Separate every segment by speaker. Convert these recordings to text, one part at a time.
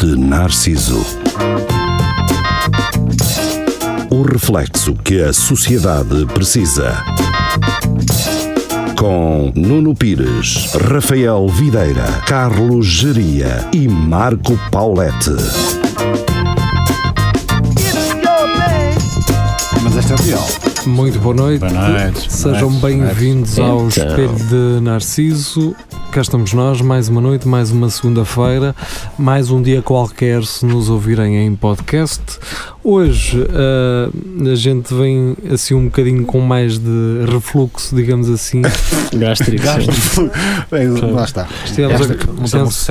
Speaker 1: de Narciso. O reflexo que a sociedade precisa. Com Nuno Pires, Rafael Videira, Carlos Geria e Marco Paulette.
Speaker 2: Mas esta é real.
Speaker 3: Muito boa noite.
Speaker 2: Boa noite. Então.
Speaker 3: Sejam bem-vindos ao Espelho de Narciso. Cá estamos nós, mais uma noite, mais uma segunda-feira, mais um dia qualquer se nos ouvirem em podcast. Hoje ah, a gente vem assim um bocadinho com mais de refluxo, digamos assim.
Speaker 4: Gástrico.
Speaker 2: Bem, Lá está.
Speaker 3: Estivemos a, estivemos-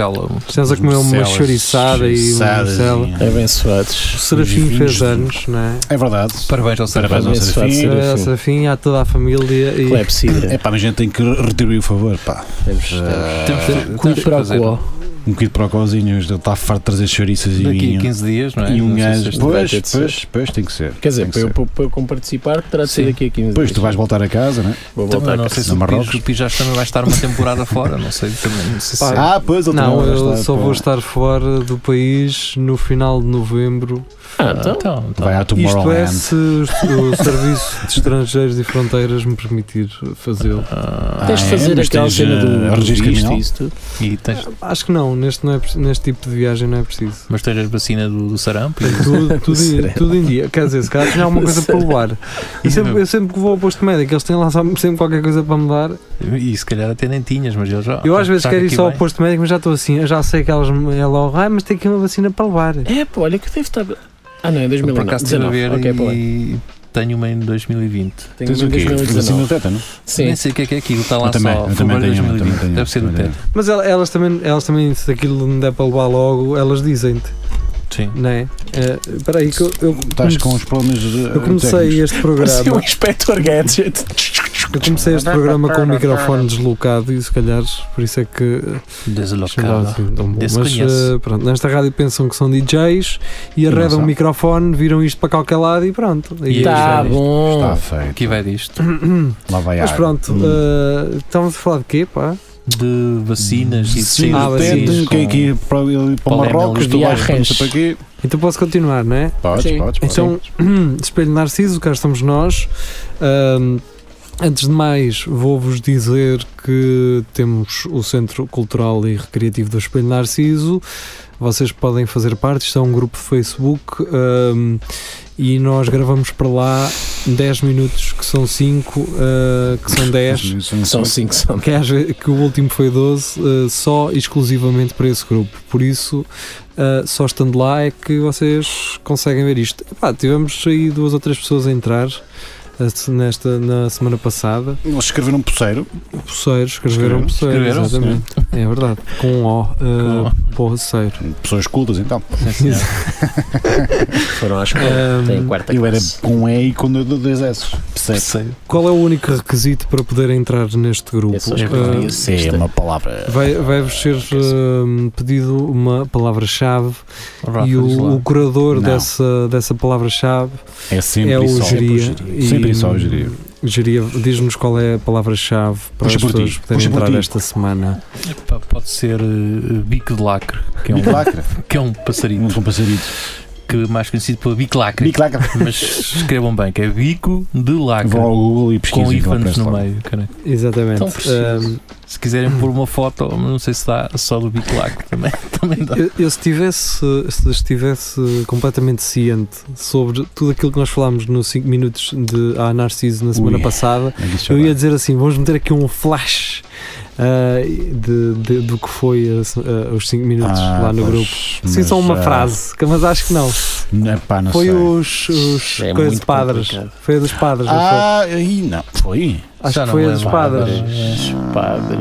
Speaker 3: estivemos a comer uma
Speaker 2: Morcelas,
Speaker 3: um chouriçada e um uma
Speaker 2: chouriçadas
Speaker 3: morcela.
Speaker 2: e-
Speaker 3: O
Speaker 4: Abençoados.
Speaker 3: Serafim
Speaker 2: Uns
Speaker 3: fez
Speaker 2: vinhos.
Speaker 3: anos, não é?
Speaker 2: É verdade.
Speaker 5: Parabéns ao Sérgio.
Speaker 2: Parabéns ao
Speaker 4: Parabéns,
Speaker 2: Serafim.
Speaker 4: Serafim.
Speaker 3: A Serafim, a toda a família e
Speaker 2: É Ah,
Speaker 4: Clepsidra.
Speaker 2: pá, mas a gente tem que retribuir o favor, pá.
Speaker 4: Temos, temos.
Speaker 5: Temos, temos,
Speaker 4: Cui
Speaker 5: que
Speaker 4: para
Speaker 5: fazer.
Speaker 4: o qual.
Speaker 2: Um quid para o cozinho, está farto de trazer chouriças e
Speaker 5: Daqui a
Speaker 2: vinho.
Speaker 5: 15 dias, não é?
Speaker 2: E um
Speaker 5: Não sei se
Speaker 2: gajo.
Speaker 5: este
Speaker 4: vai
Speaker 2: Pois,
Speaker 4: ter de ser.
Speaker 2: pois, pois, tem que ser.
Speaker 4: Quer dizer,
Speaker 2: Tem
Speaker 4: para
Speaker 2: que
Speaker 4: eu, para eu comparticipar, terá de ser
Speaker 5: Sim.
Speaker 4: daqui a 15
Speaker 2: Pois,
Speaker 4: dias.
Speaker 2: tu vais voltar a casa, né?
Speaker 4: Vou
Speaker 5: Também
Speaker 4: voltar
Speaker 5: não
Speaker 4: cá.
Speaker 5: sei se
Speaker 2: No
Speaker 5: o
Speaker 2: Marrocos.
Speaker 5: Pires, o Pires também vai estar uma temporada fora, não sei também. Não sei se
Speaker 3: Pá,
Speaker 2: Ah, pois, ele
Speaker 3: Não,
Speaker 2: também vai
Speaker 3: eu
Speaker 2: estar,
Speaker 3: só
Speaker 2: pá.
Speaker 3: vou estar fora do país no final de novembro.
Speaker 4: Ah, então.
Speaker 5: Então, então.
Speaker 2: Vai à
Speaker 3: Isto é
Speaker 2: Tomorrowland.
Speaker 3: se o Serviço de Estrangeiros e Fronteiras me permitir fazê-lo.
Speaker 5: Ah,
Speaker 4: Tens de fazer
Speaker 2: é, mas
Speaker 4: aquela
Speaker 2: tens,
Speaker 4: cena
Speaker 2: eh,
Speaker 4: do, do
Speaker 2: registro
Speaker 4: visto
Speaker 2: criminal?
Speaker 4: e isso tudo.
Speaker 5: e tens,
Speaker 3: Acho que não, neste, não é, preci- neste tipo de viagem não é preciso.
Speaker 5: mas tens a vacina do, do sarampo? e-
Speaker 3: Tudo, tudo, em, tudo em dia. Quer dizer, se calhar tinha alguma coisa para levar. E sempre, eu sempre que vou ao posto médico, eles têm lá só- sempre qualquer coisa para me dar.
Speaker 5: E se calhar até nem tinhas, mas eles já.
Speaker 3: Eu às vezes
Speaker 5: já
Speaker 3: quero ir
Speaker 5: aqui
Speaker 3: só ao
Speaker 5: vai.
Speaker 3: posto médico, mas já estou assim, eu já sei que elas me é logo, ah, mas tem aqui uma vacina para levar.
Speaker 4: É, pá, olha que deve estar. Ah, não, é
Speaker 5: Eu, Por acaso estive a
Speaker 4: 2019.
Speaker 5: ver
Speaker 4: Ok, pá, olha.
Speaker 5: e tenho uma em 2020.
Speaker 4: Tenho
Speaker 2: Tens o
Speaker 4: uma em
Speaker 2: quê? assim Vacina do
Speaker 4: 2019.
Speaker 2: tétano?
Speaker 4: Sim.
Speaker 5: Nem sei o que é que é aquilo, está lá
Speaker 2: Eu também,
Speaker 5: só.
Speaker 2: eu também
Speaker 5: fevereiro de
Speaker 2: tenho, eu
Speaker 5: 2020.
Speaker 2: também tenho.
Speaker 5: Deve ser do
Speaker 2: também
Speaker 5: teto.
Speaker 3: Mas el- elas também, elas também, se aquilo não der para levar logo, elas dizem-te,
Speaker 5: Sim.
Speaker 3: não é? Eh, Espera aí, que eu, eu,
Speaker 2: tenho. Estás com os problemas. eh,
Speaker 3: eu comecei
Speaker 2: técnicos.
Speaker 3: este programa.
Speaker 4: Parecia um inspector gadget.
Speaker 3: Eu comecei
Speaker 2: é
Speaker 3: este programa com o microfone deslocado e se calhar por isso é que
Speaker 2: Tá
Speaker 5: Deslocado.
Speaker 3: assim tão bom. Mas
Speaker 5: Desconheço.
Speaker 3: eh, pronto, nesta rádio pensam que são DJs e
Speaker 2: não
Speaker 3: arredam
Speaker 2: são.
Speaker 3: o microfone, viram isto para qualquer lado e pronto. Aí
Speaker 5: E
Speaker 4: Tá
Speaker 5: aí,
Speaker 3: eles
Speaker 4: bom.
Speaker 2: Está feito.
Speaker 5: Aqui vai disto.
Speaker 2: Lá vai a
Speaker 3: Mas
Speaker 2: É água. Hum.
Speaker 3: pronto, eh, estamos a falar de quê, pá?
Speaker 5: De vacinas e de
Speaker 2: Sim,
Speaker 3: Ah,
Speaker 5: saídas de
Speaker 3: vacinas.
Speaker 2: depende.
Speaker 5: países
Speaker 2: Quem
Speaker 5: com-
Speaker 2: quer ir para, para
Speaker 5: com
Speaker 2: Marrocos, tu vais para não sei para quê.
Speaker 3: Então posso continuar, não é?
Speaker 2: Podes,
Speaker 4: Sim.
Speaker 2: podes, podes.
Speaker 3: Então, Espelho Narciso, cá estamos nós. Ahm, antes de mais, vou-vos dizer que temos o Centro Cultural e Recreativo do Espelho Narciso. Vocês podem fazer parte, isto é um grupo de Facebook ahm, e nós gravamos para lá 10 minutos, que são 5, que são 10
Speaker 4: São 5, são.
Speaker 3: que, às ve- que o último foi 12, eh, só exclusivamente para esse grupo. Por isso, eh, só estando lá é que vocês conseguem ver isto. Epá, tivemos aí duas ou três pessoas a entrar eh, se- nesta, na semana passada.
Speaker 2: Eles escreveram um poceiro.
Speaker 3: Poceiros, escreveram
Speaker 2: Escreveram,
Speaker 3: Poceiro,
Speaker 5: escreveram,
Speaker 3: exatamente. É verdade, com um O, uh, Poceiro.
Speaker 2: Pessoas cultas, então.
Speaker 4: Foram à escola. É, Tem
Speaker 3: Ahm,
Speaker 4: quarta
Speaker 2: Hum. Eu era
Speaker 4: classe.
Speaker 2: com um E quando eu dou dois S. Percebe?
Speaker 5: Sei.
Speaker 3: qual é o único requisito para poder entrar neste grupo?
Speaker 4: Eu É só escrevi
Speaker 3: Ah,
Speaker 4: isso.
Speaker 2: Sim, é uma palavra.
Speaker 3: vai- Vai-vos ser ahm, pedido uma palavra-chave
Speaker 5: Rafa,
Speaker 3: e
Speaker 5: diz
Speaker 3: o,
Speaker 5: lá.
Speaker 3: o curador
Speaker 2: Não.
Speaker 3: dessa, dessa palavra-chave
Speaker 2: É sempre
Speaker 3: é o
Speaker 2: e só.
Speaker 3: geria. e-
Speaker 2: Sempre e só o geria.
Speaker 3: Geria, diz-nos qual é a palavra-chave para
Speaker 2: Puxa
Speaker 3: as
Speaker 2: por ti,
Speaker 3: pessoas poderem
Speaker 2: puxa por
Speaker 3: entrar
Speaker 2: ti.
Speaker 3: esta semana.
Speaker 5: Pá, Pode ser eh, bico de lacre, que é um,
Speaker 2: Biclacra.
Speaker 5: que é um passarinho,
Speaker 2: Um com passarinho.
Speaker 5: que é mais conhecido por bico de lacre.
Speaker 2: Biclacra.
Speaker 5: Mas escrevam bem, que é bico de lacre.
Speaker 2: Vão ao Google e
Speaker 5: Com
Speaker 2: pesquisem. que lá
Speaker 5: ífanos
Speaker 2: aparece
Speaker 5: no
Speaker 2: logo.
Speaker 5: meio, cara.
Speaker 3: Exatamente.
Speaker 4: Tão preciso.
Speaker 3: Ah,
Speaker 5: Se quiserem pôr uma foto, mas não sei se dá só do bico de lacre também, também dá.
Speaker 3: eu, eu se estivesse se estivesse completamente ciente sobre tudo aquilo que nós falámos nos 5 minutos de A Narciso na semana
Speaker 2: Ui.
Speaker 3: passada,
Speaker 2: É disso já
Speaker 3: eu ia
Speaker 2: vai.
Speaker 3: dizer assim: vamos meter aqui um flash ah, de, de- do que foi a se- ah, os 5 minutos
Speaker 2: Ah,
Speaker 3: lá no
Speaker 2: pois,
Speaker 3: grupo. Sim,
Speaker 2: mas,
Speaker 3: só uma
Speaker 2: ah,
Speaker 3: frase, que- mas acho que não.
Speaker 2: Não, é pá, não
Speaker 3: Foi
Speaker 2: sei.
Speaker 3: os, os
Speaker 4: É
Speaker 3: coisas
Speaker 4: muito
Speaker 3: de padres.
Speaker 4: complicado.
Speaker 3: Foi a dos padres, não foi?
Speaker 2: Ah, aí não. Foi.
Speaker 3: Acho
Speaker 5: Já
Speaker 3: que
Speaker 5: não
Speaker 3: foi a
Speaker 5: lembro.
Speaker 3: dos padres.
Speaker 4: Padres,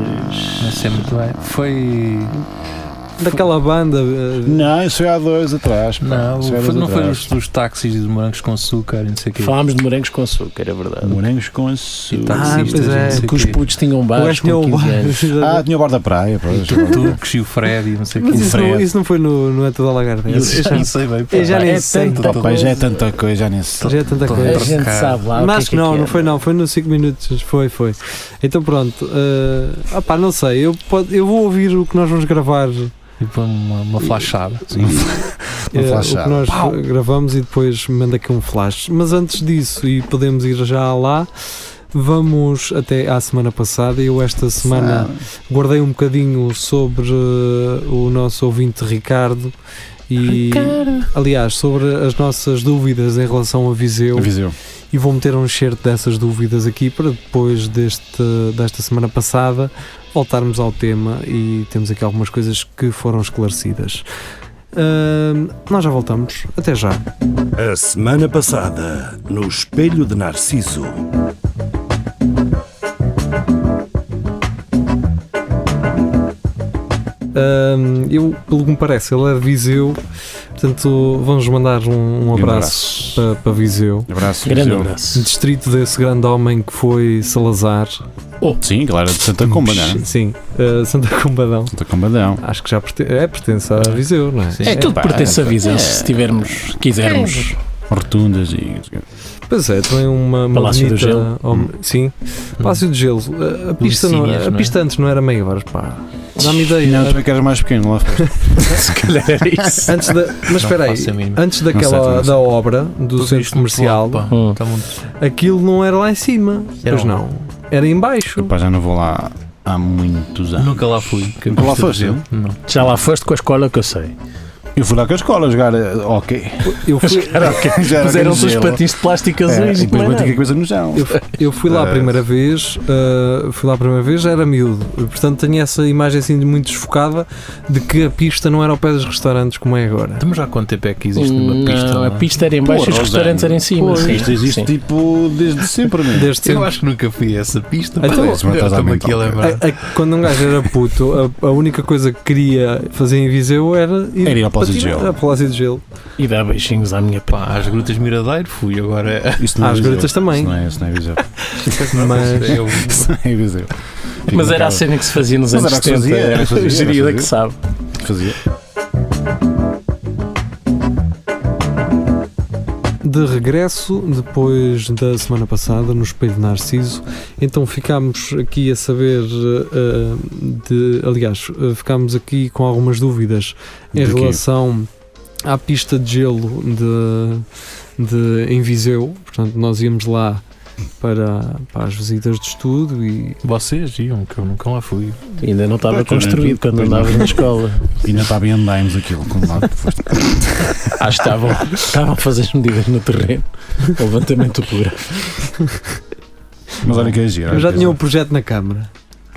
Speaker 4: padres.
Speaker 5: Não sei muito bem. Foi.
Speaker 3: Daquela banda. eh,
Speaker 2: Não, isso foi há dois atrás. pá.
Speaker 5: Não,
Speaker 2: Isso há
Speaker 5: foi-
Speaker 2: dois
Speaker 5: não foi
Speaker 2: atrás.
Speaker 5: os dos táxis e dos morangos com açúcar e não sei o quê.
Speaker 4: Falámos de morangos com açúcar, é verdade.
Speaker 2: Morangos com
Speaker 5: E
Speaker 2: açúcar.
Speaker 4: tá-
Speaker 3: Ah,
Speaker 5: taxistas
Speaker 3: pois
Speaker 5: e
Speaker 3: é.
Speaker 5: não sei o
Speaker 4: Que os
Speaker 5: quê.
Speaker 4: putos tinham
Speaker 3: o
Speaker 4: bares
Speaker 3: gajo tinha
Speaker 4: com
Speaker 3: o
Speaker 4: 15
Speaker 3: bar.
Speaker 4: anos.
Speaker 2: Ah, tinha o bar da praia. pá,
Speaker 5: E
Speaker 2: tinha o bar
Speaker 5: o
Speaker 2: da praia.
Speaker 5: Turcos e o Fred e não sei o quê.
Speaker 3: Mas isso não,
Speaker 2: Fred.
Speaker 3: isso não foi no, no É Toda Lagarta.
Speaker 4: E o-
Speaker 3: Isso
Speaker 5: Eu
Speaker 3: já,
Speaker 5: não sei bem.
Speaker 3: eu já
Speaker 5: pá.
Speaker 3: nem
Speaker 4: É
Speaker 3: sei.
Speaker 4: tanta
Speaker 2: Pá, pá, já é tanta coisa, já nem sei.
Speaker 3: Já é tanta
Speaker 5: Tô-
Speaker 4: A
Speaker 3: coisa.
Speaker 5: tô-
Speaker 4: gente sabe lá. o
Speaker 3: Mas acho que
Speaker 4: que é
Speaker 3: não,
Speaker 4: que
Speaker 3: não
Speaker 4: é.
Speaker 3: foi não, foi nos 5 minutos, foi, foi. eh, Então pronto, ah opá, não sei, eu, pod- eu vou ouvir o que nós vamos gravar
Speaker 5: E põe uma, uma flashada.
Speaker 2: Sim. Uma
Speaker 3: É,
Speaker 2: flashada.
Speaker 3: O que nós
Speaker 5: Pau!
Speaker 3: gravamos e depois manda aqui um flash. Mas antes disso, e podemos ir já lá, vamos até à semana passada. Eu esta semana guardei um bocadinho sobre eh, o nosso ouvinte Ricardo e, aliás, sobre as nossas dúvidas em relação a Viseu.
Speaker 2: Viseu.
Speaker 3: E vou meter um excerto dessas dúvidas aqui para depois deste, desta semana passada voltarmos ao tema e temos aqui algumas coisas que foram esclarecidas. Ahm, nós já voltamos. Até já.
Speaker 1: A semana passada, no Espelho de Narciso.
Speaker 3: Ahm, eu, pelo que me parece, ele é de Viseu. Portanto, vamos mandar um, um abraço, pa- para, Viseu.
Speaker 2: Abraço.
Speaker 4: Grande
Speaker 2: Viseu.
Speaker 4: abraço.
Speaker 3: Distrito desse grande homem que foi Salazar.
Speaker 2: Sim, galera de Santa Comba, não é?
Speaker 3: Sim, ah, Santa Combadão.
Speaker 2: Santa Combadão.
Speaker 3: Acho que já pertence, é, pertence a Viseu, não é?
Speaker 5: Sim.
Speaker 4: É, tudo
Speaker 2: pá,
Speaker 4: pertence a
Speaker 2: é,
Speaker 4: Viseu,
Speaker 2: é.
Speaker 4: se tivermos, quisermos.
Speaker 2: Rotundas e.
Speaker 3: Pois é, tem uma, uma
Speaker 4: Palácio do
Speaker 3: bonita-
Speaker 4: Gelo.
Speaker 3: hom- sim, Palácio do Gelo. A- A, pista, não,
Speaker 5: Lucinhas,
Speaker 3: a
Speaker 5: não é?
Speaker 3: pista antes não era meia hora, pá. Dá-me ideia.
Speaker 2: Não, tu é que eras mais pequeno lá fora.
Speaker 4: Se calhar era isso.
Speaker 3: Antes da, mas espera aí,
Speaker 5: faço a mínima.
Speaker 3: antes
Speaker 2: Não sei,
Speaker 3: daquela
Speaker 2: não sei.
Speaker 3: da obra do
Speaker 5: Tudo
Speaker 3: centro
Speaker 5: isto muito
Speaker 3: comercial,
Speaker 5: alto, pá.
Speaker 4: Hum.
Speaker 5: Está muito-
Speaker 3: aquilo não era lá em cima.
Speaker 5: Era
Speaker 3: pois
Speaker 5: onde?
Speaker 3: não, era em baixo.
Speaker 2: Pá, já não vou lá há muitos anos.
Speaker 5: Nunca lá fui. Que
Speaker 2: Nunca lá
Speaker 5: custa
Speaker 2: foste,
Speaker 5: dizer?
Speaker 2: eu?
Speaker 5: Não.
Speaker 4: Já lá foste com a escola que eu sei.
Speaker 2: Eu fui lá com a escola jogar eh, hockey.
Speaker 3: Eu fui,
Speaker 2: Já era
Speaker 4: Puseram-se
Speaker 2: no
Speaker 4: os
Speaker 2: gelo.
Speaker 4: patins de plástico
Speaker 2: É, e
Speaker 4: azuis e
Speaker 2: depois
Speaker 4: mais
Speaker 2: bati com a
Speaker 4: nada.
Speaker 2: coisa no chão.
Speaker 3: eu, eu fui lá a primeira vez, ah, fui lá a primeira vez, já era miúdo. Portanto, tenho essa imagem assim de muito desfocada de que a pista não era ao pé dos restaurantes como é agora.
Speaker 5: Estamos já há quanto tempo é que existe uma pista?
Speaker 4: Não,
Speaker 5: lá?
Speaker 4: a pista era em baixo e os
Speaker 2: é? Porra,
Speaker 4: restaurantes eram em cima.
Speaker 2: Pois,
Speaker 4: sim,
Speaker 2: Isto existe
Speaker 4: sim.
Speaker 2: tipo desde sempre, não é?
Speaker 3: Desde
Speaker 5: Eu
Speaker 3: sempre.
Speaker 5: acho que nunca fui a essa pista.
Speaker 3: Então,
Speaker 5: pá. Eu
Speaker 2: mas estás à
Speaker 5: Estou-me
Speaker 2: mente,
Speaker 5: aqui a
Speaker 2: ok.
Speaker 5: lembrar.
Speaker 3: A- a- quando um gajo era puto, a, a única coisa que queria fazer em Viseu era ir,
Speaker 2: Era ir ao Palácio de
Speaker 3: patinar-
Speaker 2: Gelo.
Speaker 3: ao Palácio de Gelo.
Speaker 4: E dá beijinhos à minha pá.
Speaker 5: Pá, às Grutas Miradeiro fui agora.
Speaker 2: Isso não é
Speaker 3: Às
Speaker 2: Viseu.
Speaker 3: grutas também.
Speaker 2: Isso não é, isso não é Viseu.
Speaker 3: Mas
Speaker 5: Eu,
Speaker 2: Isso não é Viseu. Fico
Speaker 4: Mas era
Speaker 2: naquela-
Speaker 4: a cena que se fazia nos
Speaker 2: Mas
Speaker 4: anos
Speaker 2: era o que se
Speaker 4: 70.
Speaker 2: fazia, era o que se fazia, era o que se
Speaker 4: Gerida
Speaker 2: fazia.
Speaker 4: que sabe.
Speaker 5: assim.
Speaker 2: Fazia. é.
Speaker 3: de regresso, depois da semana passada, no Espelho de Narciso, então ficámos aqui a saber, eh, de, aliás, eh, ficámos aqui com algumas dúvidas em
Speaker 2: De quê?
Speaker 3: relação à pista de gelo de, de, em Viseu. Portanto, nós íamos lá para, para as visitas de estudo e
Speaker 5: vocês iam, que eu nunca lá fui.
Speaker 4: Ainda não estava
Speaker 2: Pois, também
Speaker 4: construído
Speaker 2: tudo,
Speaker 4: quando
Speaker 2: pois não.
Speaker 4: andava na escola.
Speaker 2: E não estava em andames aquilo. Quando lá foste.
Speaker 4: Ah, estavam, estavam a fazer as medidas no terreno. O levantamento pura.
Speaker 2: Mas olha que é giro.
Speaker 3: eu
Speaker 2: olha
Speaker 3: já
Speaker 2: que é
Speaker 3: tinha o
Speaker 2: giro.
Speaker 3: projeto na Câmara.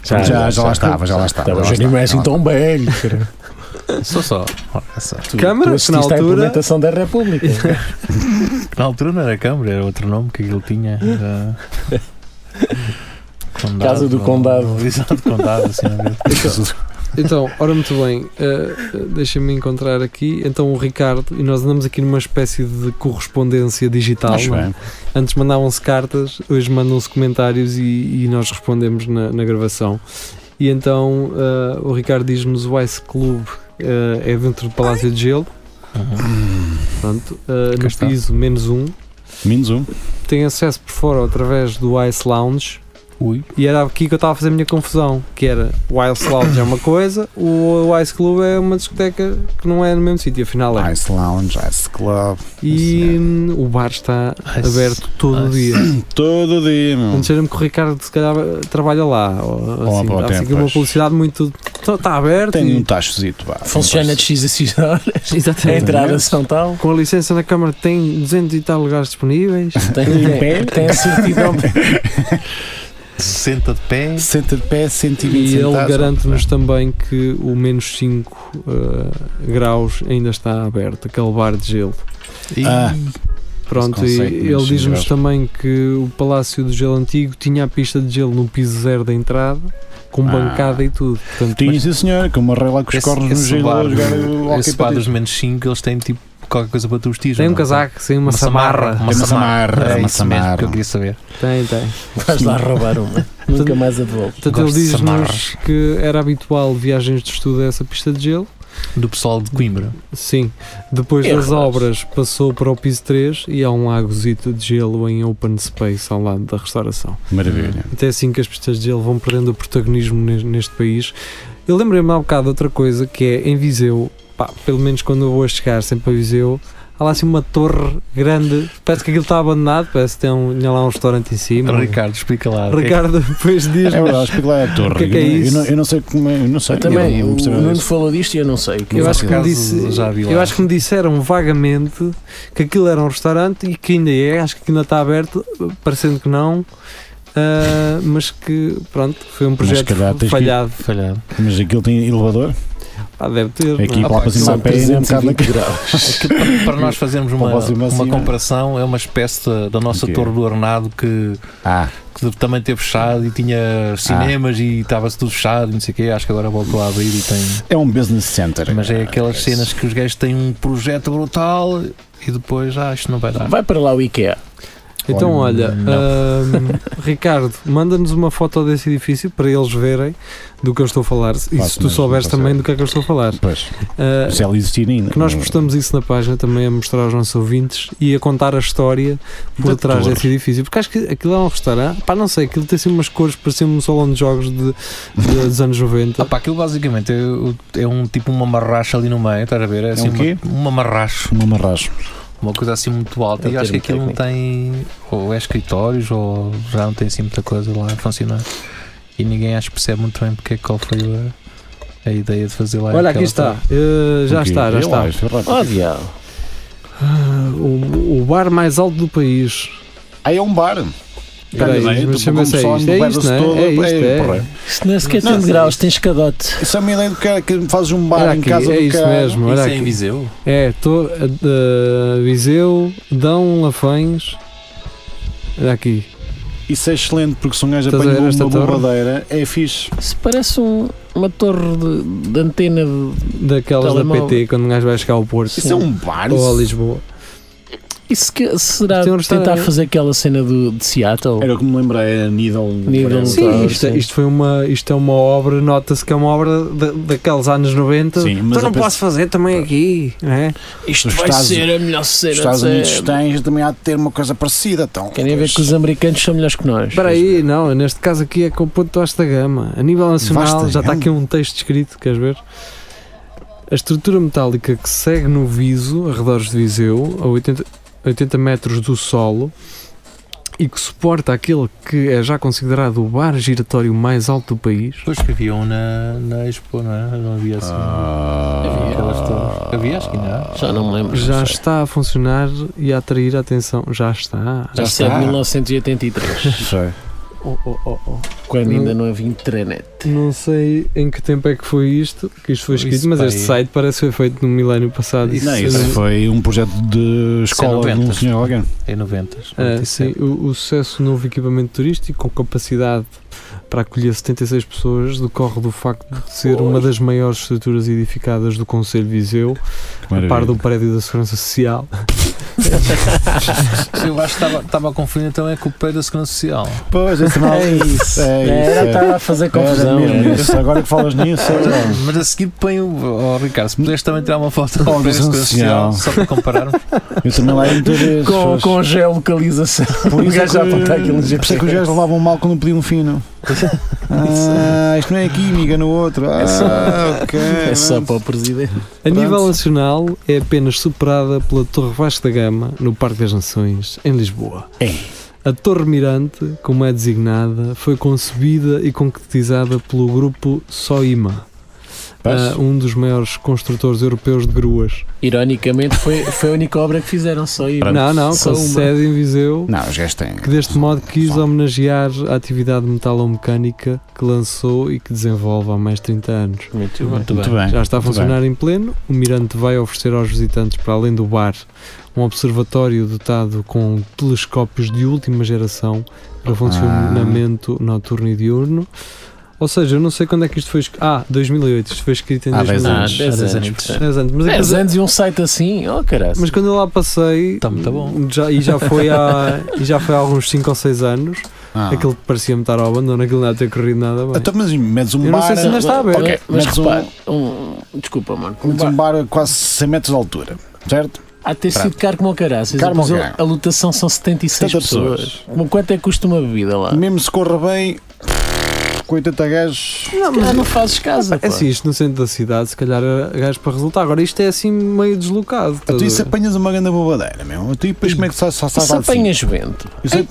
Speaker 2: Já, já, lá estava, já lá estava.
Speaker 3: Tá
Speaker 4: Estava
Speaker 2: já lá
Speaker 4: já nem é assim
Speaker 2: estava.
Speaker 3: então.
Speaker 4: tão velho. cara.
Speaker 5: Só só. Olha só.
Speaker 4: Tu,
Speaker 3: Câmara,
Speaker 4: tu
Speaker 3: que na
Speaker 4: assististe à
Speaker 3: altura-
Speaker 4: implementação da República.
Speaker 5: Na altura não era Câmara, era outro nome que aquilo tinha. era- Condado,
Speaker 4: Casa do
Speaker 5: não-
Speaker 4: Condado.
Speaker 5: não- Visão do Condado, assim, não é?
Speaker 3: Então, ora muito bem, eh, deixa-me encontrar aqui. Então, o Ricardo, e nós andamos aqui numa espécie de correspondência digital.
Speaker 2: Acho
Speaker 3: não é?
Speaker 2: bem.
Speaker 3: Antes mandavam-se cartas, hoje mandam-se comentários e, e nós respondemos na, na gravação. E então, eh, o Ricardo diz-nos: o Ice Club eh, é dentro do Palácio de Gelo,
Speaker 5: Uhum.
Speaker 3: pronto, eh,
Speaker 5: Cá
Speaker 3: no
Speaker 5: está.
Speaker 3: piso menos um.
Speaker 2: Menos um.
Speaker 3: Tem acesso por fora através do Ice Lounge.
Speaker 5: Ui,
Speaker 3: E era aqui que eu estava a fazer a minha confusão, que era o Ice Lounge é uma coisa, o Ice Club é uma discoteca que não é no mesmo sítio, afinal é.
Speaker 2: Ice Lounge, Ice Club.
Speaker 3: E hum, o bar está
Speaker 5: Ice,
Speaker 3: aberto todo o
Speaker 5: Ice.
Speaker 3: dia.
Speaker 2: Todo dia, meu.
Speaker 3: Antes era-me que o Ricardo se calhar trabalha lá, ou, assim,
Speaker 2: Ou há pouco
Speaker 3: dá-se aqui
Speaker 2: tempo,
Speaker 3: uma
Speaker 2: pois.
Speaker 3: publicidade muito. Está tá aberto
Speaker 2: Tem
Speaker 3: e-
Speaker 2: um tachozito, vá.
Speaker 4: Funciona de X a X horas. A
Speaker 3: Exatamente.
Speaker 4: entrada se não tal.
Speaker 3: Tá com a licença na Câmara tem 200 e tal lugares disponíveis.
Speaker 4: Tem, tem, tem a certidão.
Speaker 5: senta de pé.
Speaker 2: Senta de pé, 120
Speaker 3: E ele
Speaker 2: centavos.
Speaker 3: garante-nos também que o menos 5 eh, graus ainda está aberto, aquele bar de gelo.
Speaker 5: E...
Speaker 2: Ah.
Speaker 3: Pronto, e
Speaker 2: Esse conceito
Speaker 3: ele
Speaker 2: dos
Speaker 3: diz-nos
Speaker 2: giros.
Speaker 3: também que o Palácio do Gelo Antigo tinha a pista de gelo no piso zero da entrada, com
Speaker 2: Ah.
Speaker 3: bancada e tudo. Portanto,
Speaker 2: Tinha, sim senhor, que eu marrei lá com os
Speaker 5: Esse-
Speaker 2: cornos no
Speaker 5: esse
Speaker 2: gelo
Speaker 5: bar
Speaker 2: a jogar
Speaker 5: do-
Speaker 2: o hockey
Speaker 5: Esse bar
Speaker 2: patins.
Speaker 5: dos menos 5, eles têm tipo qualquer coisa para tu vestir.
Speaker 3: tem um
Speaker 5: não?
Speaker 3: casaco, sem uma, samarra.
Speaker 2: Tem uma samarra,
Speaker 5: É
Speaker 2: uma
Speaker 5: isso mesmo que eu
Speaker 2: samarra.
Speaker 5: queria saber.
Speaker 3: Tem, tem.
Speaker 4: Vais lá roubar uma. Nunca mais a devolvo.
Speaker 3: Portanto,
Speaker 5: Gosto de
Speaker 3: ele diz-nos
Speaker 5: samarras.
Speaker 3: que era habitual viagens de estudo a essa pista de gelo.
Speaker 5: Do pessoal de Coimbra.
Speaker 3: Sim. Depois
Speaker 4: Erro,
Speaker 3: das
Speaker 4: acho.
Speaker 3: obras, passou para o piso 3 e há um lagozito de gelo em open space ao lado da restauração.
Speaker 2: Maravilha.
Speaker 3: é Até assim que as pistas de gelo vão perdendo o protagonismo ne- neste país. Eu lembrei-me há bocado de outra coisa que é em Viseu, pá, pelo menos quando eu vou a chegar sempre a Viseu, há lá assim uma torre grande, parece que aquilo está abandonado, parece que tem, um, tinha lá um restaurante em cima.
Speaker 5: Ricardo, explica lá.
Speaker 3: Ricardo depois
Speaker 2: É
Speaker 3: diz.
Speaker 2: verdade, explica lá a
Speaker 3: O
Speaker 2: torre.
Speaker 3: que é que é
Speaker 2: Eu não-
Speaker 3: isso?
Speaker 2: Eu, não, eu não sei como é. Eu não sei.
Speaker 4: Eu também,
Speaker 2: eu
Speaker 4: o
Speaker 2: não percebo nada
Speaker 4: Nuno
Speaker 2: disso.
Speaker 4: falou disto e eu não sei. o que
Speaker 3: Eu
Speaker 4: é
Speaker 3: acho que me
Speaker 5: acaso,
Speaker 3: disse,
Speaker 5: já vi lá.
Speaker 3: eu acho que me disseram vagamente que aquilo era um restaurante e que ainda é, acho que ainda está aberto, parecendo que não, ah, mas que pronto, foi um projeto
Speaker 2: calhar tens que-
Speaker 3: falhado.
Speaker 5: Falhado.
Speaker 2: Mas aquilo tem elevador.
Speaker 3: Pá, deve ter. não
Speaker 2: Aqui
Speaker 3: é?
Speaker 2: para lá para cima a
Speaker 4: São
Speaker 2: pé ainda é um bocado naquilo.
Speaker 4: 320 graus.
Speaker 5: Para, para nós fazermos uma,
Speaker 2: Para vocês,
Speaker 5: uma
Speaker 2: assim,
Speaker 5: comparação, é uma espécie da, da nossa
Speaker 2: Ok.
Speaker 5: Torre do Arnado que,
Speaker 2: Ah,
Speaker 5: que também teve fechado e tinha cinemas e estava-se tudo fechado e não sei o quê. Acho que agora voltou a abrir e tem.
Speaker 2: é um business center. Ah,
Speaker 5: Mas é aquelas cenas que os gajos têm um projeto brutal e depois, ah, isto não vai dar.
Speaker 4: Vai para lá o IKEA.
Speaker 3: Então, olha,
Speaker 5: Não.
Speaker 3: ahm, Ricardo, manda-nos uma foto desse edifício para eles verem do que eu estou a falar e se
Speaker 2: Faço
Speaker 3: tu
Speaker 2: mesmo,
Speaker 3: souberes
Speaker 2: faço
Speaker 3: também
Speaker 2: mesmo.
Speaker 3: do que é que eu estou a falar.
Speaker 2: Pois,
Speaker 3: Ah,
Speaker 2: se ela existir ainda.
Speaker 3: que nós
Speaker 2: não-
Speaker 3: postamos isso na página também a mostrar aos nossos ouvintes e a contar a história por
Speaker 2: Da
Speaker 3: trás
Speaker 2: torre.
Speaker 3: desse edifício, porque acho que aquilo é um restaurante, pá, não sei, aquilo tem assim umas cores, parecia um salão de jogos de, de- dos anos 90.
Speaker 5: Ah pá, aquilo basicamente é, o- é um tipo uma marracha ali no meio, estás a ver? É, assim
Speaker 2: um quê?
Speaker 5: Uma, uma marracha,
Speaker 2: Uma marracho.
Speaker 5: uma coisa assim muito alta.
Speaker 4: É
Speaker 5: e
Speaker 4: um
Speaker 5: acho que aquilo
Speaker 4: termo
Speaker 5: não tem, ou é escritórios, ou já não tem assim muita coisa lá a funcionar. E ninguém acho que percebe muito bem porque é que qual foi a, a ideia de fazer lá
Speaker 3: Olha,
Speaker 5: aquela
Speaker 3: aqui está,
Speaker 5: coisa.
Speaker 3: Ah, já
Speaker 2: Ok,
Speaker 3: está, já
Speaker 2: eu
Speaker 3: está.
Speaker 2: acho, rápido.
Speaker 4: Oh, diabo.
Speaker 3: Ah, o, o bar mais alto do país.
Speaker 2: Aí é um bar.
Speaker 3: Espera aí,
Speaker 2: Bem,
Speaker 3: mas
Speaker 2: tu
Speaker 3: chama-se
Speaker 2: começou
Speaker 3: isto,
Speaker 2: no
Speaker 3: é
Speaker 2: Bebas
Speaker 3: isto, não é?
Speaker 2: todo,
Speaker 3: É isto,
Speaker 2: aí,
Speaker 3: é.
Speaker 2: porra.
Speaker 4: Isto não é sequer 30 graus, tens cadote.
Speaker 2: Isso é uma ideia do que, é que fazes um bar
Speaker 3: Era
Speaker 2: em
Speaker 3: aqui,
Speaker 2: casa
Speaker 3: é
Speaker 2: do
Speaker 3: isso
Speaker 2: caralho.
Speaker 3: mesmo, olha
Speaker 5: Isso é
Speaker 3: aqui.
Speaker 5: em Viseu?
Speaker 3: É, estou a Viseu, Dão Lafães. Olha aqui.
Speaker 2: Isso é excelente porque se um gajo
Speaker 3: Estás a
Speaker 2: apanha
Speaker 3: ver
Speaker 2: uma
Speaker 3: esta torre?
Speaker 2: bombadeira, é fixe.
Speaker 4: Isso parece um- uma torre de, de antena de.
Speaker 3: Daquelas da
Speaker 4: Telemóvel.
Speaker 3: PT, quando um gajo vai chegar ao Porto.
Speaker 2: Isso é um bar.
Speaker 3: Ou a
Speaker 2: isso-
Speaker 3: Lisboa.
Speaker 4: Isso que, será
Speaker 3: Isto é um
Speaker 4: tentar
Speaker 3: restaurante.
Speaker 4: fazer aquela cena do, de Seattle?
Speaker 2: Era o que me lembrei, era Needle.
Speaker 4: Needle.
Speaker 2: parece.
Speaker 4: Sim,
Speaker 3: Tá, Sim,
Speaker 4: claro,
Speaker 3: isto, é-
Speaker 4: sim.
Speaker 3: isto foi uma, isto é uma obra, nota-se que é uma obra da- daqueles anos 90.
Speaker 2: Sim, mas
Speaker 3: então não
Speaker 2: eu penso-
Speaker 3: posso fazer também aqui, não é?
Speaker 4: Isto
Speaker 2: Os
Speaker 4: vai
Speaker 2: Estados-
Speaker 4: ser a melhor cena.
Speaker 2: Os Estados
Speaker 4: de
Speaker 2: Unidos
Speaker 4: sempre.
Speaker 2: tens também há de ter uma coisa parecida. Então,
Speaker 4: Querem ver que os americanos são melhores que nós.
Speaker 3: Espera aí, não, neste caso aqui é com o ponto vasta gama. A nível nacional
Speaker 2: Vasta
Speaker 3: já está
Speaker 2: gama.
Speaker 3: aqui um texto escrito, queres ver? A estrutura metálica que segue no viso, arredores de Viseu, a 80, 80 metros do solo, e que suporta aquele que é já considerado o bar giratório mais alto do país.
Speaker 5: Depois que havia um na, na Expo, não é? Não havia assim.
Speaker 2: Ah.
Speaker 5: Aquelas torres. Havia, acho que ainda há.
Speaker 4: Já não me lembro.
Speaker 3: Já
Speaker 4: não Ah, sei.
Speaker 3: está a funcionar e a atrair a atenção. Já está.
Speaker 2: Já
Speaker 4: Isto é
Speaker 2: está.
Speaker 4: de 1983,
Speaker 2: Sei.
Speaker 3: Oh, oh, oh, oh.
Speaker 4: quando
Speaker 3: Hum.
Speaker 4: ainda não havia internet.
Speaker 3: Não sei em que tempo é que foi isto, que isto foi
Speaker 5: Isso,
Speaker 3: escrito, mas
Speaker 5: pá,
Speaker 3: este
Speaker 5: aí.
Speaker 3: site parece que foi feito no milénio passado.
Speaker 5: Isso
Speaker 2: Não, isso
Speaker 5: é-
Speaker 2: foi um projeto de escola de um
Speaker 5: 90.
Speaker 2: senhor alguém.
Speaker 5: Em 90. s
Speaker 3: Ah, sim, o, o sucesso do novo equipamento turístico, com capacidade para acolher 76 pessoas, decorre do facto de ser uma das maiores estruturas edificadas do Conselho de Viseu, a par do prédio da Segurança Social.
Speaker 5: Eu acho que estava- estava a confundir então é com o prédio da Segurança Social.
Speaker 2: Pois, esse mal.
Speaker 4: É isso.
Speaker 2: É isso,
Speaker 4: Era,
Speaker 2: é.
Speaker 4: estava a fazer confusão. é.
Speaker 2: Era mesmo
Speaker 4: era.
Speaker 2: isso. Agora que falas nisso, é verdade.
Speaker 5: Mas a seguir põe o. Oh, Ricardo, se puderes também tirar uma foto do
Speaker 2: Oh,
Speaker 5: Prédio da
Speaker 2: visão
Speaker 5: Segurança Social,
Speaker 2: social.
Speaker 5: só para compararmos.
Speaker 2: eu também lá ia meter esses,
Speaker 4: Com,
Speaker 2: pois.
Speaker 4: com geolocalização.
Speaker 2: Por
Speaker 4: O
Speaker 2: isso é
Speaker 4: gajo já aponta aquilo no
Speaker 2: que, por isso é que os
Speaker 4: GPS.
Speaker 2: gajos levavam mal quando pediam um fino. Ah, isto não é aqui, miga no outro. Ah,
Speaker 4: É só-
Speaker 2: ok.
Speaker 4: É só para o presidente.
Speaker 3: A
Speaker 2: Pronto.
Speaker 3: nível nacional, é apenas superada pela Torre Vasco da Gama, no Parque das Nações, em Lisboa.
Speaker 2: Ei.
Speaker 3: A Torre Mirante, como é designada, foi concebida e concretizada pelo grupo Soima, ah, um dos maiores construtores europeus de gruas.
Speaker 4: Ironicamente, foi, foi a única obra que fizeram, só aí.
Speaker 3: não, não,
Speaker 4: só
Speaker 3: com
Speaker 4: uma.
Speaker 3: sede em Viseu,
Speaker 2: Não, os gajos têm.
Speaker 3: que deste modo quis
Speaker 2: Só.
Speaker 3: homenagear a atividade metalomecânica que lançou e que desenvolve há mais de 30 anos.
Speaker 4: Muito bem.
Speaker 5: Muito bem.
Speaker 2: Muito bem.
Speaker 3: Já está a
Speaker 2: É, Muito
Speaker 3: funcionar em pleno. O Mirante vai oferecer aos visitantes, para além do bar, um observatório dotado com telescópios de última geração para funcionamento
Speaker 2: Ah.
Speaker 3: noturno e diurno. Ou seja, eu não sei quando é que isto foi escrito. Ah, 2008. Isto foi escrito em
Speaker 2: Há 10
Speaker 3: 2008.
Speaker 4: Ah,
Speaker 2: anos.
Speaker 4: 10
Speaker 5: Dez
Speaker 4: anos.
Speaker 5: anos.
Speaker 4: portanto.
Speaker 3: 10 anos.
Speaker 2: É,
Speaker 3: Mas, é
Speaker 4: 10
Speaker 3: aquilo-
Speaker 4: anos e um site assim, oh caralho.
Speaker 3: mas quando eu lá passei.
Speaker 5: Tá muito bom.
Speaker 3: Já, e, já foi há, e já foi há alguns 5 ou 6 anos.
Speaker 2: Ah.
Speaker 3: Aquilo parecia-me estar ao abandono, aquilo não ter corrido nada bem.
Speaker 2: Então, mas medes um
Speaker 3: Eu não
Speaker 2: bar.
Speaker 3: sei se ainda está aberto.
Speaker 2: Ok,
Speaker 4: mas
Speaker 2: medes um-
Speaker 4: repara, um, desculpa, mano.
Speaker 2: medes um bar a quase 100 metros de altura, certo?
Speaker 4: Há de ter sido caro como o caraças.
Speaker 2: um- Caro
Speaker 4: mas
Speaker 2: como o
Speaker 4: eu-
Speaker 2: caralho.
Speaker 4: a lotação são 76
Speaker 2: 70
Speaker 4: pessoas.
Speaker 2: pessoas.
Speaker 4: Como Quanto é que custa uma bebida lá?
Speaker 2: Mesmo se corra bem, 80 gajos.
Speaker 4: Não, mas não fazes casa.
Speaker 3: É assim, isto no centro da cidade, se calhar era gajo para resultar. Agora isto é assim meio deslocado.
Speaker 2: Ah,
Speaker 3: estás
Speaker 2: Tu
Speaker 3: a
Speaker 2: isso
Speaker 3: ver?
Speaker 2: apanhas uma grande bobadeira, meu. Tu e depois como é que só, só
Speaker 4: Se
Speaker 2: sai assim?
Speaker 4: apanhas vento.
Speaker 2: Eu sei-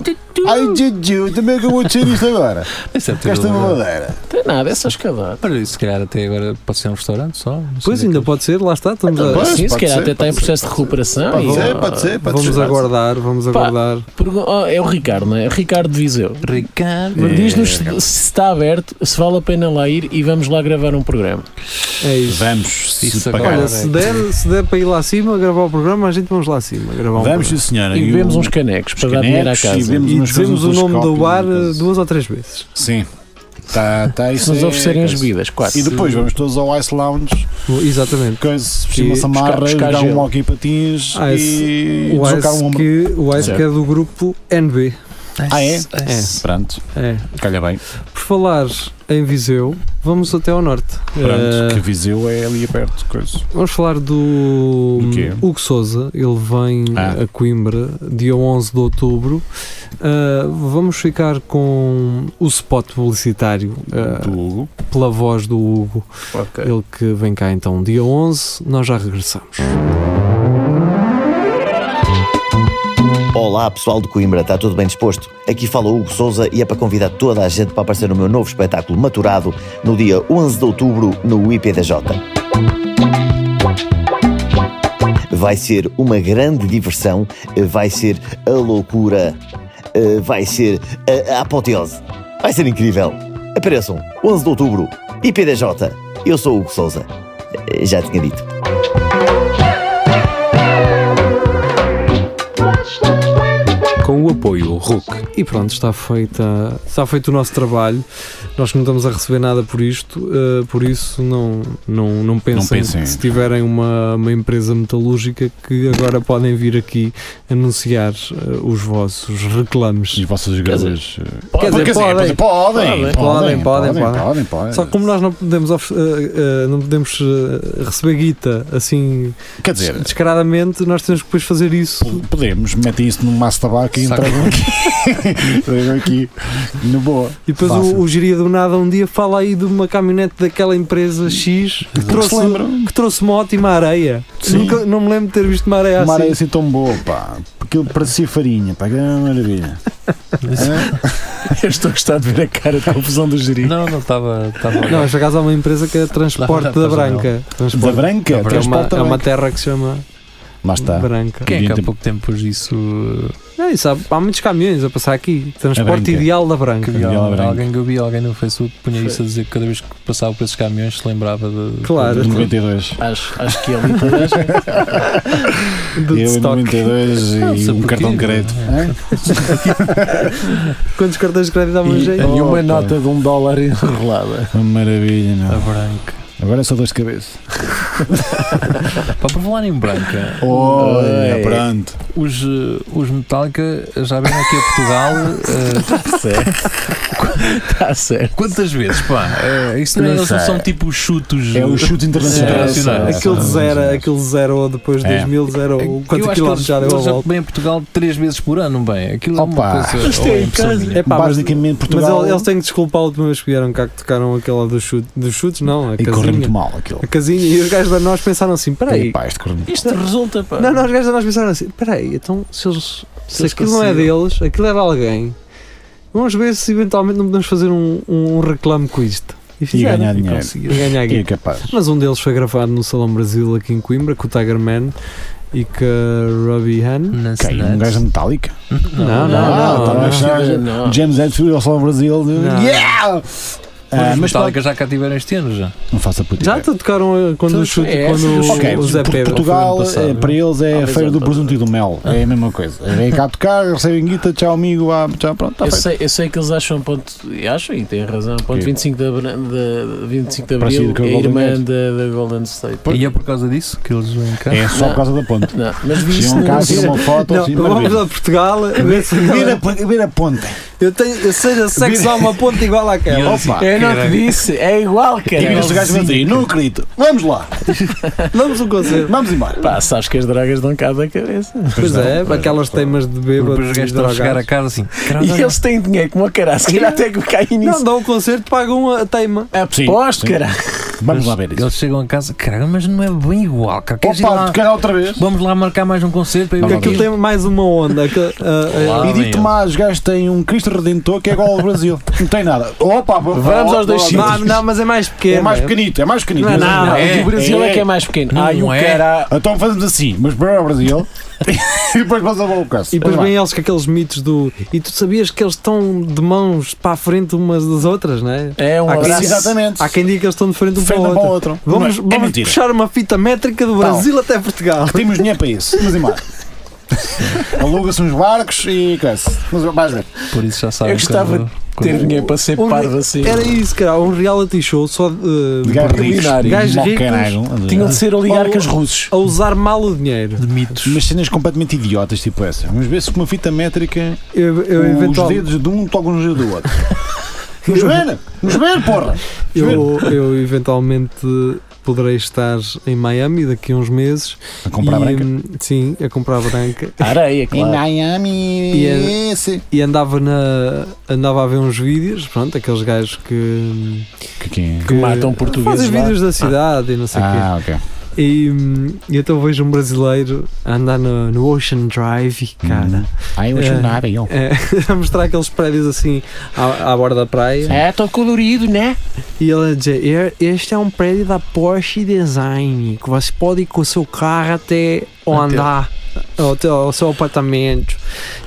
Speaker 2: Ai, Juju, também é que eu vou dizer isto agora.
Speaker 5: Isso é tudo.
Speaker 2: Esta bobadeira.
Speaker 4: Não Tem nada, é só escavar.
Speaker 5: Para isso, se calhar até agora pode ser um restaurante só. não sei
Speaker 3: Pois
Speaker 5: daquilo.
Speaker 3: ainda pode ser, lá está. Estamos
Speaker 4: Então,
Speaker 3: a,
Speaker 2: Pois,
Speaker 4: sim, se
Speaker 2: pode
Speaker 4: calhar
Speaker 2: ser,
Speaker 4: até está
Speaker 2: pode
Speaker 4: em
Speaker 2: ser.
Speaker 4: processo de recuperação.
Speaker 2: Pode
Speaker 4: e-
Speaker 2: ser, pode ser, pode
Speaker 3: vamos
Speaker 2: ser.
Speaker 3: aguardar, vamos
Speaker 4: Pá,
Speaker 3: aguardar.
Speaker 4: Pergun- oh, é o Ricardo, não é? Ricardo de Viseu.
Speaker 2: É,
Speaker 5: Ricardo.
Speaker 4: Diz-nos se se está aberto, se vale a pena lá ir e vamos lá gravar um programa.
Speaker 3: É isso. é
Speaker 2: Vamos, se
Speaker 5: Isso
Speaker 2: pagar.
Speaker 5: agora.
Speaker 3: Olha, se der, se der para ir lá acima gravar o programa, a gente vamos lá acima gravar um
Speaker 2: Vamos, sim,
Speaker 3: programa.
Speaker 2: senhora.
Speaker 4: E
Speaker 2: o-
Speaker 4: bebemos uns canecos
Speaker 2: os
Speaker 4: para dar dinheiro à
Speaker 2: um canecos e
Speaker 4: casa.
Speaker 2: bebemos
Speaker 3: E
Speaker 2: umas
Speaker 3: dizemos o
Speaker 2: coisas, uns
Speaker 3: nome do
Speaker 2: copos,
Speaker 3: bar eh,
Speaker 2: muitas-
Speaker 3: duas ou três vezes.
Speaker 2: Sim. Tá, tá,
Speaker 4: Se
Speaker 2: isso
Speaker 4: nos
Speaker 2: é-
Speaker 4: oferecerem as
Speaker 2: coisa.
Speaker 4: bebidas, quase.
Speaker 2: E depois vamos todos ao Ice Lounge,
Speaker 3: Exatamente.
Speaker 2: coisa,
Speaker 3: E
Speaker 2: vestir uma samarra,
Speaker 4: buscar- buscar
Speaker 2: jogar um
Speaker 4: gelo.
Speaker 2: hockey patins
Speaker 3: Ah,
Speaker 2: e
Speaker 3: O
Speaker 2: deslocar um
Speaker 3: Ice,
Speaker 2: ombro.
Speaker 3: que, o Ice
Speaker 4: Certo.
Speaker 3: que é do grupo NB.
Speaker 2: Ah, é?
Speaker 3: É.
Speaker 2: Pronto,
Speaker 3: É.
Speaker 2: calha bem.
Speaker 3: Por falar em Viseu, vamos até ao norte. Eh,
Speaker 2: Pronto, que Viseu é ali perto, coisa.
Speaker 3: Vamos falar do, hum,
Speaker 2: Do quê?
Speaker 3: Hugo Souza. Ele vem
Speaker 2: Ah.
Speaker 3: a Coimbra dia 11 de outubro. Ah, vamos ficar com o spot publicitário ah,
Speaker 2: Do Hugo.
Speaker 3: pela voz do Hugo.
Speaker 4: Ok.
Speaker 3: Ele que vem cá então dia 11. Nós já regressamos.
Speaker 6: Olá pessoal de Coimbra, está tudo bem disposto? Aqui fala Hugo Souza e é para convidar toda a gente para aparecer no meu novo espetáculo Maturado no dia 11 de outubro no IPDJ. Vai ser uma grande diversão, vai ser a loucura, eh, vai ser a, a apoteose. Vai ser incrível. Apareçam, 11 de outubro, IPDJ. Eu sou Hugo Souza. Eh, Já tinha dito.
Speaker 7: Com o apoio RUC.
Speaker 3: E pronto, está, feita, está feito o nosso trabalho. Nós que não estamos a receber nada por isto, eh, por isso não, não, não, pensem
Speaker 2: pensem.
Speaker 3: que se tiverem uma, uma empresa metalúrgica que agora podem vir aqui anunciar eh, os vossos reclames.
Speaker 2: As vossas graças.
Speaker 3: Quer dizer, podem.
Speaker 2: podem, assim, podem,
Speaker 4: Podem,
Speaker 3: podem,
Speaker 2: podem,
Speaker 3: podem.
Speaker 2: podem, podem.
Speaker 3: Só que como nós não podemos, of- eh, eh, não podemos eh, receber guita assim
Speaker 2: Quer dizer,
Speaker 3: descaradamente, nós temos que depois fazer isso.
Speaker 2: p- podemos, metem isso num maço de tabaco e
Speaker 5: Saca.
Speaker 2: entregam aqui. entregam aqui. No boa.
Speaker 3: E depois
Speaker 2: Fácil.
Speaker 3: o, o geria do nada um dia fala aí de uma caminhonete daquela empresa X que trouxe,
Speaker 2: lembram?
Speaker 3: que trouxe uma ótima areia.
Speaker 2: Sim.
Speaker 3: Nunca- não me lembro de ter visto uma areia
Speaker 2: Uma areia
Speaker 3: assim.
Speaker 2: assim tão boa, pá. Aquilo parecia farinha, pá. Que maravilha.
Speaker 4: Eu estou a gostar de ver a cara de confusão do gerir.
Speaker 5: Não, não estava. estava
Speaker 2: assim.
Speaker 3: Não, mas por acaso há uma empresa que é Transporte
Speaker 5: Lá
Speaker 3: da
Speaker 5: para a janela.
Speaker 3: Branca.
Speaker 2: Da
Speaker 3: Transporte
Speaker 2: branca,
Speaker 3: É uma,
Speaker 2: transporta
Speaker 3: é uma
Speaker 2: branca.
Speaker 3: terra que se chama
Speaker 2: Lá está.
Speaker 3: Branca.
Speaker 5: Quem é que há
Speaker 2: Devia ter-
Speaker 5: pouco tempo pôs isso?
Speaker 3: Não, isso, há, há muitos caminhões a passar aqui. Transporte
Speaker 2: Branca.
Speaker 3: ideal da
Speaker 5: Que
Speaker 3: Branca.
Speaker 5: vi
Speaker 2: Viola
Speaker 5: alguém,
Speaker 2: Branca.
Speaker 5: alguém que eu vi alguém no Facebook que punha isso a dizer que cada vez que passava por esses caminhões se lembrava de.
Speaker 3: Claro.
Speaker 2: De 92.
Speaker 4: Acho, acho que é ali todas.
Speaker 3: Do
Speaker 2: Eu em
Speaker 3: stock.
Speaker 2: 92
Speaker 5: Não sei
Speaker 2: e um
Speaker 5: porquê,
Speaker 2: cartão
Speaker 5: não.
Speaker 2: de crédito. Hã?
Speaker 3: É. Quantos cartões de crédito dá um
Speaker 4: e,
Speaker 3: jeito?
Speaker 4: e uma
Speaker 2: Opa.
Speaker 4: nota de um dólar enrolada.
Speaker 2: Uma Maravilha,
Speaker 5: A
Speaker 3: Tá
Speaker 2: não.
Speaker 5: branca.
Speaker 2: Agora é só dor de cabeça.
Speaker 5: Pá, por falar em branca,
Speaker 2: Olha,
Speaker 4: Oi.
Speaker 2: pronto.
Speaker 5: os, eh, os Metallica já vêm aqui a Portugal. eh,
Speaker 4: Está certo. Está Tá certo.
Speaker 5: quantas vezes, pá? Eh, isso não, é,
Speaker 4: Não
Speaker 5: eles não
Speaker 4: sei.
Speaker 5: são tipo os chutos.
Speaker 2: É o chute internacional.
Speaker 5: Internacional.
Speaker 3: Aquele zero, aquele zero depois de
Speaker 2: É.
Speaker 3: 2000, zero, quanto
Speaker 5: eu acho que
Speaker 3: quilómetros
Speaker 5: eles,
Speaker 3: já deu a
Speaker 5: eles já
Speaker 3: volta.
Speaker 5: vêm a Portugal três vezes por ano, bem. Aquilo é
Speaker 2: Opa.
Speaker 5: uma coisa.
Speaker 4: Isto
Speaker 5: ou
Speaker 4: é
Speaker 5: é
Speaker 4: em
Speaker 5: impressão
Speaker 4: casa.
Speaker 5: minha.
Speaker 3: É pá, mas-
Speaker 2: Basicamente,
Speaker 3: Mas
Speaker 2: Portugal.
Speaker 3: el- eles têm que desculpar a última vez que vieram cá que tocaram aquela dos chute- dos chutes, não, a
Speaker 2: E corre muito
Speaker 3: casinha.
Speaker 2: mal aquilo.
Speaker 3: A casinha e os gajos da nós pensaram assim, peraí.
Speaker 2: Epá, isto corre muito
Speaker 4: Isto resulta, pá.
Speaker 3: Não, não, os gajos da nós pensaram assim, peraí, então se eles. Se,
Speaker 4: eles
Speaker 3: aquilo não é
Speaker 4: conseguiram.
Speaker 3: deles, aquilo é de alguém. Vamos ver se eventualmente não podemos fazer um, um reclame com isto. E fizeram.
Speaker 2: ganhar dinheiro.
Speaker 3: conseguiram. E ganhar
Speaker 2: E é
Speaker 3: dinheiro.
Speaker 2: capaz.
Speaker 3: Mas um deles foi gravado no Salão Brasil aqui em Coimbra com o Tiger Man e com a Robbie Han.
Speaker 5: Nuts,
Speaker 2: Quem? Um
Speaker 5: nuts.
Speaker 2: gajo metálico?
Speaker 3: Não, não,
Speaker 2: não,
Speaker 3: não.
Speaker 2: tá
Speaker 3: não.
Speaker 2: bem. James Hetfield ao Salão Brasil. de-
Speaker 3: Não.
Speaker 2: Yeah!
Speaker 5: Mas
Speaker 2: Ah,
Speaker 5: os
Speaker 2: mas
Speaker 5: Metallica já cá tiveram este ano já.
Speaker 2: pá, não faça puta.
Speaker 3: Já te tocaram eh, quando,
Speaker 4: Então,
Speaker 3: o chute,
Speaker 4: é,
Speaker 3: quando
Speaker 4: essas-
Speaker 3: o-
Speaker 2: Ok,
Speaker 3: o Zé
Speaker 2: por-
Speaker 3: Pedro.
Speaker 5: ou
Speaker 2: Portugal,
Speaker 5: foi ano
Speaker 2: eh,
Speaker 5: passado.
Speaker 2: para eles é a
Speaker 4: Talvez
Speaker 2: feira
Speaker 4: ano
Speaker 2: do
Speaker 4: passado.
Speaker 2: presunto e do mel. É a mesma coisa. Vem cá tocar, recebem guita, tchau amigo, ah, tchau, pronto,
Speaker 4: Eu
Speaker 2: está feito.
Speaker 4: sei, eu sei que eles acham, um ponto, e acham e têm razão, um ponto
Speaker 2: Ok.
Speaker 4: 25 de, abra- de, 25 de
Speaker 2: Parecido
Speaker 4: Abril
Speaker 2: com a
Speaker 4: é
Speaker 2: Golden
Speaker 4: irmã
Speaker 2: Gate.
Speaker 4: da, da Golden State.
Speaker 5: E é por causa disso que eles vêm cá.
Speaker 2: É só por
Speaker 4: Não.
Speaker 2: causa da ponte.
Speaker 4: Não, mas vi isso
Speaker 2: Chegam
Speaker 4: no-
Speaker 2: cá, tiram um uma foto,
Speaker 3: Não,
Speaker 2: assim,
Speaker 3: vamos
Speaker 2: maravilha.
Speaker 3: a Portugal. a ver se-
Speaker 2: Ver a pon- ver a ponte.
Speaker 3: Eu, tenho, eu sei, eu sei que só há uma ponta igual àquela.
Speaker 2: Opa!
Speaker 4: Eu não te disse, é igual,
Speaker 2: E
Speaker 4: cara.
Speaker 2: os gajos vão dizer, não acredito. Vamos lá,
Speaker 3: Vamos um concerto.
Speaker 2: vamos embora.
Speaker 4: Pá, sabes que as dragas dão cá da cabeça.
Speaker 3: Pois é, aquelas temas de bêbado.
Speaker 8: Depois os gajos estão a chegar a casa assim.
Speaker 4: E eles têm dinheiro como a cara, se calhar até que caem
Speaker 3: Não,
Speaker 4: nisso.
Speaker 3: dão um concerto, pagam a teima.
Speaker 4: Aposto, cara.
Speaker 2: Vamos lá ver isso.
Speaker 8: Eles chegam a casa, caramba, mas não é bem igual. Cara. Queres ir
Speaker 2: Opa,
Speaker 8: lá?
Speaker 2: tocar outra vez.
Speaker 8: Vamos lá marcar mais um concerto para eu
Speaker 3: Porque
Speaker 8: ver
Speaker 3: aquilo
Speaker 8: aquilo.
Speaker 3: tem mais uma onda. que, ah,
Speaker 8: Olá.
Speaker 2: E digo-te mais, os gajos têm um Cristo Redentor que é igual ao Brasil. Não tem nada. Opa,
Speaker 4: Vamos aos dois
Speaker 3: ah,
Speaker 4: sítios.
Speaker 3: não, não, mas é mais pequeno.
Speaker 2: É mais pequenito, é mais pequenito.
Speaker 3: Não é nada.
Speaker 4: Não,
Speaker 8: É,
Speaker 4: o do Brasil é,
Speaker 2: é.
Speaker 4: que é mais pequeno.
Speaker 8: Não
Speaker 4: Ai, o
Speaker 8: é.
Speaker 4: cara.
Speaker 2: Então fazemos assim, mas primeiro ao Brasil e depois vamos ao Balcácio.
Speaker 3: E depois vêm eles com aqueles mitos do. E tu sabias que eles estão de mãos para a frente umas das outras, não é?
Speaker 4: É um
Speaker 3: Há quem-
Speaker 4: abraço.
Speaker 2: Exatamente.
Speaker 3: Há quem diga que eles estão de frente um para
Speaker 2: Frente
Speaker 3: o
Speaker 2: um para o
Speaker 3: outro.
Speaker 2: outro.
Speaker 3: Vamos,
Speaker 2: Não é, é
Speaker 3: vamos
Speaker 2: mentira. Então.
Speaker 3: puxar uma fita métrica do Brasil até Portugal.
Speaker 2: Temos dinheiro para isso. Mas e mais? Aluga-se uns barcos e coisa. Mas vais ver.
Speaker 5: Por isso já sabem
Speaker 4: Eu gostava
Speaker 5: quando-
Speaker 4: Ter
Speaker 5: quando-
Speaker 4: dinheiro para ser
Speaker 3: Um
Speaker 4: parvo assim.
Speaker 3: Era isso, cara. Um reality show só de, eh,
Speaker 2: Gajos ricos.
Speaker 4: Bilionário.
Speaker 3: Gajos
Speaker 2: Mó
Speaker 3: ricos.
Speaker 2: caralho.
Speaker 4: Tinham de ser oligarcas russos.
Speaker 3: a usar mal o dinheiro.
Speaker 5: de mitos.
Speaker 2: Mas cenas completamente idiotas, tipo essa. Vamos ver se com uma fita métrica
Speaker 3: Eu, eu
Speaker 2: os
Speaker 3: eventual-
Speaker 2: dedos de um tocam nos dedos do outro. Vamos ver, vamos ver, porra!
Speaker 3: eu, eu eventualmente poderei estar em Miami daqui a uns meses.
Speaker 2: A comprar
Speaker 3: e,
Speaker 2: branca.
Speaker 3: hum, Sim, a comprar branca.
Speaker 4: Areia,
Speaker 2: Em
Speaker 4: claro.
Speaker 2: Miami,
Speaker 3: E a-
Speaker 2: esse.
Speaker 3: E andava, na, andava a ver uns vídeos, pronto, aqueles gajos que, hum,
Speaker 2: Que que é?
Speaker 4: Que matam
Speaker 3: fazem
Speaker 4: portugueses lá.
Speaker 3: vídeos da cidade e não sei o quê.
Speaker 2: Ah, ok.
Speaker 3: E, hum, e então vejo um brasileiro a andar no, no Ocean Drive, e, cara,
Speaker 2: Ai, Uhum. Ah, eu
Speaker 3: acho É.
Speaker 2: nada, eu.
Speaker 3: é, a mostrar aqueles prédios assim à, à borda da praia.
Speaker 4: É, tão colorido, né?
Speaker 3: E ele a dizer: "E- Este é um prédio da Porsche Design, que você pode ir com o seu carro até o
Speaker 5: Até-
Speaker 3: andar, ao, teu- ao seu apartamento.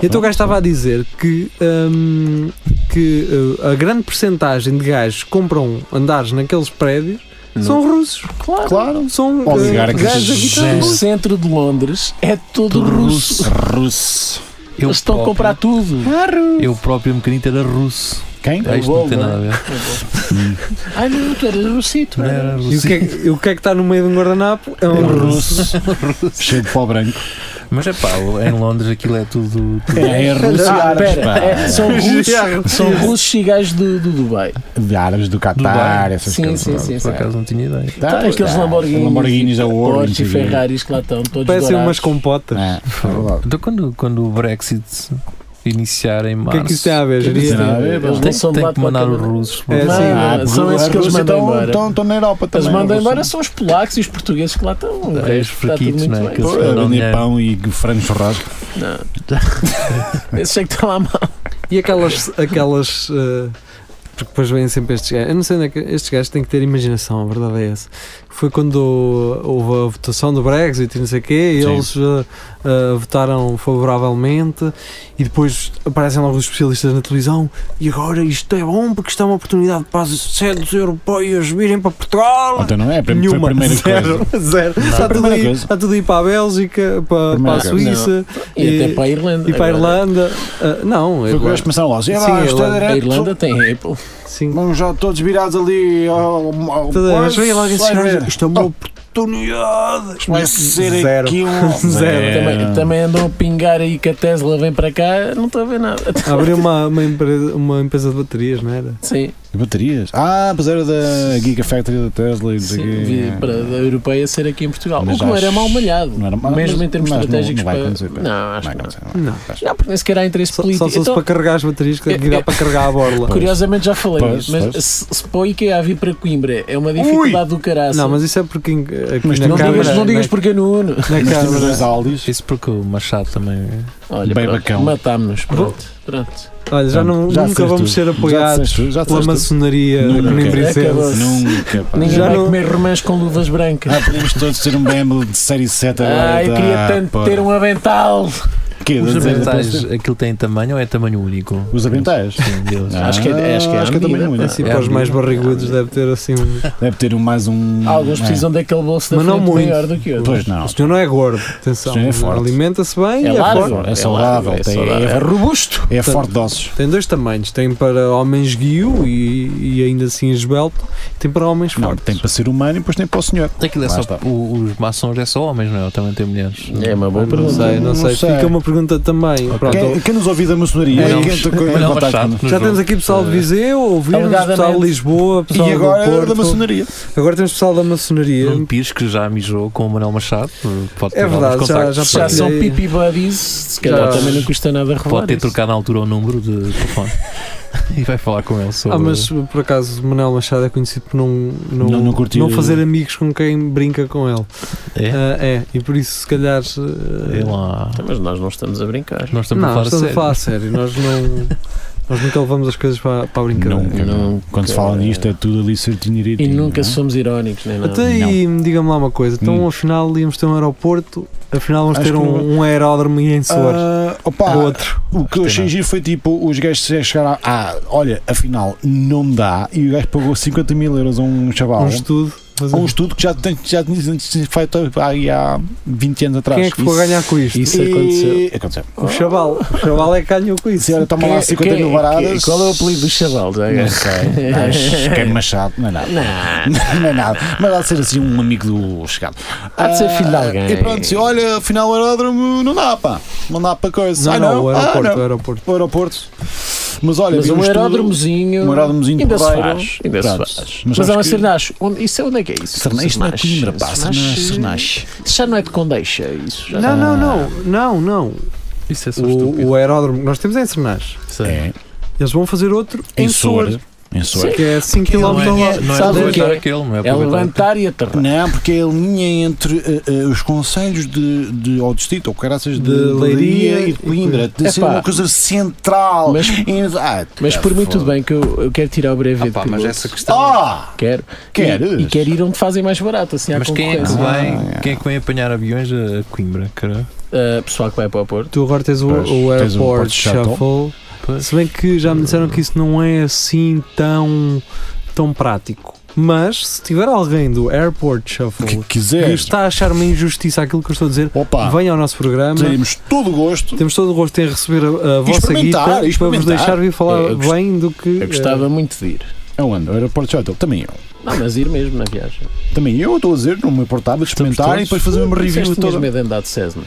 Speaker 3: E então o gajo estava a dizer que, hum, que uh, a grande porcentagem de gajos que compram andares naqueles prédios são russos. Claro.
Speaker 2: Claro.
Speaker 3: São uh,
Speaker 2: Oligarcas.
Speaker 3: gajos aqui que são
Speaker 4: O
Speaker 3: russos.
Speaker 4: centro de Londres é todo russo.
Speaker 2: Russo.
Speaker 5: Eu
Speaker 4: Eles estão
Speaker 5: próprio-
Speaker 4: a comprar tudo.
Speaker 5: Eu próprio um bocadinho era russo.
Speaker 2: Quem?
Speaker 5: Ah, Isto não tem
Speaker 2: é?
Speaker 5: nada a ver.
Speaker 4: Ai, não, tu eras russito.
Speaker 5: Não era
Speaker 3: E o que, é, que- e o que é que está no meio de um guardanapo? É um russo.
Speaker 2: Russo. Cheio de pó branco.
Speaker 5: Mas é pá, em Londres aquilo é tudo. tudo-
Speaker 2: É, é russo e
Speaker 4: Ah,
Speaker 2: árabes,
Speaker 4: pera,
Speaker 2: pá.
Speaker 4: é, são russos, são russos e gajos do, do Dubai.
Speaker 2: É. De árabes do Qatar,
Speaker 5: Dubai.
Speaker 2: essas
Speaker 4: Sim,
Speaker 2: coisas.
Speaker 4: sim, sim,
Speaker 5: Por
Speaker 4: sim.
Speaker 5: acaso não tinha ideia.
Speaker 2: Tá,
Speaker 4: Então, aqueles
Speaker 2: tá.
Speaker 4: Lamborghinis,
Speaker 2: Lamborghinis a ouro.
Speaker 4: Porsche e
Speaker 2: não sei o quê.
Speaker 4: Ferraris que lá estão, todos
Speaker 3: Parecem umas
Speaker 4: dourados.
Speaker 3: compotas.
Speaker 2: É, é verdade.
Speaker 5: Então quando, quando o Brexit iniciar em
Speaker 3: O
Speaker 5: março.
Speaker 3: que é que isso tem a ver?
Speaker 4: Tem que
Speaker 3: Jeria?
Speaker 2: Tem nada a ver, pá.
Speaker 4: assim, Eles não são de
Speaker 5: tem
Speaker 4: lá
Speaker 5: que
Speaker 4: de
Speaker 5: mandar
Speaker 4: qualquer
Speaker 5: os
Speaker 4: maneira.
Speaker 5: russos.
Speaker 3: É,
Speaker 5: pá.
Speaker 3: sim.
Speaker 2: Ah,
Speaker 4: Ah,
Speaker 2: porque
Speaker 4: são esses
Speaker 2: os
Speaker 4: que eles
Speaker 2: russos
Speaker 4: mandam
Speaker 2: estão-
Speaker 4: embora.
Speaker 2: estão- Estão na Europa também.
Speaker 4: Eles mandam
Speaker 2: os
Speaker 4: embora
Speaker 2: russos.
Speaker 4: são os polacos e os portugueses que lá estão.
Speaker 5: É,
Speaker 4: O resto
Speaker 5: os
Speaker 4: está tudo
Speaker 5: fraquitos,
Speaker 4: muito
Speaker 5: não é?
Speaker 4: bem.
Speaker 5: Aqueles-
Speaker 2: Pô,
Speaker 5: Não,
Speaker 2: Vender
Speaker 5: não.
Speaker 2: pão e frango churrasco.
Speaker 4: Esses é que estão lá mal.
Speaker 3: E aquelas. aquelas eh, porque depois vêm sempre estes gajos. Eu não sei onde é que estes gajos têm que ter imaginação, a verdade é essa. Foi quando houve a votação do Brexit e não sei o quê, e
Speaker 2: Sim.
Speaker 3: eles eh, eh, votaram favoravelmente, e depois aparecem logo os especialistas na televisão. E agora isto é bom porque isto é uma oportunidade para as sedes europeias virem para Portugal.
Speaker 2: Então não é? Foi a
Speaker 3: Nenhuma,
Speaker 2: primeira
Speaker 3: zero,
Speaker 2: coisa.
Speaker 3: zero. Está tudo,
Speaker 2: Primeira
Speaker 3: aí,
Speaker 2: coisa.
Speaker 3: está tudo aí para a Bélgica, para, para
Speaker 2: Primeira
Speaker 3: a
Speaker 2: coisa.
Speaker 3: Suíça
Speaker 4: E, até para a Irlanda.
Speaker 3: e para a
Speaker 4: agora.
Speaker 3: Irlanda. Ah, não, a
Speaker 2: Foi o que
Speaker 3: Irlanda-
Speaker 2: eles pensaram lá. Sim,
Speaker 3: Sim, a
Speaker 2: lá, isto
Speaker 3: Irlanda-
Speaker 2: é
Speaker 4: A
Speaker 2: direto.
Speaker 4: Irlanda tem Apple.
Speaker 3: Sim.
Speaker 2: Vamos já todos virados ali ao, ao
Speaker 3: Toda vez vem logo
Speaker 2: vai ver.
Speaker 3: ensinar isto é uma
Speaker 2: oportunidade. Vai ser
Speaker 3: Zero.
Speaker 2: aqui um.
Speaker 3: Zero.
Speaker 4: Também, também andam a pingar aí que a Tesla vem para cá, não estou a ver nada.
Speaker 3: Abriu uma, uma, empresa, uma empresa de baterias, não era?
Speaker 4: Sim,
Speaker 2: Baterias. Ah, pois era da Gigafactory da Tesla e não sei
Speaker 4: sim
Speaker 2: o quê.
Speaker 4: vi para a europeia ser aqui em Portugal.
Speaker 2: é- Mas
Speaker 4: o que não era
Speaker 2: acho-
Speaker 4: mal malhado,
Speaker 2: não era mal,
Speaker 4: mesmo
Speaker 2: mas-
Speaker 4: em termos
Speaker 2: mas não-
Speaker 4: estratégicos.
Speaker 2: não vai
Speaker 4: para-
Speaker 2: acontecer, é. pera.
Speaker 4: Não, acho
Speaker 2: Vai
Speaker 4: que não.
Speaker 2: acontecer,
Speaker 3: Não.
Speaker 4: Não, porque nem sequer há interesse
Speaker 3: Só, só
Speaker 4: político.
Speaker 3: se fosse
Speaker 4: Então, É,
Speaker 3: para carregar as baterias que tem que dar para carregar a borla.
Speaker 4: Curiosamente já falei
Speaker 2: Pois,
Speaker 4: nisso, mas
Speaker 2: pois.
Speaker 4: se, se para o IKEA vir para Coimbra é uma dificuldade do caraço.
Speaker 3: Não, mas isso é porque em- aqui
Speaker 2: Mas
Speaker 3: na
Speaker 2: tu
Speaker 4: não
Speaker 3: câmara,
Speaker 4: digas, não digas porque é Nuno.
Speaker 3: na, na
Speaker 2: Nós temos
Speaker 3: câmara-
Speaker 2: dois
Speaker 3: É.
Speaker 2: Aldis.
Speaker 5: Isso porque o Machado também.
Speaker 4: Olha,
Speaker 2: Bem
Speaker 4: pronto,
Speaker 2: bacão.
Speaker 4: matámos-nos. Pronto, pronto.
Speaker 3: Olha, já, não, nunca
Speaker 2: Já disseste
Speaker 3: vamos
Speaker 2: tudo.
Speaker 3: ser
Speaker 2: Já
Speaker 3: apoiados
Speaker 2: disseste tudo, já
Speaker 3: pela
Speaker 2: disseste
Speaker 3: maçonaria
Speaker 2: tudo.
Speaker 3: da
Speaker 2: Nunca.
Speaker 4: Acabou.
Speaker 3: Coimbra
Speaker 4: maçã.
Speaker 2: Nunca, pá.
Speaker 4: Ninguém
Speaker 3: Já
Speaker 4: vai
Speaker 3: não-
Speaker 4: comer romãs com luvas brancas.
Speaker 2: Ah, podíamos todos ter um BMW de série 7 agora.
Speaker 4: Ai, queria
Speaker 2: tá,
Speaker 4: tanto
Speaker 2: pá.
Speaker 4: ter um avental.
Speaker 2: Quê?
Speaker 5: Os
Speaker 2: Dizer-
Speaker 5: aventais, aquilo tem tamanho ou é tamanho único?
Speaker 2: Os aventais?
Speaker 5: Sim, Deus.
Speaker 2: Ah,
Speaker 4: Acho que é- acho que é à
Speaker 2: também
Speaker 4: medida,
Speaker 2: muito.
Speaker 4: pá.
Speaker 3: Assim, para os mais barrigudos, deve ter assim um.
Speaker 2: Deve ter um mais um.
Speaker 4: Alguns
Speaker 2: é.
Speaker 4: precisam daquele bolso da
Speaker 3: Mas não
Speaker 4: frente
Speaker 3: muito.
Speaker 4: maior do que outro.
Speaker 2: Pois não.
Speaker 3: O senhor não é gordo, atenção.
Speaker 2: O senhor é forte.
Speaker 3: Alimenta-se bem
Speaker 4: É
Speaker 3: e é
Speaker 4: largo,
Speaker 3: forte.
Speaker 2: É saudável,
Speaker 4: largo,
Speaker 2: tem-
Speaker 4: saudável.
Speaker 2: é-
Speaker 4: é robusto.
Speaker 2: É forte de ossos.
Speaker 3: Tem dois tamanhos, tem para homens guio e, e ainda assim esbelto, Tem para homens
Speaker 2: Não,
Speaker 3: fortes.
Speaker 2: tem para ser humano e depois tem para o senhor.
Speaker 5: Aquilo é
Speaker 2: Lá
Speaker 5: só.
Speaker 2: está.
Speaker 5: o- os maçons é só homens, não é? Ou também tem mulheres.
Speaker 4: É uma boa
Speaker 3: Não
Speaker 4: pergunta.
Speaker 3: sei, não,
Speaker 2: Não
Speaker 3: sei.
Speaker 2: sei.
Speaker 3: Fica uma pergunta também. Pronto,
Speaker 2: Quem, quem nos ouviu da
Speaker 3: É,
Speaker 2: maçonaria
Speaker 5: Mas não-
Speaker 2: quem entra
Speaker 5: mas
Speaker 2: em
Speaker 5: não
Speaker 2: contacto
Speaker 5: chato,
Speaker 2: connosco.
Speaker 5: nos
Speaker 3: Já temos
Speaker 5: outros.
Speaker 3: aqui pessoal de Viseu, ouvimos, pessoal de
Speaker 2: Alegadamente.
Speaker 3: Lisboa, pessoal
Speaker 2: E agora
Speaker 3: do
Speaker 2: é da
Speaker 3: Porto.
Speaker 2: maçonaria.
Speaker 3: Agora temos pessoal da maçonaria.
Speaker 5: Nuno Pires, que já mijou com o Manuel Machado, pode ter
Speaker 3: É verdade,
Speaker 5: alguns
Speaker 3: já-
Speaker 5: contactos.
Speaker 3: já
Speaker 5: Pode-
Speaker 4: Já são
Speaker 3: Partilhei.
Speaker 4: pipi buddies, se calhar
Speaker 3: é- Já.
Speaker 4: também não custa nada revelar.
Speaker 5: Pode ter
Speaker 4: isso.
Speaker 5: trocado na altura o número de telefone e vai falar com ele sobre.
Speaker 3: Ah, mas por acaso Manuel Machado é conhecido por não, não,
Speaker 2: Não- não curtir-
Speaker 3: não fazer amigos com quem brinca com ele.
Speaker 5: É?
Speaker 3: Ah, é, e por isso se calhar. ah,
Speaker 5: Sei lá.
Speaker 4: Então, Mas nós não estamos a brincar.
Speaker 5: Nós estamos a
Speaker 3: não,
Speaker 5: falar
Speaker 3: estamos a
Speaker 5: sério.
Speaker 3: falar a sério. Nós, não, nós nunca levamos as coisas para, para a brincadeira.
Speaker 2: Nunca,
Speaker 4: Nunca.
Speaker 2: Quando se fala nisto é tudo ali certinho
Speaker 4: E
Speaker 2: direitinho,
Speaker 4: nunca
Speaker 2: não é?
Speaker 4: somos irónicos, nem nada.
Speaker 3: Até
Speaker 2: não.
Speaker 3: e diga-me lá uma coisa, então
Speaker 2: Hum.
Speaker 3: afinal íamos ter um aeroporto, afinal vamos
Speaker 2: Acho
Speaker 3: ter
Speaker 2: que
Speaker 3: um, um aeródromo em Sores.
Speaker 2: Ah, opa,
Speaker 3: outro.
Speaker 2: O que eu achei giro foi tipo, os gajos chegaram a, ah, olha, afinal não dá, e o gajo pagou 50 mil euros a um chaval.
Speaker 3: Um estudo. mas-
Speaker 2: a um estudo que já, tem- já tinha sido feito aí há 20 anos atrás.
Speaker 3: Quem é que ficou a ganhar com isto?
Speaker 4: Isso aconteceu.
Speaker 2: E- aconteceu.
Speaker 3: O Chaval. O Chaval é que ganhou com isso.
Speaker 2: Senhora, toma lá
Speaker 4: Quem-
Speaker 2: 50
Speaker 4: quem-
Speaker 2: mil varadas.
Speaker 4: quem- Qual é o apelido do chaval? Já
Speaker 2: Não
Speaker 4: agora?
Speaker 2: sei. Acho que é Machado, não é nada. Não, é nada. Mas há de ser assim um amigo do chegado.
Speaker 4: Há de ser filho de
Speaker 2: Ah,
Speaker 4: alguém.
Speaker 2: E pronto, disse, olha, afinal o aeródromo não dá, pá. Não dá para coisa.
Speaker 3: Não,
Speaker 2: Ah,
Speaker 3: não, o
Speaker 2: Ah,
Speaker 3: aeroporto,
Speaker 2: não.
Speaker 3: o aeroporto.
Speaker 2: O aeroporto. Mas olha,
Speaker 4: Mas
Speaker 2: vi
Speaker 4: um
Speaker 2: estudo-
Speaker 4: aeródromozinho.
Speaker 2: um aeródromozinho
Speaker 4: ainda se
Speaker 2: porreiro.
Speaker 4: faz. Ainda se
Speaker 2: Pronto.
Speaker 4: faz.
Speaker 2: Mas
Speaker 4: Mas,
Speaker 2: sabes
Speaker 4: há uma
Speaker 2: que-
Speaker 4: Cernache. Onde, isso é onde é que é isso?
Speaker 2: Cerna- Isto não é Coimbra, pá. Cernache. Cernache.
Speaker 4: Isso já não é de Condeixa. Isso já é.
Speaker 3: Não, não, não, não, não.
Speaker 5: Isso é só estúpido.
Speaker 3: O, o aeródromo que nós temos é em Sernás.
Speaker 2: É,
Speaker 3: Eles vão fazer outro em,
Speaker 2: em
Speaker 3: Sor,
Speaker 2: Sor. Em Sor.
Speaker 3: que é 5 km
Speaker 5: Não é,
Speaker 3: ao
Speaker 5: não
Speaker 3: lado.
Speaker 5: é, não é
Speaker 4: Sabe o que
Speaker 5: aproveitar
Speaker 4: é?
Speaker 5: aquilo, não é
Speaker 4: É
Speaker 5: aproveitar.
Speaker 4: levantar e aterrar.
Speaker 2: Não, porque é a linha entre eh, eh, os conselhos de, de, ou distrito, ou caraças, de,
Speaker 3: De Leiria
Speaker 2: Leiria e de Coimbra. De
Speaker 4: Epá.
Speaker 2: ser uma coisa central.
Speaker 4: Mas-
Speaker 2: Em- ah,
Speaker 4: Mas por mim, tudo
Speaker 2: foda.
Speaker 4: bem tipo, que eu, eu quero tirar o breve de
Speaker 5: Ah, pá, mas
Speaker 4: piloto.
Speaker 5: essa questão.
Speaker 2: Ah!
Speaker 4: Quero.
Speaker 2: Queres?
Speaker 4: E, e quero ir onde fazem mais barato, assim, à
Speaker 5: Mas quem é, que
Speaker 4: concorrência.
Speaker 5: vem, quem é que vem apanhar aviões a Coimbra? Cara?
Speaker 4: Ah, pessoal que vai para o Porto.
Speaker 3: Tu agora tens o,
Speaker 2: Pois,
Speaker 3: o
Speaker 2: tens um o
Speaker 3: Airport
Speaker 2: Port Shuttle.
Speaker 3: Shuffle.
Speaker 5: Pois.
Speaker 3: Se bem que já me disseram que isso não é assim tão, tão prático. Mas se tiver alguém do Airport
Speaker 2: O que
Speaker 3: Shuffle que
Speaker 2: quiseres.
Speaker 3: está a achar uma injustiça aquilo que eu estou a dizer,
Speaker 2: Opa,
Speaker 3: venha ao nosso programa.
Speaker 2: teremos todo o gosto.
Speaker 3: Temos todo o gosto em receber a, a vossa
Speaker 2: experimentar,
Speaker 3: guita para vos
Speaker 2: experimentar.
Speaker 3: deixar vir falar
Speaker 4: Eu gost-
Speaker 3: bem do que. eh,
Speaker 4: Eu gostava
Speaker 2: Eh.
Speaker 4: muito de ir.
Speaker 2: Aonde? É O aeroporto Shuttle? Também eu.
Speaker 4: Não, mas ir mesmo na viagem.
Speaker 2: Também eu estou a dizer, não me importava de experimentar e depois fazer uma review
Speaker 4: Disseste que
Speaker 2: toda.
Speaker 4: tinhas medo é de andar de Cessna.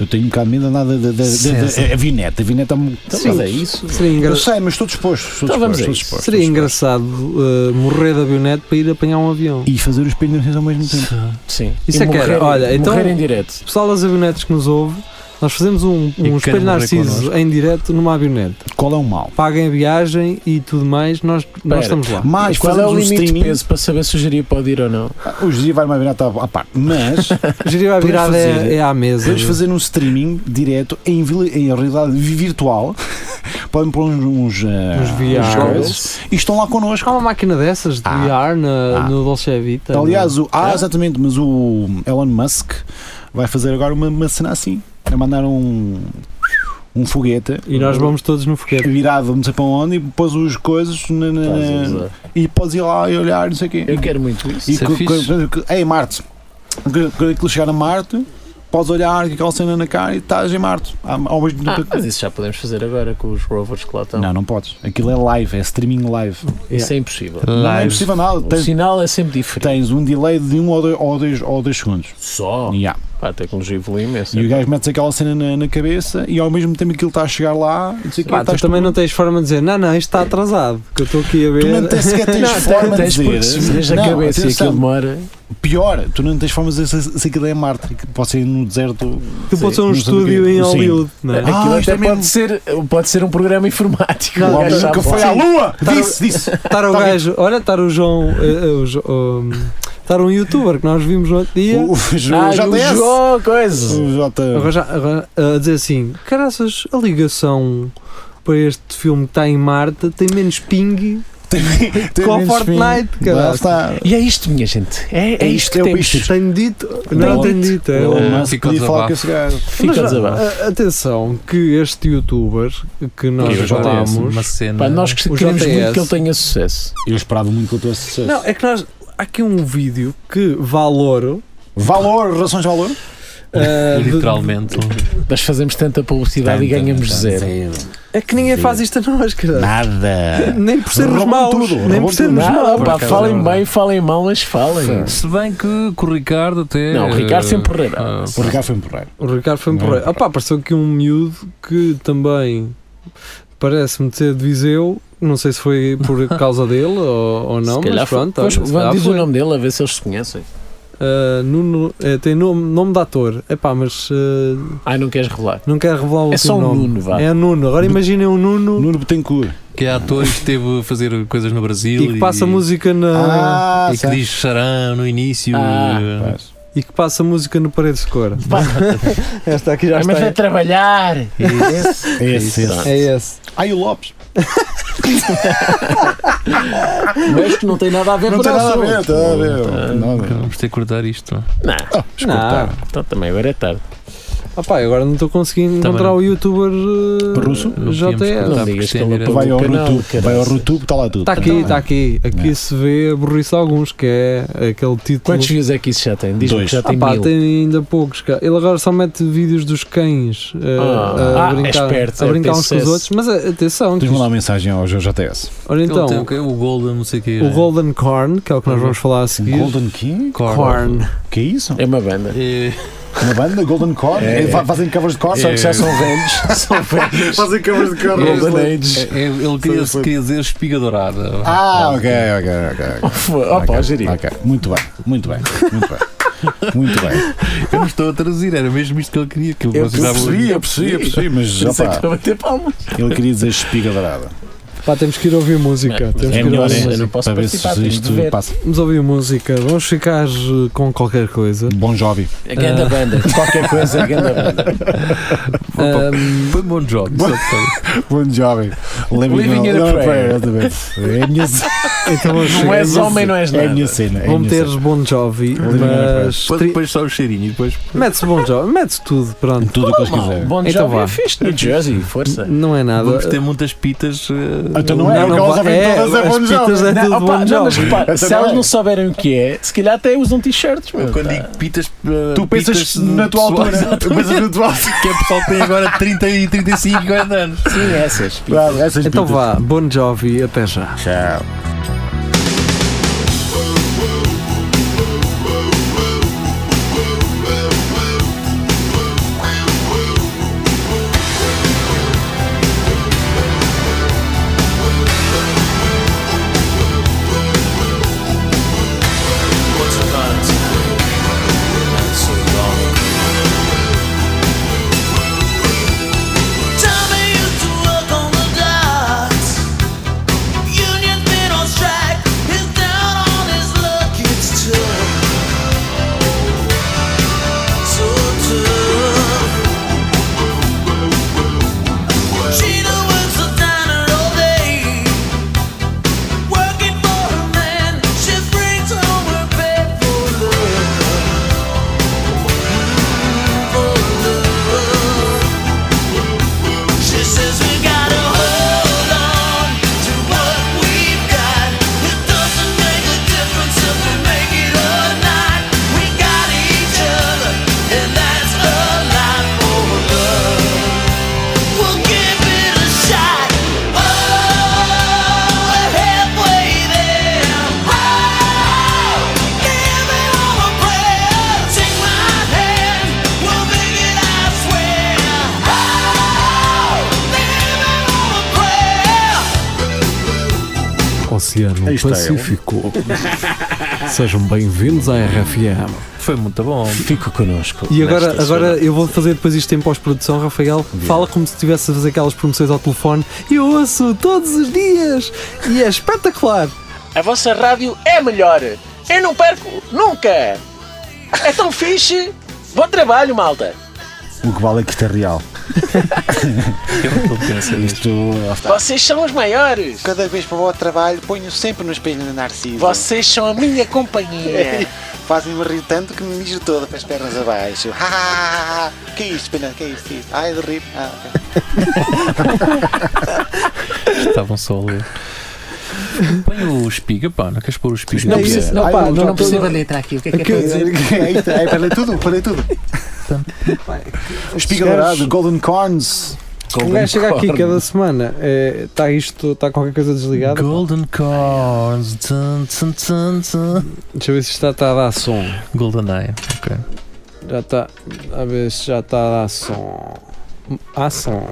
Speaker 2: Eu tenho um bocado de medo nada da da- da-
Speaker 5: César.
Speaker 2: da- a vineta. A vineta é muito.
Speaker 4: Então, mas é isso.
Speaker 3: eh, Seria, engra-
Speaker 2: Eu sei, mas estou disposto. Estou
Speaker 4: Então vamos
Speaker 2: disposto, estou
Speaker 4: a isso.
Speaker 2: disposto,
Speaker 3: seria
Speaker 2: estou disposto.
Speaker 3: engraçado eh, morrer de avionete para ir apanhar um avião.
Speaker 2: E fazer os pendentes ao mesmo tempo.
Speaker 4: Sim.
Speaker 3: Isso
Speaker 4: E
Speaker 3: é que era.
Speaker 4: morrer-
Speaker 3: Olha, então-
Speaker 4: Morrer em direto.
Speaker 3: Pessoal das avionetes que nos ouve, nós fazemos um,
Speaker 5: quero
Speaker 3: um espelho
Speaker 5: morrer
Speaker 3: narciso
Speaker 5: connosco.
Speaker 3: em direto numa avionete.
Speaker 2: Qual é o mal?
Speaker 3: Paguem a viagem e tudo mais, nós, nós estamos lá.
Speaker 2: Mais,
Speaker 4: Qual é
Speaker 2: fazemos
Speaker 4: o
Speaker 2: um
Speaker 4: limite de
Speaker 2: streaming.
Speaker 4: peso para saber se o Jeria pode ir ou não?
Speaker 2: Hoje em dia vai-me a vineta à à parte. Mas
Speaker 3: A giriba
Speaker 2: podemos
Speaker 3: virada
Speaker 2: fazer-
Speaker 3: é, é à mesa.
Speaker 2: Podemos fazer um streaming direto em, vil- em realidade virtual. Podem pôr uns, uns, eh,
Speaker 3: Uns VR.
Speaker 2: uns coisas
Speaker 4: Goggles?
Speaker 2: e estão lá connosco.
Speaker 3: Há uma máquina dessas de
Speaker 2: Ah.
Speaker 3: VR na,
Speaker 2: Ah.
Speaker 3: no Dolce Vita. é?
Speaker 2: Aliás, o, ah, exatamente, mas o Elon Musk vai fazer agora uma, uma cena assim. Vai mandar um, um foguete
Speaker 3: E nós vamos todos no foguete.
Speaker 2: virado, não sei para onde, e pôs os coisas na-
Speaker 3: Tá,
Speaker 2: na-
Speaker 4: Estás a
Speaker 2: na-
Speaker 4: usar.
Speaker 2: e podes ir lá e olhar, não sei o quê.
Speaker 4: Ah, Eu quero muito isso.
Speaker 2: E
Speaker 5: Isso é
Speaker 2: co-
Speaker 5: fixe.
Speaker 2: co- co- Ei, Marte, quando quando aquilo chegar a Marte, podes olhar com aquela cena na cara e estás em Marte. Há- um Ao mesmo
Speaker 4: Ah,
Speaker 2: tempo.
Speaker 4: mas então. isso já podemos fazer agora com os rovers que lá estão.
Speaker 2: Não, não podes. Aquilo é live, é streaming live.
Speaker 4: Isso é impossível.
Speaker 2: Não é
Speaker 5: Live.
Speaker 2: impossível nada.
Speaker 4: O
Speaker 2: Tens,
Speaker 4: sinal é sempre diferente.
Speaker 2: tens um delay de 1 um ou 2 ou dois, ou dois segundos.
Speaker 4: Só.
Speaker 2: Yeah.
Speaker 4: Pá, a tecnologia evolui imenso.
Speaker 2: E o gajo metes aquela cena na, na cabeça e ao mesmo tempo aquilo está a chegar lá. Não sei o quê,
Speaker 3: Pá, tu
Speaker 2: estás
Speaker 3: também
Speaker 2: tu-
Speaker 3: não tens forma de dizer, não, não, isto está atrasado, que eu estou aqui a ver.
Speaker 2: Tu não tens sequer tens forma de
Speaker 4: Tens porque se vês
Speaker 2: dizer.
Speaker 4: a
Speaker 2: Não,
Speaker 4: cabeça e
Speaker 2: atenção,
Speaker 4: aquilo demora.
Speaker 2: Pior, tu não tens forma de dizer se, se aquilo é Marte, que pode ser no deserto.
Speaker 3: Tu podes ser um
Speaker 2: Não sei do
Speaker 3: estúdio
Speaker 2: quê.
Speaker 3: em
Speaker 2: Sim.
Speaker 3: Hollywood, não é?
Speaker 2: Ah,
Speaker 4: aquilo
Speaker 2: isto
Speaker 4: até
Speaker 2: é mesmo-
Speaker 4: pode, ser, pode ser um programa informático.
Speaker 3: Não,
Speaker 4: O
Speaker 2: O
Speaker 4: gajo
Speaker 2: homem
Speaker 4: sabe
Speaker 2: nunca foi
Speaker 4: lá.
Speaker 2: à Lua! Disse, disse!
Speaker 3: Estar o
Speaker 2: Tá bem.
Speaker 3: gajo, olha, estar o João, eh, o Jo- um, estar um youtuber que nós vimos no outro dia,
Speaker 2: O, o, o
Speaker 4: Ah,
Speaker 2: JS.
Speaker 4: o João, coisa.
Speaker 2: O
Speaker 3: agora
Speaker 2: J.
Speaker 3: já- agora, a dizer assim: caraças, a ligação para este filme que está em Marte tem menos ping
Speaker 2: Tem
Speaker 3: com a
Speaker 2: menos fim.
Speaker 3: Fortnite,
Speaker 2: Lá
Speaker 3: caraças.
Speaker 2: está.
Speaker 4: E é isto, minha gente. É, é isto que
Speaker 2: é o
Speaker 4: temos.
Speaker 2: bicho.
Speaker 3: Tenho dito, não
Speaker 4: Não.
Speaker 3: tenho dito. é.
Speaker 5: Não.
Speaker 2: Elon
Speaker 5: Eh,
Speaker 2: Musk
Speaker 5: fica o
Speaker 2: podia
Speaker 5: desabafo.
Speaker 2: falar com esse gajo.
Speaker 4: Fica
Speaker 3: Mas,
Speaker 4: desabafo.
Speaker 2: ah,
Speaker 3: a- atenção, que este youtuber que nós
Speaker 5: Que eu já
Speaker 3: falámos.
Speaker 5: tenho é Uma cena.
Speaker 4: Pá, nós
Speaker 3: O
Speaker 4: queremos
Speaker 3: JS.
Speaker 4: muito que ele tenha sucesso.
Speaker 2: Eu esperava muito que ele tivesse sucesso.
Speaker 3: Não, é que nós. Há aqui um vídeo que valoro.
Speaker 2: Valor, relações de valor.
Speaker 3: ah, de-
Speaker 5: Literalmente.
Speaker 4: Nós fazemos tanta publicidade e ganhamos zero.
Speaker 3: É que ninguém faz isto a nós, cara.
Speaker 4: Nada.
Speaker 3: Nem por sermos
Speaker 2: Roubam
Speaker 3: maus.
Speaker 2: tudo,
Speaker 3: nem
Speaker 2: roubam
Speaker 3: por sermos
Speaker 2: tudo.
Speaker 3: maus.
Speaker 4: Não, pá,
Speaker 5: acaso é
Speaker 4: falem
Speaker 5: verdade.
Speaker 4: bem, falem mal, mas falem.
Speaker 5: Se bem que com o Ricardo até.
Speaker 4: Não, o Ricardo
Speaker 5: eh,
Speaker 4: sempre rei.
Speaker 5: ah,
Speaker 2: O Ricardo foi um porreiro.
Speaker 3: O Ricardo foi um
Speaker 2: Não.
Speaker 3: porreiro. Ah pá, pareceu aqui um miúdo que também parece-me ter de Viseu. Não sei se foi por causa dele ou, ou não,
Speaker 4: Se calhar
Speaker 3: mas
Speaker 4: foi-
Speaker 3: pronto.
Speaker 4: Pois,
Speaker 3: olha, se calhar
Speaker 4: diz o
Speaker 3: foi.
Speaker 4: nome dele a ver se eles se conhecem.
Speaker 3: Ah, Nuno- é, tem nome, nome de ator. É pá, mas ah,
Speaker 4: Ai, não queres revelar?
Speaker 3: não quero revelar o
Speaker 4: É
Speaker 3: teu
Speaker 4: só um
Speaker 3: nome.
Speaker 4: Nuno, vá.
Speaker 3: É Nuno. Agora imaginem um Nuno,
Speaker 2: Nuno Betancourt.
Speaker 5: que é ator que esteve a fazer coisas no Brasil
Speaker 3: e que passa música na.
Speaker 2: Ah,
Speaker 5: e que diz xarã no início.
Speaker 4: Ah,
Speaker 5: eh,
Speaker 3: E que passa música no parede de cor.
Speaker 4: Pá,
Speaker 3: Esta aqui já
Speaker 4: mas é vai
Speaker 3: está.
Speaker 4: trabalhar.
Speaker 5: Esse.
Speaker 4: Esse, esse.
Speaker 3: É esse.
Speaker 2: Ai, o Lopes.
Speaker 4: Mas que não tem nada a
Speaker 3: É
Speaker 4: ver
Speaker 2: Não
Speaker 4: com
Speaker 2: tem
Speaker 4: o
Speaker 2: nada a ver,
Speaker 4: assunto.
Speaker 2: está a ver. Não, não.
Speaker 5: Vamos ter que cortar isto.
Speaker 4: Não,
Speaker 3: Não.
Speaker 4: escuta. Então também agora é tarde.
Speaker 3: Ah pá, agora não estou conseguindo
Speaker 5: Tá
Speaker 3: encontrar
Speaker 5: bem.
Speaker 3: o youtuber eh,
Speaker 2: Russo?
Speaker 5: Não
Speaker 3: JTS.
Speaker 5: podíamos
Speaker 4: Não digas que
Speaker 5: porque
Speaker 4: ele
Speaker 5: é
Speaker 2: Então, Vai ao
Speaker 4: canal,
Speaker 2: YouTube, vai ao
Speaker 4: caraças.
Speaker 2: YouTube, está lá tudo.
Speaker 3: Está Tá aqui, está aqui. Aqui
Speaker 2: É.
Speaker 3: se vê a burrice a alguns, que é aquele título.
Speaker 4: Quantos views é que isso já tem? Diz-me que
Speaker 2: Dois.
Speaker 4: já
Speaker 3: Ah
Speaker 4: tem
Speaker 3: pá,
Speaker 4: mil.
Speaker 3: tem ainda poucos. cara. Ele agora só mete vídeos dos cães eh,
Speaker 4: Ah.
Speaker 3: a
Speaker 4: Ah,
Speaker 3: brincar,
Speaker 4: é esperto,
Speaker 3: a
Speaker 4: é,
Speaker 3: brincar
Speaker 4: tem
Speaker 3: uns com os
Speaker 4: sucesso.
Speaker 3: outros. Mas eh, atenção, que
Speaker 2: Diz-me lá
Speaker 3: isto-
Speaker 2: uma mensagem ao JTS.
Speaker 3: ora
Speaker 5: Ele tem o
Speaker 3: então,
Speaker 5: quê? o Golden, não sei o quê.
Speaker 3: o Golden Corn, que é o que nós vamos falar a
Speaker 2: Um
Speaker 3: seguir.
Speaker 2: Golden King?
Speaker 3: Corn.
Speaker 2: Que é isso?
Speaker 4: É uma banda.
Speaker 5: Eh,
Speaker 2: Uma banda? Golden Core?
Speaker 4: É.
Speaker 2: É, fa- Fazem covers de cor?
Speaker 4: Só que já são velhos. São velhos.
Speaker 2: Fazem covers de cor.
Speaker 5: Golden
Speaker 4: Age.
Speaker 5: é- é- ele queria,
Speaker 2: Foi- foi-
Speaker 5: queria dizer espiga dourada.
Speaker 2: Ah, ok, ok, ok, ok.
Speaker 4: Opa,
Speaker 2: Ok,
Speaker 4: okay. geria.
Speaker 2: ok. Muito bem, muito bem, muito bem. Muito bem.
Speaker 5: Eu não estou a traduzir, era mesmo isto que ele queria. Que
Speaker 4: Eu
Speaker 5: vocês estavam-
Speaker 4: percebi, eu percebi, eu percebi.
Speaker 2: mas
Speaker 4: Por isso é que estou a bater palmas.
Speaker 2: ele queria dizer espiga dourada.
Speaker 3: Pá, temos que ir ouvir música. temos que
Speaker 2: É
Speaker 3: ir
Speaker 2: melhor,
Speaker 3: ouvir
Speaker 4: eu
Speaker 2: é?
Speaker 3: música.
Speaker 4: não posso
Speaker 2: Para ver se
Speaker 4: participar, tenho
Speaker 2: isto
Speaker 4: de ver.
Speaker 2: passa.
Speaker 3: Vamos ouvir música. Vamos ficar eh, com qualquer coisa.
Speaker 2: Bom Jovi.
Speaker 4: A É ganda banda. Qualquer coisa, a ganda banda.
Speaker 3: Ahm,
Speaker 5: Foi um bom job. só que-
Speaker 2: Bom Jovi.
Speaker 4: Living in a prayer.
Speaker 2: exatamente. É a minha cena.
Speaker 3: então vamos
Speaker 4: Não
Speaker 3: chegar.
Speaker 4: és homem, não és
Speaker 2: É a
Speaker 4: nada.
Speaker 2: minha cena. é a
Speaker 3: Vão
Speaker 2: minha
Speaker 3: meter
Speaker 2: cena.
Speaker 3: Bon Jovi,
Speaker 2: Living
Speaker 3: mas.
Speaker 5: Depois-
Speaker 3: tri-
Speaker 5: Depois só o cheirinho. Depois
Speaker 3: Mete-se Bon Jovi, mete-se tudo, pronto.
Speaker 2: Tudo o que eles quiserem.
Speaker 4: Bom
Speaker 3: Então
Speaker 4: job,
Speaker 3: vá.
Speaker 4: é fixe. New Jersey, força.
Speaker 3: Não é nada.
Speaker 5: vamos ter muitas pitas. eh,
Speaker 2: Então não é, o que elas ouvem
Speaker 3: é,
Speaker 2: todas é
Speaker 3: as
Speaker 2: Bon
Speaker 3: pitas
Speaker 2: Jovi.
Speaker 3: é tudo
Speaker 4: Não, Ah, opa,
Speaker 3: Bon
Speaker 4: não, mas
Speaker 3: Jovi.
Speaker 4: repara,
Speaker 2: Essa
Speaker 4: se elas
Speaker 2: não é.
Speaker 4: não souberem o que é, se calhar até usam t-shirts. meu.
Speaker 5: Eu quando digo pitas. eh,
Speaker 2: Tu pensas
Speaker 5: pitas,
Speaker 2: na tua
Speaker 5: pessoal-
Speaker 2: altura. né? Tu pensas na tua altura.
Speaker 5: Que é pessoal que tem agora 30 e 35, 40 anos.
Speaker 4: Sim, essas.
Speaker 2: Claro, essas
Speaker 3: Então
Speaker 2: pitas.
Speaker 3: vá, Bon Jovi, até já.
Speaker 2: Tchau.
Speaker 9: She says we gotta hold on to what we've got. It doesn't make a difference if we make it or not. We got each other, and that's a lot for love. We'll give it a shot. Oh, we're halfway there. Oh, give it all a prayer. Take my hand, we'll make it. I swear. Oh, give it all a prayer.
Speaker 3: Oceano
Speaker 2: Aí está
Speaker 3: Pacífico. Sejam bem-vindos à RFM.
Speaker 5: Foi muito bom.
Speaker 4: Fica connosco.
Speaker 3: E agora,
Speaker 4: nesta
Speaker 3: agora
Speaker 4: semana.
Speaker 3: eu vou fazer depois isto em pós-produção, Rafael. Fala como se estivesse a fazer aquelas promoções ao telefone. Eu ouço todos os dias e é espetacular.
Speaker 10: A vossa rádio é melhor. Eu não perco nunca. É tão fixe. Bom trabalho, malta.
Speaker 2: O que vale é que isto é real.
Speaker 5: Eu não estou a pensar nisto.
Speaker 2: Isto.
Speaker 10: Vocês são os maiores.
Speaker 11: Cada vez que vou ao trabalho, ponho sempre no espelho do Narciso.
Speaker 10: Vocês são a minha companhia.
Speaker 11: Fazem-me rir tanto que me mijo toda para as pernas abaixo. Ha, ha, ha, ha. que é isto, Pena? Que é isto? Que é isto? Ai, de rir. Ah, ok.
Speaker 5: Estavam só a ler. Põe o espiga, pá, não queres pôr o espiga?
Speaker 3: Não, É isso- não,
Speaker 4: Ah,
Speaker 2: Ai,
Speaker 3: pá,
Speaker 2: eu
Speaker 3: não
Speaker 2: tô-
Speaker 3: percebo.
Speaker 10: letra aqui. O que é
Speaker 3: Quer dizer,
Speaker 2: É isto, é para ler tudo, para ler tudo.
Speaker 5: Portanto,
Speaker 2: Espiga dourado, Golden Corns.
Speaker 3: Um gajo chega aqui cada semana, está isto, está qualquer coisa desligada.
Speaker 5: Golden Corns. Tum, tum, tum, tum.
Speaker 3: Deixa eu ver se está, está a dar som.
Speaker 5: Golden Eye. Ok.
Speaker 3: Já está, a ver se já está a dar som. Hum, Há som.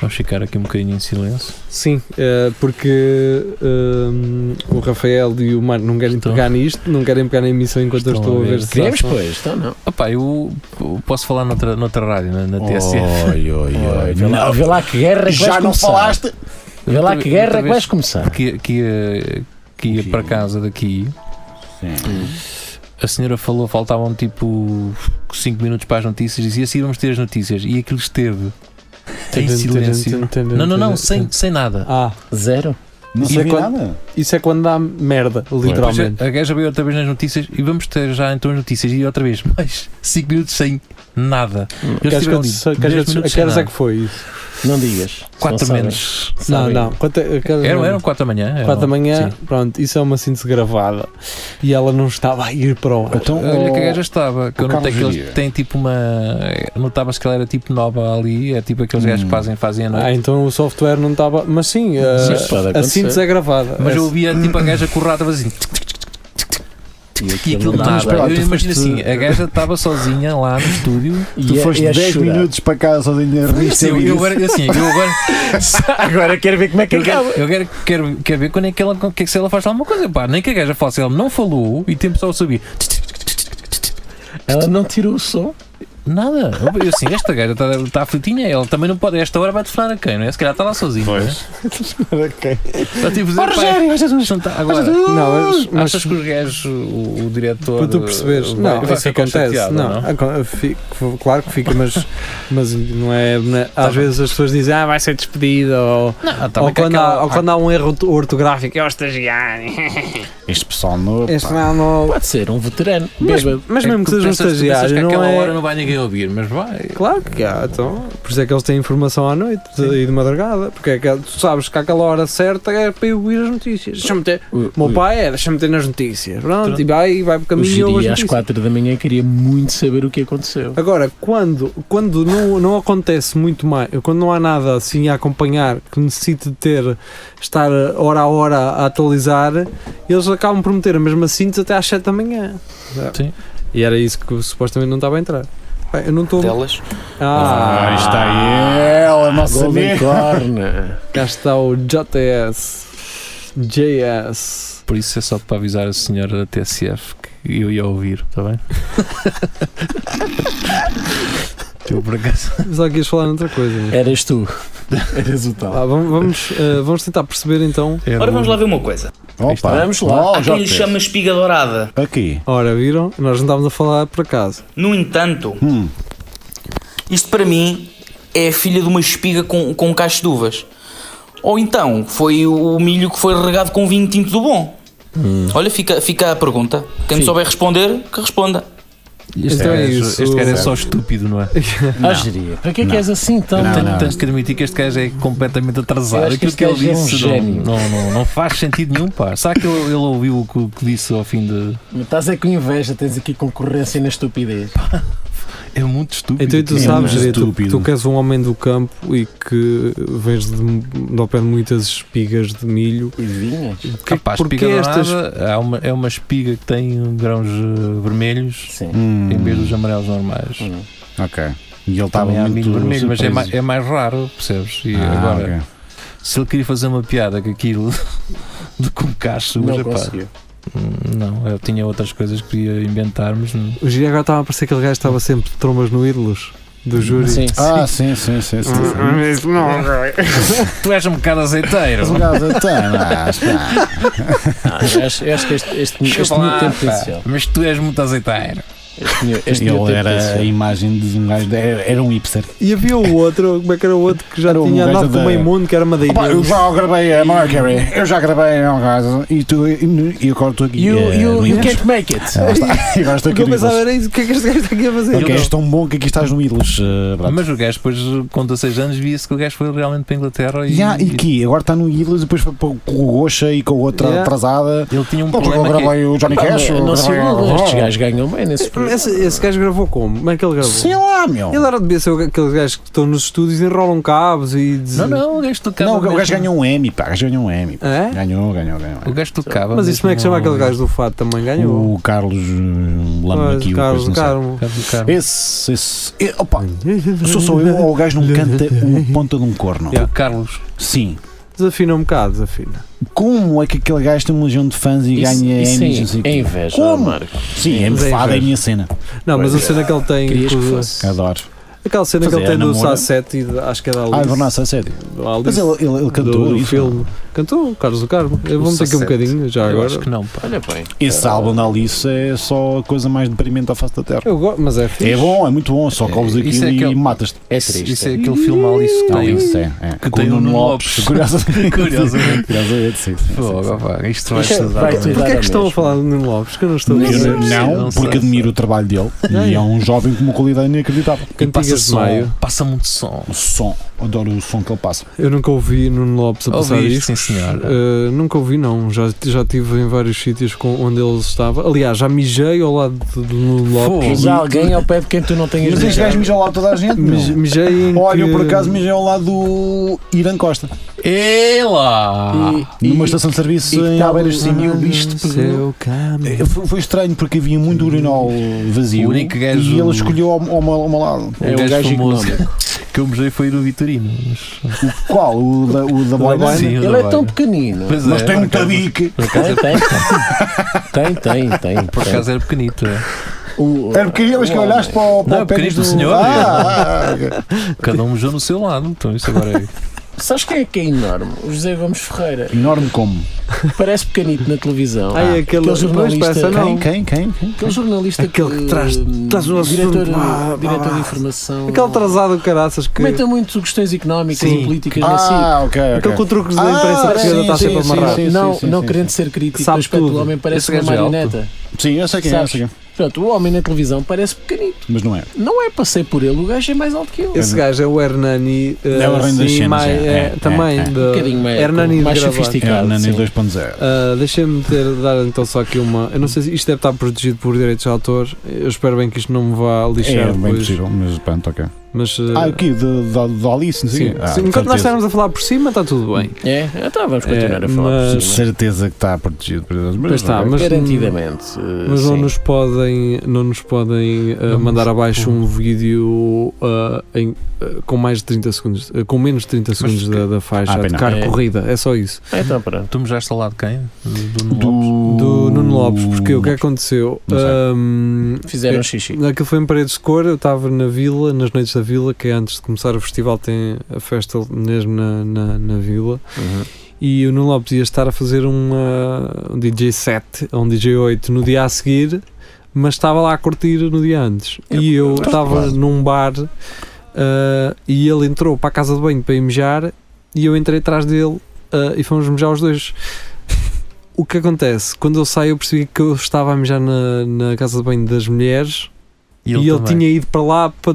Speaker 5: Vamos ficar aqui um bocadinho em silêncio.
Speaker 3: Sim, eh, porque ehm, o Rafael e o Marco não querem
Speaker 5: Estão.
Speaker 3: pegar nisto, não querem pegar na emissão enquanto eu estou a ver se dá
Speaker 4: Queremos,
Speaker 3: som.
Speaker 4: pois, então não.
Speaker 5: Opa, eu eu posso falar noutra, noutra rádio, na, na TSF.
Speaker 4: Oi, oi, oi. Vê lá,
Speaker 5: Não.
Speaker 4: vê lá que guerra que
Speaker 2: Já
Speaker 4: vais
Speaker 2: não
Speaker 4: começar.
Speaker 2: falaste?
Speaker 4: Vê lá
Speaker 5: Outra-
Speaker 4: que guerra
Speaker 5: outra
Speaker 4: que
Speaker 5: vez.
Speaker 4: vais começar.
Speaker 5: Que, que ia, que ia
Speaker 2: Sim.
Speaker 5: para casa daqui.
Speaker 2: Sim.
Speaker 5: A senhora falou, faltavam tipo 5 minutos para as notícias, dizia assim: vamos ter as notícias. E aquilo esteve em silêncio. Não, não, não, sem, sem nada.
Speaker 3: Ah,
Speaker 4: Zero.
Speaker 2: Não
Speaker 3: Isso é
Speaker 2: sabia
Speaker 3: quando-
Speaker 2: nada.
Speaker 3: isso é quando dá merda,
Speaker 5: Depois
Speaker 3: literalmente.
Speaker 5: é, a, a gaja veio outra vez nas notícias e vamos ter já então as notícias e outra vez, mais 5 minutos sem nada. Eles
Speaker 3: Hum. Queres que
Speaker 5: estiveram
Speaker 3: eu
Speaker 5: é, ali,
Speaker 3: te-
Speaker 5: dez
Speaker 3: queres que eu
Speaker 5: minutos
Speaker 3: te-
Speaker 5: sem
Speaker 3: queres é
Speaker 5: nada.
Speaker 3: que foi isso?
Speaker 4: Não digas.
Speaker 5: Quatro
Speaker 4: Não
Speaker 5: menos.
Speaker 4: sabem.
Speaker 3: Não,
Speaker 4: Sabem.
Speaker 3: não. Quanto é- quero-
Speaker 5: Eram, eram 4 da manhã. eram-
Speaker 3: Quatro da manhã,
Speaker 5: sim.
Speaker 3: pronto, isso é uma síntese gravada e ela não estava a ir para o ar.
Speaker 2: Então,
Speaker 5: Olha que a
Speaker 2: oh,
Speaker 5: gaja estava, que eu
Speaker 2: o
Speaker 5: notei que
Speaker 2: Carlos
Speaker 5: eles
Speaker 2: Jeria.
Speaker 5: têm tipo uma. Notava-se que ela era tipo nova ali, é tipo aqueles
Speaker 2: Hum.
Speaker 5: gajos que fazem, fazem a noite.
Speaker 3: Ah, então o software não estava. Mas sim, a,
Speaker 4: Sim, isso pode
Speaker 3: a
Speaker 4: acontecer.
Speaker 3: síntese é gravada.
Speaker 5: Mas
Speaker 3: Essa-
Speaker 5: eu ouvia tipo a gaja corrada assim. tic, tic, tic,
Speaker 4: E
Speaker 5: E aquilo
Speaker 2: Então, mas
Speaker 5: nada.
Speaker 2: espera lá,
Speaker 5: eu
Speaker 2: tu
Speaker 5: imagino
Speaker 2: foste-
Speaker 5: assim, a gaja estava sozinha lá no estúdio.
Speaker 4: é-
Speaker 2: Tu foste 10 minutos para casa sozinho a
Speaker 5: Assim,
Speaker 2: revista.
Speaker 5: eu, eu agora, assim, eu agora,
Speaker 4: Agora quero ver como é que
Speaker 5: eu quero,
Speaker 4: acaba.
Speaker 5: eu quero, quero, quero ver quando é que ela, com- que é que se ela faz lá uma coisa. Pá, nem que a gaja fale, se ela não falou e tempo só a subir.
Speaker 4: Ela não tirou o som.
Speaker 5: Nada. Eu assim, esta gaja está tá aflitinha, ela também não pode. a Esta hora vai telefonar a quem, não é? Se calhar está lá sozinha. Pois. Está tipo a dizer, pá, não tá- agora,
Speaker 3: Não, mas, mas
Speaker 5: achas que os gajos, o, o diretor.
Speaker 3: para tu perceberes,
Speaker 5: eh,
Speaker 3: não,
Speaker 5: vai- vai
Speaker 3: isso
Speaker 5: ficar é?
Speaker 3: acontece.
Speaker 5: chateado,
Speaker 3: não, acon- fico- claro que fica, mas, mas não é. né, às vezes as pessoas dizem, ah, vai ser despedida, ou,
Speaker 5: Tá Não, tá
Speaker 3: ou,
Speaker 5: bem que
Speaker 3: quando, há,
Speaker 5: aquela-
Speaker 3: ou quando há um erro ortográfico, é o estagiário.
Speaker 2: Este pessoal novo.
Speaker 3: Este
Speaker 2: pá.
Speaker 3: não, não-
Speaker 4: Pode ser um veterano.
Speaker 3: Mas,
Speaker 4: Bêbado.
Speaker 3: mas
Speaker 5: É
Speaker 3: mesmo que
Speaker 5: tu
Speaker 3: seja um
Speaker 5: pensas- tu pensas que
Speaker 3: estagiário, não
Speaker 5: àquela
Speaker 3: é.
Speaker 5: hora não vai ninguém ouvir, mas vai.
Speaker 3: Claro que há, então. Por isso é que eles têm informação à noite de- e de madrugada. Porque é que, tu sabes que àquela hora certa é para eu ouvir as notícias. Deixa-me ter.
Speaker 4: O-
Speaker 3: O meu
Speaker 4: o-
Speaker 3: pai é, deixa-me ter nas notícias. Pronto, e vai, e vai para o
Speaker 4: o
Speaker 3: caminho e
Speaker 4: Giri,
Speaker 3: ouve as
Speaker 4: às
Speaker 3: notícias.
Speaker 4: 4 da manhã queria muito saber o que aconteceu.
Speaker 3: Agora, quando, quando não, não acontece muito mais, quando não há nada assim a acompanhar que necessite de ter, estar hora a hora a atualizar, eles acabam por meter a mesma síntese até às 7 da manhã.
Speaker 5: Sim.
Speaker 3: E era isso que supostamente não estava a entrar. Bem, eu não estou.
Speaker 7: Delas.
Speaker 3: Ah,
Speaker 2: Ah, está aí ela, nossa
Speaker 4: Golden
Speaker 2: amiga.
Speaker 4: Corn.
Speaker 3: Cá está o JS. JS.
Speaker 5: Por isso é só para avisar a senhora da TSF que eu ia ouvir, está bem? eu por acaso.
Speaker 3: Só que ias falar noutra coisa. mas-
Speaker 4: Eras tu. Eras o tal.
Speaker 3: Ah, vamos, vamos, eh, vamos tentar perceber então.
Speaker 7: Ora, vamos lá ver uma coisa.
Speaker 2: Opa.
Speaker 4: Vamos lá.
Speaker 2: Oh,
Speaker 7: Há quem lhe
Speaker 2: JP.
Speaker 7: chama espiga dourada.
Speaker 2: Aqui.
Speaker 3: Ora, viram? Nós não estávamos a falar por acaso.
Speaker 7: No entanto,
Speaker 2: Hum.
Speaker 7: isto para mim é a filha de uma espiga com, com um cacho de uvas. Ou então, foi o milho que foi regado com um vinho tinto do bom. Olha, fica, fica a pergunta. Quem me souber responder, que responda.
Speaker 5: Este,
Speaker 3: Então é
Speaker 5: gajo-
Speaker 3: isso.
Speaker 5: este cara é só estúpido, não é?
Speaker 4: Ah, Geria, para que é que és assim tão.
Speaker 2: Não,
Speaker 5: Tenho,
Speaker 2: não.
Speaker 5: tenho que admitir que este gajo é completamente
Speaker 4: Eu
Speaker 5: atrasado.
Speaker 4: acho que
Speaker 5: Aquilo que, ele
Speaker 4: este gajo é um
Speaker 5: disse
Speaker 4: gênio.
Speaker 5: não, não, não, não faz sentido nenhum, pá. Será que ele, ele ouviu o que, o que disse ao fim de.
Speaker 4: Mas Estás é com inveja, tens aqui concorrência na estupidez.
Speaker 5: É muito estúpido.
Speaker 3: Então e tu
Speaker 2: É
Speaker 3: sabes,
Speaker 2: muito
Speaker 3: Júlia, tu,
Speaker 2: estúpido.
Speaker 3: tu que és um homem do campo e que vens de, de ao pé de muitas espigas de milho.
Speaker 4: E vinhas?
Speaker 3: Que-
Speaker 5: Capaz,
Speaker 3: porque
Speaker 5: espiga
Speaker 3: estas.
Speaker 5: dourada, há uma, é uma espiga que tem grãos eh, vermelhos
Speaker 4: Sim. Hum.
Speaker 2: Hum.
Speaker 5: em vez dos amarelos normais.
Speaker 2: Ok. E ele estava
Speaker 5: Também há
Speaker 2: Tá muito
Speaker 5: milho vermelho, mas é
Speaker 2: surpreso.
Speaker 5: mais, é mais raro, percebes? E
Speaker 2: Ah,
Speaker 5: agora,
Speaker 2: ok.
Speaker 5: se ele queria fazer uma piada com aquilo de com cacho, mas
Speaker 4: Não
Speaker 5: epá,
Speaker 4: conseguiu.
Speaker 5: hum, não, eu tinha outras coisas que queria inventar, mas não.
Speaker 3: O Giri agora estava a parecer aquele gajo que estava sempre de trombas no ídolos do júri.
Speaker 4: Sim.
Speaker 2: Ah, sim, sim, sim. sim,
Speaker 3: Uhum.
Speaker 2: sim.
Speaker 5: tu és um bocado azeiteiro.
Speaker 2: Mas o gajo até, não, espera.
Speaker 4: Ah, eu acho, eu acho que este, este, este,
Speaker 5: Desculpa
Speaker 4: miúdo
Speaker 5: lá,
Speaker 4: tem
Speaker 5: pá,
Speaker 4: potencial.
Speaker 5: mas tu és muito azeiteiro.
Speaker 4: Este, miúdo- este miúdo
Speaker 2: Ele
Speaker 4: tem
Speaker 2: era a
Speaker 4: potencial.
Speaker 2: imagem de um gajo. de- Era, era um hipster.
Speaker 3: E havia o outro, como é que era o outro que já
Speaker 2: Era um
Speaker 3: tinha
Speaker 2: gajo
Speaker 3: andado com
Speaker 2: da-
Speaker 3: meio mundo, que era Madeira.
Speaker 2: Opa, eu já gravei a Mercury. Eu já gravei a um gajo. E, tu, e, e agora estou aqui.
Speaker 4: You,
Speaker 2: eh,
Speaker 4: you,
Speaker 2: no
Speaker 4: you
Speaker 2: Ídolos.
Speaker 4: can't make it.
Speaker 2: Ah, lá está. E agora estou
Speaker 3: O que
Speaker 2: aqui
Speaker 3: eu
Speaker 2: no
Speaker 3: pensava
Speaker 2: Ídolos.
Speaker 3: era isso, o que é que este gajo está aqui a fazer?
Speaker 2: Ok, és tão bom que aqui estás no Ídolos, eh, Brad.
Speaker 5: Mas o gajo depois, com 16 anos, via-se que o gajo foi realmente para a Inglaterra e,
Speaker 2: Yeah, e que agora está no Ídolos e depois foi para- com o Goxa e com a outra
Speaker 3: Yeah.
Speaker 2: atrasada.
Speaker 5: ele tinha um
Speaker 2: Pô, eu
Speaker 5: problema que
Speaker 2: gravei o Johnny
Speaker 4: Pá,
Speaker 2: Cash.
Speaker 4: não
Speaker 2: eu
Speaker 4: não se
Speaker 2: gravei-
Speaker 4: iluda, estes gajos ganham bem nesses
Speaker 3: Esse, esse gajo gravou como? Como é que ele gravou?
Speaker 2: Sei lá, meu.
Speaker 3: Ele era devia ser o- aqueles gajos que estão nos estúdios e enrolam cabos e dizem.
Speaker 5: não, o gajo tocava.
Speaker 2: Não, o gajo
Speaker 5: mesmo.
Speaker 2: ganhou um M, pá. O gajo ganhou um M. pá.
Speaker 3: É?
Speaker 2: Ganhou, ganhou, ganhou.
Speaker 5: O gajo tocava.
Speaker 3: Mas isso como é que
Speaker 5: mesmo
Speaker 3: chama aquele
Speaker 5: ao-
Speaker 3: gajo do fado também? Ganhou.
Speaker 2: O Carlos hum, Lama
Speaker 3: Pois,
Speaker 2: aqui, o
Speaker 3: Carlos
Speaker 2: coisa, não sei.
Speaker 3: Carmo.
Speaker 5: Carlos Carmo.
Speaker 2: Esse, esse. e- Opa, sou só eu ou o gajo não canta o ponta de um corno?
Speaker 5: O Carlos.
Speaker 2: Sim.
Speaker 3: Desafina um bocado, desafina.
Speaker 2: Como é que aquele gajo tem uma legião de fãs e
Speaker 4: Isso-
Speaker 2: ganha
Speaker 4: isso
Speaker 2: Emmys?
Speaker 4: é-
Speaker 2: não sei o
Speaker 4: é
Speaker 2: quê?
Speaker 4: inveja,
Speaker 2: Como?
Speaker 4: Marco.
Speaker 2: Sim, é
Speaker 3: Mas é
Speaker 2: fada é a
Speaker 3: inveja.
Speaker 2: minha cena.
Speaker 3: Não, mas a cena que ele tem.
Speaker 4: Querias que
Speaker 3: com-
Speaker 4: fosse.
Speaker 2: Adoro.
Speaker 3: Aquela cena que
Speaker 2: Fazer
Speaker 3: ele tem
Speaker 2: a
Speaker 3: do
Speaker 2: namora.
Speaker 3: Sasset e de- acho que é da Alice.
Speaker 2: Ah, Vernaça, a sério.
Speaker 3: do Alice,
Speaker 2: Mas ele, ele, ele cantou
Speaker 3: do, do
Speaker 2: isso. é?
Speaker 3: filme. Cantou, Carlos do Carmo. Vamos ter aqui um
Speaker 4: Sasset.
Speaker 3: bocadinho, já
Speaker 5: Eu
Speaker 3: agora.
Speaker 5: acho que não, pá.
Speaker 4: Olha bem.
Speaker 2: Esse álbum da Alice é só a coisa mais deprimente à face da Terra.
Speaker 3: Eu gosto, mas é fixe.
Speaker 2: É bom, é muito bom, só comes aquilo
Speaker 5: isso é
Speaker 2: e
Speaker 5: aquele-
Speaker 2: matas-te.
Speaker 4: É
Speaker 5: Isso,
Speaker 4: triste.
Speaker 5: isso é aquele filme Alice que tem.
Speaker 2: Alice, é, é.
Speaker 5: que
Speaker 2: Com
Speaker 5: tem o
Speaker 2: Nuno
Speaker 5: Nuno Lopes.
Speaker 2: Curiosamente.
Speaker 5: Curiosamente.
Speaker 2: Curiosamente, sim. sim, sim,
Speaker 5: Fogo, pá, isto vai
Speaker 4: Isto é-
Speaker 5: estudar.
Speaker 4: vai
Speaker 5: também.
Speaker 4: tudo.
Speaker 3: Porquê é
Speaker 4: Dar a
Speaker 3: que estão a
Speaker 4: mesma.
Speaker 3: falar de Nuno Lopes? Que eu não estou a
Speaker 5: Não
Speaker 3: perceber.
Speaker 5: sei.
Speaker 2: Não,
Speaker 5: não sei.
Speaker 2: porque admiro o trabalho dele e é um jovem com uma qualidade inacreditável.
Speaker 5: E passa
Speaker 3: Cantigas de
Speaker 5: som,
Speaker 3: Maio.
Speaker 5: passa muito som.
Speaker 2: O um som, adoro o som que ele passa.
Speaker 3: Eu nunca ouvi Nuno Lopes a passar
Speaker 5: Ouviste,
Speaker 3: discos.
Speaker 5: sim, senhor.
Speaker 3: Eh, nunca ouvi, não. Já, já estive em vários sítios com, onde ele estava. Aliás, já mijei ao lado de Nuno Lopes.
Speaker 4: Já alguém ao pé de quem tu não tenhas
Speaker 2: Mas este
Speaker 4: beijado.
Speaker 2: gajo mijou lá toda a gente,
Speaker 3: Mij-
Speaker 2: meu.
Speaker 3: Mijei em.
Speaker 2: Olha,
Speaker 3: que...
Speaker 2: eu por acaso mijei ao lado do Irã Costa,
Speaker 5: Ela!
Speaker 2: numa estação de serviço em Alveiras de Sinho.
Speaker 3: bicho seu caminho.
Speaker 2: Eh, Foi, foi estranho porque havia muito urinol vazio
Speaker 5: O único gajo-
Speaker 2: e ele escolheu ao, ao, meu- ao meu lado.
Speaker 5: É o gajo famoso que eu mojei foi no Vitorino. mas-
Speaker 2: O qual? O da, o da boina?
Speaker 5: Sim, o
Speaker 4: Ele
Speaker 5: da
Speaker 4: é tão
Speaker 5: Baia.
Speaker 4: pequenino.
Speaker 5: Pois
Speaker 2: Mas
Speaker 5: é,
Speaker 2: tem um
Speaker 5: por
Speaker 2: muita
Speaker 5: acaso-
Speaker 2: bique.
Speaker 5: Por acaso
Speaker 4: Tem,
Speaker 5: é-
Speaker 4: tem, tem. Tem, tem,
Speaker 5: Por acaso era pequenito. é.
Speaker 4: O-
Speaker 2: Era pequenino, mas que olhaste para o, para
Speaker 5: Não,
Speaker 2: o pé
Speaker 5: pequenino
Speaker 2: do
Speaker 5: do senhor.
Speaker 2: Ah, ah, ah,
Speaker 5: Cada um mijou no seu lado. Então isso agora é.
Speaker 4: Sabes quem é que é enorme? O José Gomes Ferreira.
Speaker 2: Enorme como.
Speaker 4: Parece pequenito na televisão.
Speaker 3: Ai, aquele-
Speaker 4: aquele jornalista.
Speaker 3: pois, parece, não.
Speaker 2: Quem, quem, quem? quem?
Speaker 4: Aquele jornalista
Speaker 3: Aquele que traz- traz o assunto.
Speaker 4: diretor,
Speaker 3: Ah,
Speaker 4: diretor
Speaker 3: ah,
Speaker 4: de informação.
Speaker 3: Aquele atrasado de caraças que.
Speaker 4: Comenta muito questões económicas
Speaker 5: Sim.
Speaker 4: e políticas na SIC.
Speaker 2: Ah, ok, ok.
Speaker 3: Aquele com truques da
Speaker 2: Ah,
Speaker 3: imprensa que a
Speaker 2: sim,
Speaker 3: esquerda está
Speaker 2: sim,
Speaker 3: sempre
Speaker 2: sim,
Speaker 3: amarrada.
Speaker 2: sim.
Speaker 4: não não querendo ser
Speaker 3: Que
Speaker 4: crítico
Speaker 3: sabe
Speaker 4: no aspecto
Speaker 3: tudo.
Speaker 4: do homem, parece
Speaker 5: Esse
Speaker 4: uma
Speaker 5: gajo é alto.
Speaker 4: marioneta.
Speaker 2: Sim, eu sei quem, é, eu
Speaker 4: Sabes?
Speaker 2: sei quem.
Speaker 4: Pronto, o homem na televisão parece pequenito.
Speaker 2: Mas não é.
Speaker 4: Não é, passei por ele, o gajo é mais alto que eu.
Speaker 3: Esse gajo é o Hernani. eh,
Speaker 2: É o Hernani das
Speaker 3: sim,
Speaker 2: cenas,
Speaker 3: mais-
Speaker 2: é,
Speaker 3: é,
Speaker 2: é,
Speaker 3: Também.
Speaker 2: é.
Speaker 3: da-
Speaker 4: um bocadinho mais,
Speaker 3: Hernani de
Speaker 4: mais
Speaker 3: Gravar.
Speaker 2: É
Speaker 4: sofisticado.
Speaker 2: o Nani
Speaker 4: sim.
Speaker 2: 2.0.
Speaker 3: Ah, Deixa-me ter- dar então só aqui uma. Eu não sei se isto deve estar protegido por direitos de autor. Eu espero bem que isto não me vá
Speaker 2: É,
Speaker 3: lixar
Speaker 2: é bem
Speaker 3: depois.
Speaker 2: possível, mas pronto, ok.
Speaker 3: Mas, eh,
Speaker 2: Ah, aqui, da Alice, não sei.
Speaker 3: sim.
Speaker 2: o quê. Ah,
Speaker 3: Sim, enquanto nós
Speaker 2: certeza.
Speaker 3: estarmos a falar por cima, está tudo bem.
Speaker 4: É, então vamos continuar
Speaker 3: É,
Speaker 4: a falar por
Speaker 3: mas-
Speaker 4: cima.
Speaker 2: Certeza que está protegido. por Deus,
Speaker 3: Pois está,
Speaker 2: ok.
Speaker 3: mas-
Speaker 4: Garantidamente. eh,
Speaker 3: Mas não
Speaker 4: sim.
Speaker 3: nos podem, não nos podem eh, mandar abaixo um vídeo ah, em, ah, com mais de 30 segundos, ah, com menos de 30 segundos da, da faixa
Speaker 2: Ah,
Speaker 3: a
Speaker 2: bem, não.
Speaker 3: tocar
Speaker 4: É.
Speaker 3: corrida. É só isso.
Speaker 4: Então pronto.
Speaker 5: Tu mojaste ao lado de quem? Do, do Nuno Lopes?
Speaker 2: Do...
Speaker 3: Do Nuno Lopes, porque o que aconteceu?
Speaker 2: Não sei.
Speaker 3: Ahm,
Speaker 4: Fizeram xixi.
Speaker 3: Aquilo foi em Paredes de Cor, eu estava na vila, nas noites da vila, que é antes de começar o festival tem a festa mesmo na, na, na vila. E o Nuno Lopes ia estar a fazer uma, um DJ 7, um DJ 8 no dia a seguir, mas estava lá a curtir no dia antes. E eu estava num bar ah, e ele entrou para a casa de banho para ir mijar e eu entrei atrás dele ah, e fomos mijar os dois. O que acontece? Quando eu saio, eu percebi que eu estava a mijar na, na casa de banho das mulheres e ele,
Speaker 5: também.
Speaker 3: tinha ido para lá para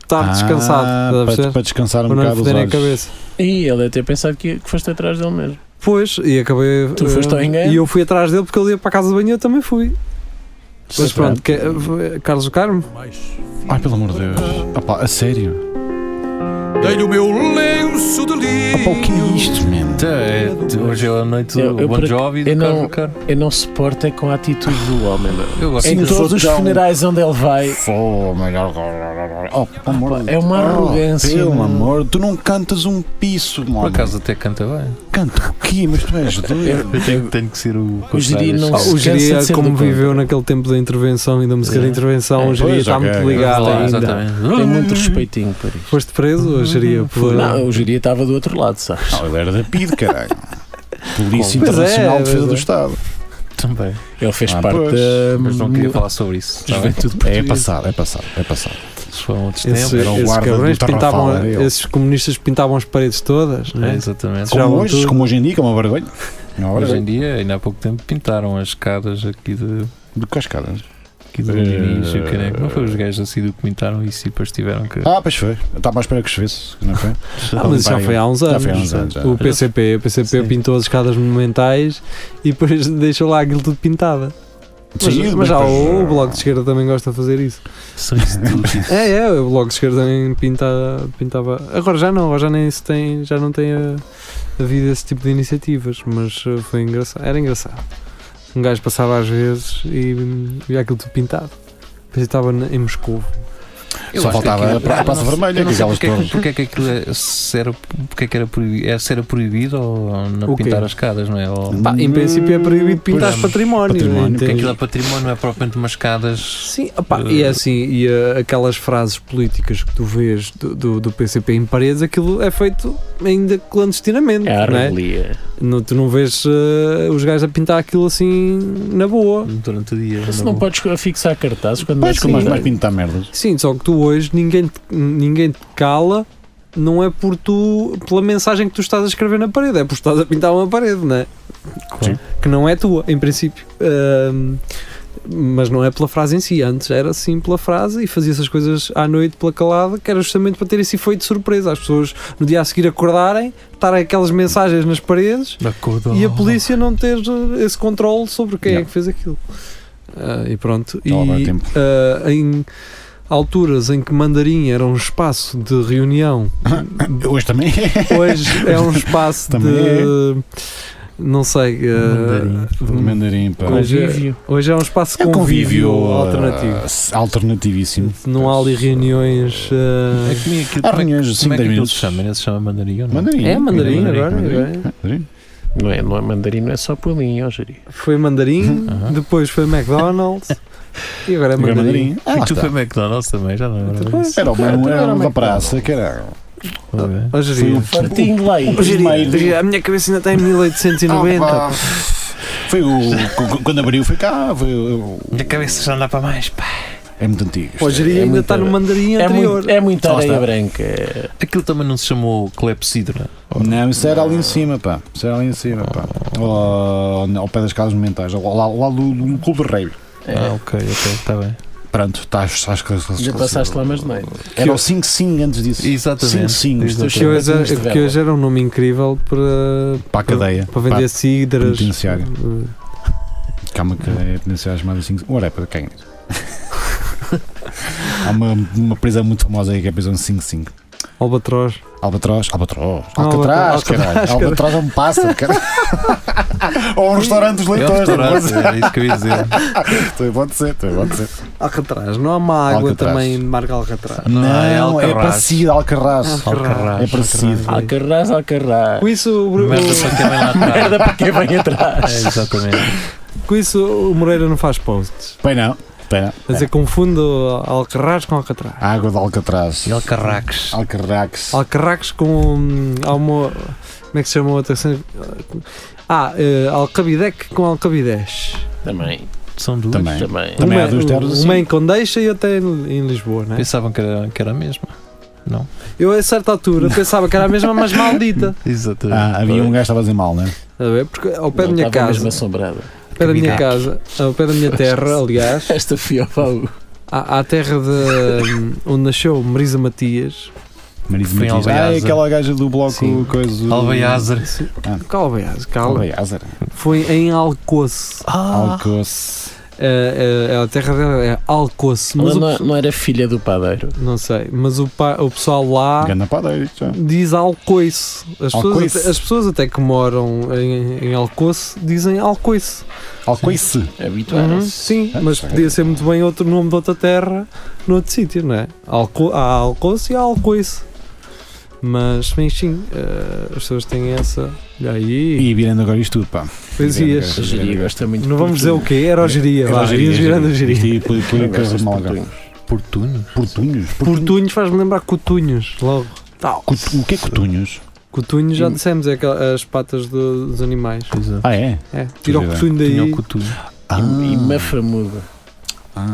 Speaker 3: estar
Speaker 2: Ah,
Speaker 3: tá descansado. estás a
Speaker 2: para,
Speaker 3: perceber?
Speaker 2: para descansar um
Speaker 3: Para não lhe
Speaker 2: bocado os
Speaker 3: foderem a
Speaker 2: olhos.
Speaker 3: cabeça.
Speaker 4: E ele deve ter pensado que, que foste atrás dele mesmo.
Speaker 3: Pois, e acabei.
Speaker 4: Tu
Speaker 3: eh,
Speaker 4: foste ao engano?
Speaker 3: E eu fui atrás dele porque ele ia para a casa de banho e eu também fui. Mas pronto, que- eh, Carlos do Carmo?
Speaker 2: Ai, pelo amor de Deus. Ah, pá, a sério?
Speaker 9: Dei-lhe o meu lenço de
Speaker 2: Ah, pá, o que é isto, man?
Speaker 5: Tá, é, tu- hoje é a noite
Speaker 4: Eu-
Speaker 5: do
Speaker 4: eu
Speaker 5: Bon
Speaker 4: por ac-
Speaker 5: Jovi e
Speaker 4: eu
Speaker 5: do
Speaker 4: não-
Speaker 5: Carlos Carmo.
Speaker 4: Eu não suporto é com a atitude do homem, meu.
Speaker 5: Eu gosto
Speaker 4: Em
Speaker 5: de-
Speaker 2: eu sou
Speaker 4: todos os
Speaker 3: um-
Speaker 2: tão-
Speaker 4: funerais onde ele vai,
Speaker 2: Pô, melhor. Oh, pelo amor de
Speaker 4: é uma
Speaker 2: Deus.
Speaker 4: arrogância,
Speaker 2: Pelo
Speaker 4: mano.
Speaker 2: amor, tu não cantas um piso, mano.
Speaker 5: Por acaso até canta bem.
Speaker 2: Canta o quê? Mas tu és doido.
Speaker 3: É
Speaker 5: Eu tenho, tenho que ser o.
Speaker 4: Ah, O Jiri não
Speaker 5: contrário.
Speaker 4: se
Speaker 3: Ah, o
Speaker 4: cansa
Speaker 3: Geria,
Speaker 4: de ser
Speaker 3: como
Speaker 4: do contra.
Speaker 3: viveu naquele tempo da intervenção e da música da intervenção, o Geria
Speaker 2: Pois,
Speaker 3: está
Speaker 2: ok,
Speaker 3: muito
Speaker 2: ok.
Speaker 3: ligado
Speaker 5: Ah,
Speaker 3: ainda.
Speaker 5: exatamente.
Speaker 4: Tem muito respeitinho por isso.
Speaker 3: Foste preso, o Geria? Por...
Speaker 4: Não, o Jiri estava do outro lado, sabes?
Speaker 2: Não, ele era da PID, caralho. Polícia
Speaker 3: Pois é,
Speaker 2: Internacional de Defesa
Speaker 3: pois
Speaker 2: do
Speaker 3: é.
Speaker 2: Estado.
Speaker 5: Também.
Speaker 4: Ele fez
Speaker 2: Ah,
Speaker 4: parte
Speaker 2: pois.
Speaker 4: da.
Speaker 5: Mas não queria falar sobre isso. tá bem? um
Speaker 4: Juventude
Speaker 2: É
Speaker 4: portuguesa.
Speaker 2: passado, é passado, é passado.
Speaker 5: Isso foram outros
Speaker 3: Esse,
Speaker 5: tempos.
Speaker 2: era o
Speaker 3: esses
Speaker 2: guarda do
Speaker 3: cabrões
Speaker 2: Tarrafal,
Speaker 3: pintavam,
Speaker 2: era ele.
Speaker 3: esses comunistas pintavam as paredes todas,
Speaker 5: É,
Speaker 3: né?
Speaker 5: exatamente.
Speaker 3: Já
Speaker 2: Como
Speaker 3: vão
Speaker 2: hoje,
Speaker 3: tudo.
Speaker 2: como hoje em dia, que é uma vergonha. É uma
Speaker 5: Hoje em
Speaker 2: vergonha.
Speaker 5: dia, ainda há pouco tempo, pintaram as caras aqui de.
Speaker 2: De cascadas.
Speaker 5: Aqui do
Speaker 2: Eh,
Speaker 5: Diniz,
Speaker 4: É.
Speaker 5: o caneco. Não foi os gajos assim do que pintaram isso e depois tiveram que.
Speaker 2: Ah, pois foi. Eu Estava à espera que chovesse, que não foi?
Speaker 3: Ah, mas isso já foi há uns anos.
Speaker 2: Já foi há uns anos, já.
Speaker 3: O PCP, o PCP
Speaker 5: Sim.
Speaker 3: pintou as escadas monumentais e depois deixou lá aquilo tudo pintado. Mas,
Speaker 2: Sim,
Speaker 3: mas já
Speaker 2: mas-
Speaker 3: o, o Bloco de Esquerda também gosta de fazer isso.
Speaker 5: São estúpidos.
Speaker 3: É, é, o Bloco de Esquerda também pinta, pintava. Agora já não, agora já nem se tem, já não tem eh, havido esse tipo de iniciativas, mas eh, foi engraçado. Era engraçado. Um gajo passava às vezes e hum, via aquilo tudo pintado. Depois estava na- em Moscou.
Speaker 5: Eu
Speaker 2: Só
Speaker 5: acho que
Speaker 2: faltava
Speaker 5: aquilo-
Speaker 2: a pra- a
Speaker 5: eu
Speaker 2: Praça
Speaker 5: não-
Speaker 2: Vermelha,
Speaker 5: eu não
Speaker 2: que
Speaker 5: sei
Speaker 2: aquelas
Speaker 5: porque é que-
Speaker 2: torres.
Speaker 5: Porque é que aquilo é- se era, porque é que era proibido, é, se era proibido ou não
Speaker 3: O quê?
Speaker 5: pintar as escadas, não é? Ou-
Speaker 3: Pá, em princípio é proibido
Speaker 5: Pois,
Speaker 3: pintar património. né?
Speaker 5: património, porque
Speaker 3: Entendes?
Speaker 5: aquilo é património, não é propriamente umas escadas.
Speaker 3: Sim, opá, e é assim, e uh, aquelas frases políticas que tu vês do, do, do PCP em paredes, aquilo é feito ainda clandestinamente.
Speaker 4: É a
Speaker 3: não é?
Speaker 4: revelia.
Speaker 3: Não- tu não vês uh, os gajos a pintar aquilo assim na boa.
Speaker 5: Durante o dia.
Speaker 4: Se
Speaker 3: na
Speaker 4: não
Speaker 3: boa.
Speaker 4: podes fixar cartazes quando
Speaker 2: Pois
Speaker 4: vais
Speaker 2: sim,
Speaker 4: com
Speaker 2: mas
Speaker 4: mais
Speaker 2: vais pintar merdas.
Speaker 3: Sim, só que tu hoje ninguém te, ninguém te cala, não é por tu, pela mensagem que tu estás a escrever na parede, é por estás a pintar uma parede, não é?
Speaker 2: Sim.
Speaker 3: Que não é tua, em princípio. Ahm, mas não é pela frase em si, antes era assim pela frase e fazia essas coisas à noite pela calada, que era justamente para ter esse efeito de surpresa. As pessoas no dia a seguir acordarem, estarem aquelas mensagens nas paredes e a polícia não ter uh, esse controle sobre quem é que fez aquilo. Ah, e pronto. E
Speaker 2: Ela vai a tempo.
Speaker 3: ah, em alturas em que Mandarim era um espaço de reunião,
Speaker 2: Hoje também é.
Speaker 3: hoje é um espaço
Speaker 2: Também
Speaker 3: de. Não sei. ah, de-
Speaker 2: Mandarim, pá.
Speaker 3: hoje, é,
Speaker 4: Convívio.
Speaker 3: hoje é um espaço de
Speaker 2: É um
Speaker 3: convívio,
Speaker 2: ah,
Speaker 3: alternativo.
Speaker 2: Alternativíssimo.
Speaker 3: Não há ali reuniões. ah,
Speaker 5: É que nem aquilo. como
Speaker 2: Há
Speaker 5: é que-
Speaker 2: reuniões de
Speaker 5: Como
Speaker 2: 5,
Speaker 5: é que
Speaker 2: 10
Speaker 5: aquilo se
Speaker 2: minutos.
Speaker 5: chama? Não se chama mandarim ou não?
Speaker 2: Mandarim.
Speaker 3: é mandarim agora.
Speaker 2: Mandarim.
Speaker 3: agora.
Speaker 2: Mandarim.
Speaker 4: Não é, não é mandarim, não é só pulinho, ó, Jari.
Speaker 3: Foi mandarim,
Speaker 5: Aham.
Speaker 3: depois foi McDonald's e agora é
Speaker 2: Agora é
Speaker 3: mandarim.
Speaker 2: Mandarim. Ah, lá
Speaker 5: e tu
Speaker 2: está.
Speaker 5: foi McDonald's também, já não lembro. disso.
Speaker 2: Era uma,
Speaker 4: Era
Speaker 2: era uma
Speaker 4: uma
Speaker 2: praça, caralho.
Speaker 5: Ok.
Speaker 3: Ó,
Speaker 2: Foi um
Speaker 3: Jeria.
Speaker 2: o
Speaker 4: Fartinho de lá ir.
Speaker 2: O primeiro-
Speaker 3: a minha cabeça ainda está em
Speaker 2: Ah,
Speaker 3: 1890.
Speaker 2: pá. Foi o. cu- Quando abriu, foi cá. Foi o-
Speaker 5: Minha cabeça já não dá para mais. Pá.
Speaker 2: é muito antigo.
Speaker 3: Pô,
Speaker 2: isto é.
Speaker 3: Jeria ainda
Speaker 4: muito-
Speaker 3: está no mandarim
Speaker 4: É
Speaker 3: anterior.
Speaker 4: muito, é muito
Speaker 2: Lá
Speaker 4: areia
Speaker 2: está.
Speaker 4: branca.
Speaker 5: Aquilo também não se chamou clepsidra.
Speaker 2: Não, isso era ali em cima, pá. Isso era ali em cima, pá. Ao, ao pé das casas mentais, ao- lá, lá do, do Clube do Rei.
Speaker 5: Ah, ok, ok, está bem.
Speaker 2: Pronto, estás, estás, estás
Speaker 4: Já passaste lá, mas não é.
Speaker 2: Era o 5 Sim antes disso.
Speaker 5: Exatamente.
Speaker 2: Sim, sim,
Speaker 3: Que hoje,
Speaker 4: Mas
Speaker 3: é-
Speaker 4: de
Speaker 3: que hoje era um nome incrível para,
Speaker 2: Para a cadeia.
Speaker 3: para vender cidras.
Speaker 2: penitenciário. Cá uma cadeia penitenciária chamada 5 Ora, é para quem? Há uma, uma prisão muito famosa aí que é a prisão 5-5.
Speaker 3: Albatroz.
Speaker 2: Albatroz, Albatroz,
Speaker 3: Não,
Speaker 2: Alcatraz,
Speaker 3: Albatroz,
Speaker 2: caralho.
Speaker 3: Alcatraz,
Speaker 2: Albatroz é um pássaro, caralho. Ou um restaurante dos
Speaker 5: É um
Speaker 2: leitores,
Speaker 5: restaurante, era isso que eu ia dizer.
Speaker 2: também pode ser, também pode ser.
Speaker 3: Alcatraz. Não há uma água
Speaker 2: Alcatraz.
Speaker 3: também de marca Alcatraz.
Speaker 2: Não, é
Speaker 5: Alcarraz.
Speaker 2: parecido, Alcarraz.
Speaker 5: Alcarraz.
Speaker 2: É parecido.
Speaker 4: Alcarraz, Alcarraz.
Speaker 3: Com isso, o, Bru-
Speaker 5: Merda
Speaker 3: o-
Speaker 5: para quem vem lá atrás.
Speaker 4: Merda para quem vem atrás.
Speaker 5: um- É, exatamente.
Speaker 3: com isso o Moreira não faz posts.
Speaker 2: Bem não, bem não.
Speaker 3: Quer dizer, confundo Alcarraz com Alcatraz.
Speaker 2: Água de Alcatraz.
Speaker 5: E Alcarraques.
Speaker 2: Alcarrax.
Speaker 3: Alcarraques com. hum, Há uma. Como é que se chama a outra? cena? Ah, eh, Alcabidec com Alcabidez.
Speaker 4: Também,
Speaker 5: São duas.
Speaker 2: Também.
Speaker 4: também.
Speaker 2: Também
Speaker 3: uma,
Speaker 2: há duas terras assim.
Speaker 3: uma em Condeixa e outra em, em Lisboa, não é?
Speaker 5: Pensavam que era, que era a mesma.
Speaker 3: Eu a certa altura pensava que era a mesma, mas maldita.
Speaker 5: Exatamente.
Speaker 2: Ah, havia um gajo que estava a dizer mal, não é?
Speaker 3: Estás a ver? Porque ao pé da
Speaker 4: Não
Speaker 3: minha
Speaker 4: estava mesmo
Speaker 3: casa,
Speaker 4: assombrada.
Speaker 3: ao pé da minha casa, ao pé da minha terra, aliás,
Speaker 4: Esta fui ao baú.
Speaker 3: à, à terra de hum, onde nasceu Marisa Matias,
Speaker 2: Marisa
Speaker 5: Foi em
Speaker 2: Matias. Ah, é
Speaker 5: Alveiazer.
Speaker 2: aquela gaja do bloco
Speaker 5: Sim.
Speaker 2: coisa.
Speaker 5: Alveiazer.
Speaker 3: calma, aliás, calma,
Speaker 2: Alveiazer.
Speaker 3: foi em Alcoce.
Speaker 5: Ah.
Speaker 2: Alcoce.
Speaker 3: É, é, a terra dela é Alcoce,
Speaker 4: Ela
Speaker 3: mas o,
Speaker 4: não, é-
Speaker 3: pe-
Speaker 4: não era filha do padeiro.
Speaker 3: não sei, mas o, pa- o pessoal lá
Speaker 2: Ganda padeiro, já.
Speaker 3: diz Alcoice. As pessoas,
Speaker 2: Alcoice.
Speaker 3: até, as pessoas até que moram em, em Alcoce dizem Alcoice.
Speaker 2: Alcoice.
Speaker 3: Uhum,
Speaker 4: Habituaram-se.
Speaker 3: sim,
Speaker 2: Ah,
Speaker 3: mas
Speaker 2: sim.
Speaker 3: podia ser muito bem outro nome de outra terra, noutro sítio, não é? Alco há Alcoce e há Alcoice. Mas, bem, sim, eh, as pessoas têm essa. E aí,
Speaker 2: E virando agora isto tudo, pá.
Speaker 3: poesias.
Speaker 4: A Jiri gosta muito
Speaker 3: Não vamos dizer o é quê? Erogeria, vá, É ias virando a
Speaker 2: Isto
Speaker 3: geria.
Speaker 2: aí foi- foi coisa de mal agora.
Speaker 4: É Portunhos.
Speaker 5: Portuno.
Speaker 2: Portunhos? Portunhos?
Speaker 3: Portunhos faz-me lembrar cotunhos, logo. Tal.
Speaker 2: O que é cotunhos?
Speaker 3: Cotunhos, já dissemos, é aquel- as patas do- dos animais.
Speaker 5: Exato.
Speaker 2: Ah, é?
Speaker 3: É, tira o
Speaker 2: Pois é.
Speaker 3: cotunho daí.
Speaker 5: Tinha o cotuno.
Speaker 2: Ah,
Speaker 4: E mafamuda.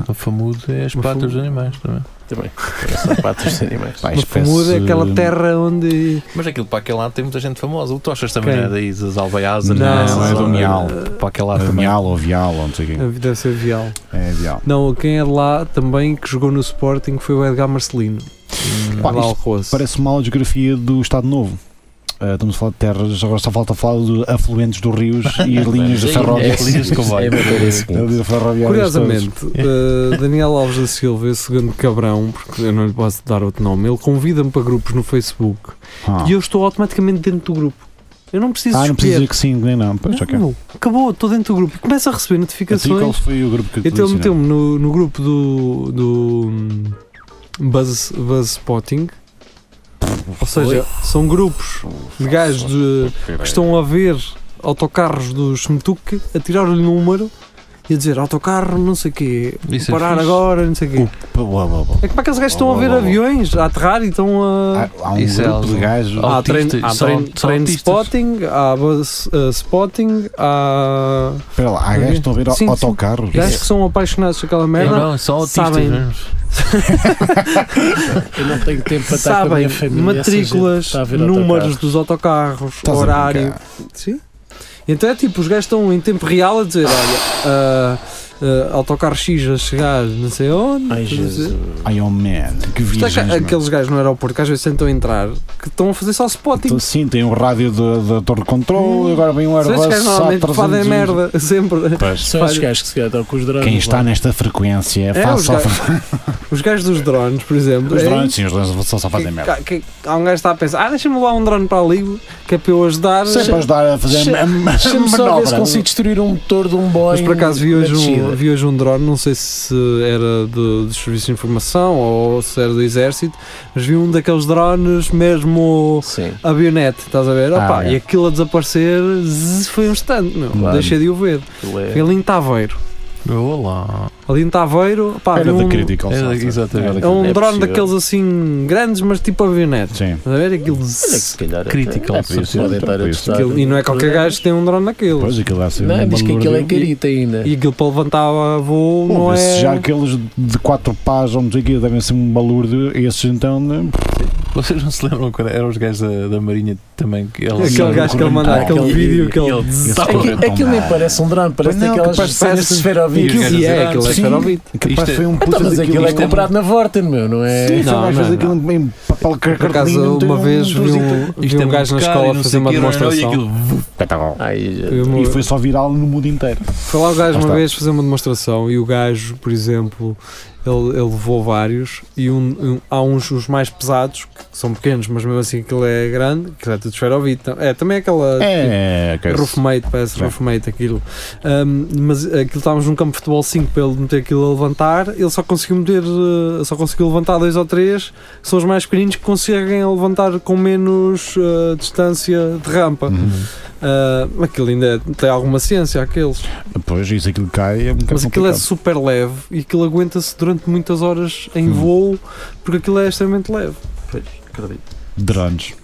Speaker 5: O famudo é as patas dos animais é? também.
Speaker 4: Também. Para sapatos de animais.
Speaker 2: pá,
Speaker 3: Mas Famuda é
Speaker 2: espécie-
Speaker 3: aquela terra onde.
Speaker 5: Mas aquilo para aquele lado tem muita gente famosa. O Tochas também
Speaker 3: Quem?
Speaker 5: não é daí das Alveiazer.
Speaker 3: Não,
Speaker 5: dessas
Speaker 3: é do
Speaker 5: zonas.
Speaker 2: Mial.
Speaker 5: Para aquele lado Ah, também.
Speaker 2: Vial ou vial, ou não sei o quê.
Speaker 3: a vida Deve ser vial.
Speaker 2: É vial.
Speaker 3: Não, quem é de lá também que jogou no Sporting foi o Edgar Marcelino.
Speaker 2: Pá,
Speaker 3: lá
Speaker 2: isto
Speaker 3: ao Rosso.
Speaker 2: Parece uma aula de geografia do Estado Novo. Ah, estamos a falar de terras, agora só falta falar de afluentes dos rios e linhas de
Speaker 5: É,
Speaker 2: ferrovias.
Speaker 5: é,
Speaker 4: assim,
Speaker 5: linhas de comboio. É matéria seguinte.
Speaker 2: Linhas ferroviárias
Speaker 3: Curiosamente,
Speaker 2: todas.
Speaker 3: eh, Daniel Alves da Silva, esse grande cabrão, porque eu não lhe posso dar outro nome, ele convida-me para grupos no Facebook
Speaker 2: Ah.
Speaker 3: e eu estou automaticamente dentro do grupo. Eu não preciso
Speaker 2: Ah, não preciso dizer
Speaker 3: escolher.
Speaker 2: que sim, nem não. Pois, ok.
Speaker 3: Não, acabou, estou dentro do grupo. Começa a receber
Speaker 2: Então, e qual
Speaker 3: notificações.
Speaker 2: foi o grupo que te
Speaker 3: Então ele
Speaker 2: mencionou?
Speaker 3: meteu-me no, no grupo do, do hum, Buzz, Buzz Spotting. Ou seja, são grupos de gajos de- que estão a ver autocarros do Smetuk a tirar-lhe um número e a dizer autocarro, não sei o quê,
Speaker 5: Isso é
Speaker 3: parar
Speaker 5: fixe. Uh. Oh,
Speaker 3: agora, não sei o quê. É que para aqueles gajos que estão a ver aviões a aterrar e estão a. Ah,
Speaker 2: Há um
Speaker 5: Isso é
Speaker 2: grupo de
Speaker 5: algo.
Speaker 2: gajos.
Speaker 3: Há train,
Speaker 5: autistas,
Speaker 3: há
Speaker 5: só-
Speaker 3: train,
Speaker 5: só
Speaker 3: train
Speaker 5: autistas.
Speaker 3: spotting, há bus uh, spotting, há.
Speaker 2: Espera lá, há gajos que estão a ver
Speaker 3: Sim, sim.
Speaker 2: autocarros.
Speaker 3: Gajos que são apaixonados por aquela merda.
Speaker 5: não, são autistas
Speaker 3: sabem,
Speaker 5: mesmo.
Speaker 4: Eu não tenho tempo para estar com
Speaker 3: sabem
Speaker 4: a minha família. essa gente
Speaker 3: matrículas,
Speaker 4: está a ver
Speaker 3: números
Speaker 4: autocarros.
Speaker 3: dos autocarros,
Speaker 2: Estás a
Speaker 3: horário.
Speaker 2: brincar.
Speaker 3: Sim. Então é tipo, os gajos estão em tempo real a dizer: olha, ah, ah, autocarro X a chegar, não sei onde.
Speaker 4: Ai,
Speaker 3: não sei-
Speaker 4: Jesus.
Speaker 2: Ai, oh man,
Speaker 3: Isto é que
Speaker 2: que viagens.
Speaker 3: há
Speaker 2: mano.
Speaker 3: aqueles gajos no aeroporto que às vezes tentam entrar que estão a fazer só spotting.
Speaker 2: Então, Sim, tem um rádio da da torre de
Speaker 3: Hum.
Speaker 2: controle, agora vem um
Speaker 3: São
Speaker 2: Airbus.
Speaker 3: esses gajos
Speaker 2: sabe,
Speaker 3: normalmente fazem
Speaker 2: 300.
Speaker 3: merda, sempre.
Speaker 2: Pois,
Speaker 4: São esses
Speaker 3: Olha.
Speaker 4: gajos que se calhar estão com os drones.
Speaker 2: Quem
Speaker 4: lá.
Speaker 2: está nesta frequência
Speaker 3: É,
Speaker 2: faz
Speaker 3: os
Speaker 2: só.
Speaker 3: gajos- Os gajos dos drones, por exemplo.
Speaker 2: Os
Speaker 3: é
Speaker 2: drones, sim, os drones só só
Speaker 3: que-
Speaker 2: fazem merda.
Speaker 3: que- que- há um gajo que está a pensar: ah, deixa-me levar um drone para ali que é para eu ajudar.
Speaker 2: Sempre para ajudar a fazer
Speaker 4: Deixa-
Speaker 2: a- a- a
Speaker 4: Deixa-me só ver se
Speaker 2: manobra.
Speaker 4: consigo destruir um motor de um Boeing.
Speaker 3: Mas por acaso vi
Speaker 4: na
Speaker 3: hoje, um,
Speaker 4: descida.
Speaker 3: vi hoje um drone, não sei se era de- dos serviços de informação ou se era do exército, mas vi um daqueles drones mesmo
Speaker 4: Sim.
Speaker 3: avionete, estás a ver?
Speaker 2: Ah,
Speaker 3: Opa,
Speaker 2: é.
Speaker 3: E aquilo a desaparecer zzz, foi um instante, meu.
Speaker 4: Claro.
Speaker 3: Deixei de o ver.
Speaker 4: aquilo é-
Speaker 3: Foi ali em Taveiro.
Speaker 5: Olá.
Speaker 3: Ali em Taveiro, opa, vi
Speaker 2: Era da
Speaker 3: um,
Speaker 2: Critical
Speaker 5: Era-
Speaker 2: Software.
Speaker 5: exatamente.
Speaker 2: Era
Speaker 3: é
Speaker 2: da-
Speaker 3: um
Speaker 4: É
Speaker 3: drone
Speaker 4: possível.
Speaker 3: daqueles assim grandes, mas tipo avionete.
Speaker 2: Sim.
Speaker 3: Estás a ver? Aquilo,
Speaker 4: Olha que
Speaker 3: zzz,
Speaker 4: se calhar.
Speaker 5: Critical
Speaker 4: é, podem
Speaker 2: Software.
Speaker 4: estar a testar.
Speaker 3: aquilo- e não é qualquer gajo que tem um drone daqueles.
Speaker 2: Pois aquilo deve ser
Speaker 4: Não,
Speaker 2: um
Speaker 4: diz que
Speaker 2: valor
Speaker 4: aquilo é
Speaker 2: de-
Speaker 4: carita ainda.
Speaker 3: E aquilo para levantar a voo
Speaker 2: Pô,
Speaker 3: não
Speaker 2: se
Speaker 3: é.
Speaker 2: já
Speaker 4: um-
Speaker 2: aqueles de 4 pás ou não sei o quê, devem ser um balúrdio, esses então. né?
Speaker 5: Vocês não se lembram quando eram os gajos da, da Marinha também? Que eles
Speaker 3: Aquele gajo que ele manda
Speaker 4: Ah,
Speaker 3: aquele
Speaker 4: aquele-
Speaker 3: vídeo que ele.
Speaker 2: Esse
Speaker 4: Aqui-
Speaker 2: corrente não
Speaker 4: aquilo nem
Speaker 2: dá.
Speaker 4: parece um drone, parece
Speaker 2: Pois não,
Speaker 4: daquelas
Speaker 2: capaz de
Speaker 4: cenas de
Speaker 2: ser-
Speaker 4: esferovite.
Speaker 5: Aquilo-
Speaker 3: E é, aquele é
Speaker 2: Sim.
Speaker 3: esferovite.
Speaker 2: Que
Speaker 5: Isto
Speaker 2: pá,
Speaker 5: é-
Speaker 2: foi um
Speaker 4: Então,
Speaker 2: puta
Speaker 4: mas
Speaker 2: daquilo.
Speaker 4: aquilo é
Speaker 5: isto é-
Speaker 4: comprado na Vorten, meu, não é?
Speaker 2: Sim,
Speaker 3: Não,
Speaker 2: não,
Speaker 3: não,
Speaker 2: faz
Speaker 3: não.
Speaker 2: aquilo em- em papel
Speaker 3: Por acaso,
Speaker 2: cartolina.
Speaker 4: então,
Speaker 3: uma vez vi um,
Speaker 5: é
Speaker 3: vi um gajo na escola fazer uma demonstração.
Speaker 4: Ai, já-
Speaker 3: Vi uma-
Speaker 2: E foi só viral no mundo inteiro.
Speaker 3: Foi lá o gajo
Speaker 2: Lá
Speaker 3: uma
Speaker 2: está.
Speaker 3: vez fazer uma demonstração e o gajo, por exemplo, ele, ele levou vários e um- um- há uns os mais pesados, que são pequenos, mas mesmo assim aquilo é grande, aquilo é tudo esferovite. tam- É, também é aquela...
Speaker 2: É,
Speaker 3: Tipo,
Speaker 2: ok.
Speaker 3: Roofmate, parece
Speaker 2: Sim.
Speaker 3: roofmate aquilo. Ahm, mas aquilo estávamos num campo de futebol 5 para ele meter aquilo a levantar. Ele só conseguiu meter, eh, só conseguiu levantar dois ou três, que são os mais pequeninos que conseguem levantar com menos eh, distância de rampa.
Speaker 2: Uhum.
Speaker 3: Ah, aquilo ainda tem alguma ciência, aqueles.
Speaker 2: Pois, isso aquilo cai é um bocado
Speaker 3: Mas aquilo é
Speaker 2: Tá complicado.
Speaker 3: super leve e aquilo aguenta-se durante muitas horas
Speaker 2: Uhum.
Speaker 3: em voo, porque aquilo é extremamente leve.
Speaker 2: Drones.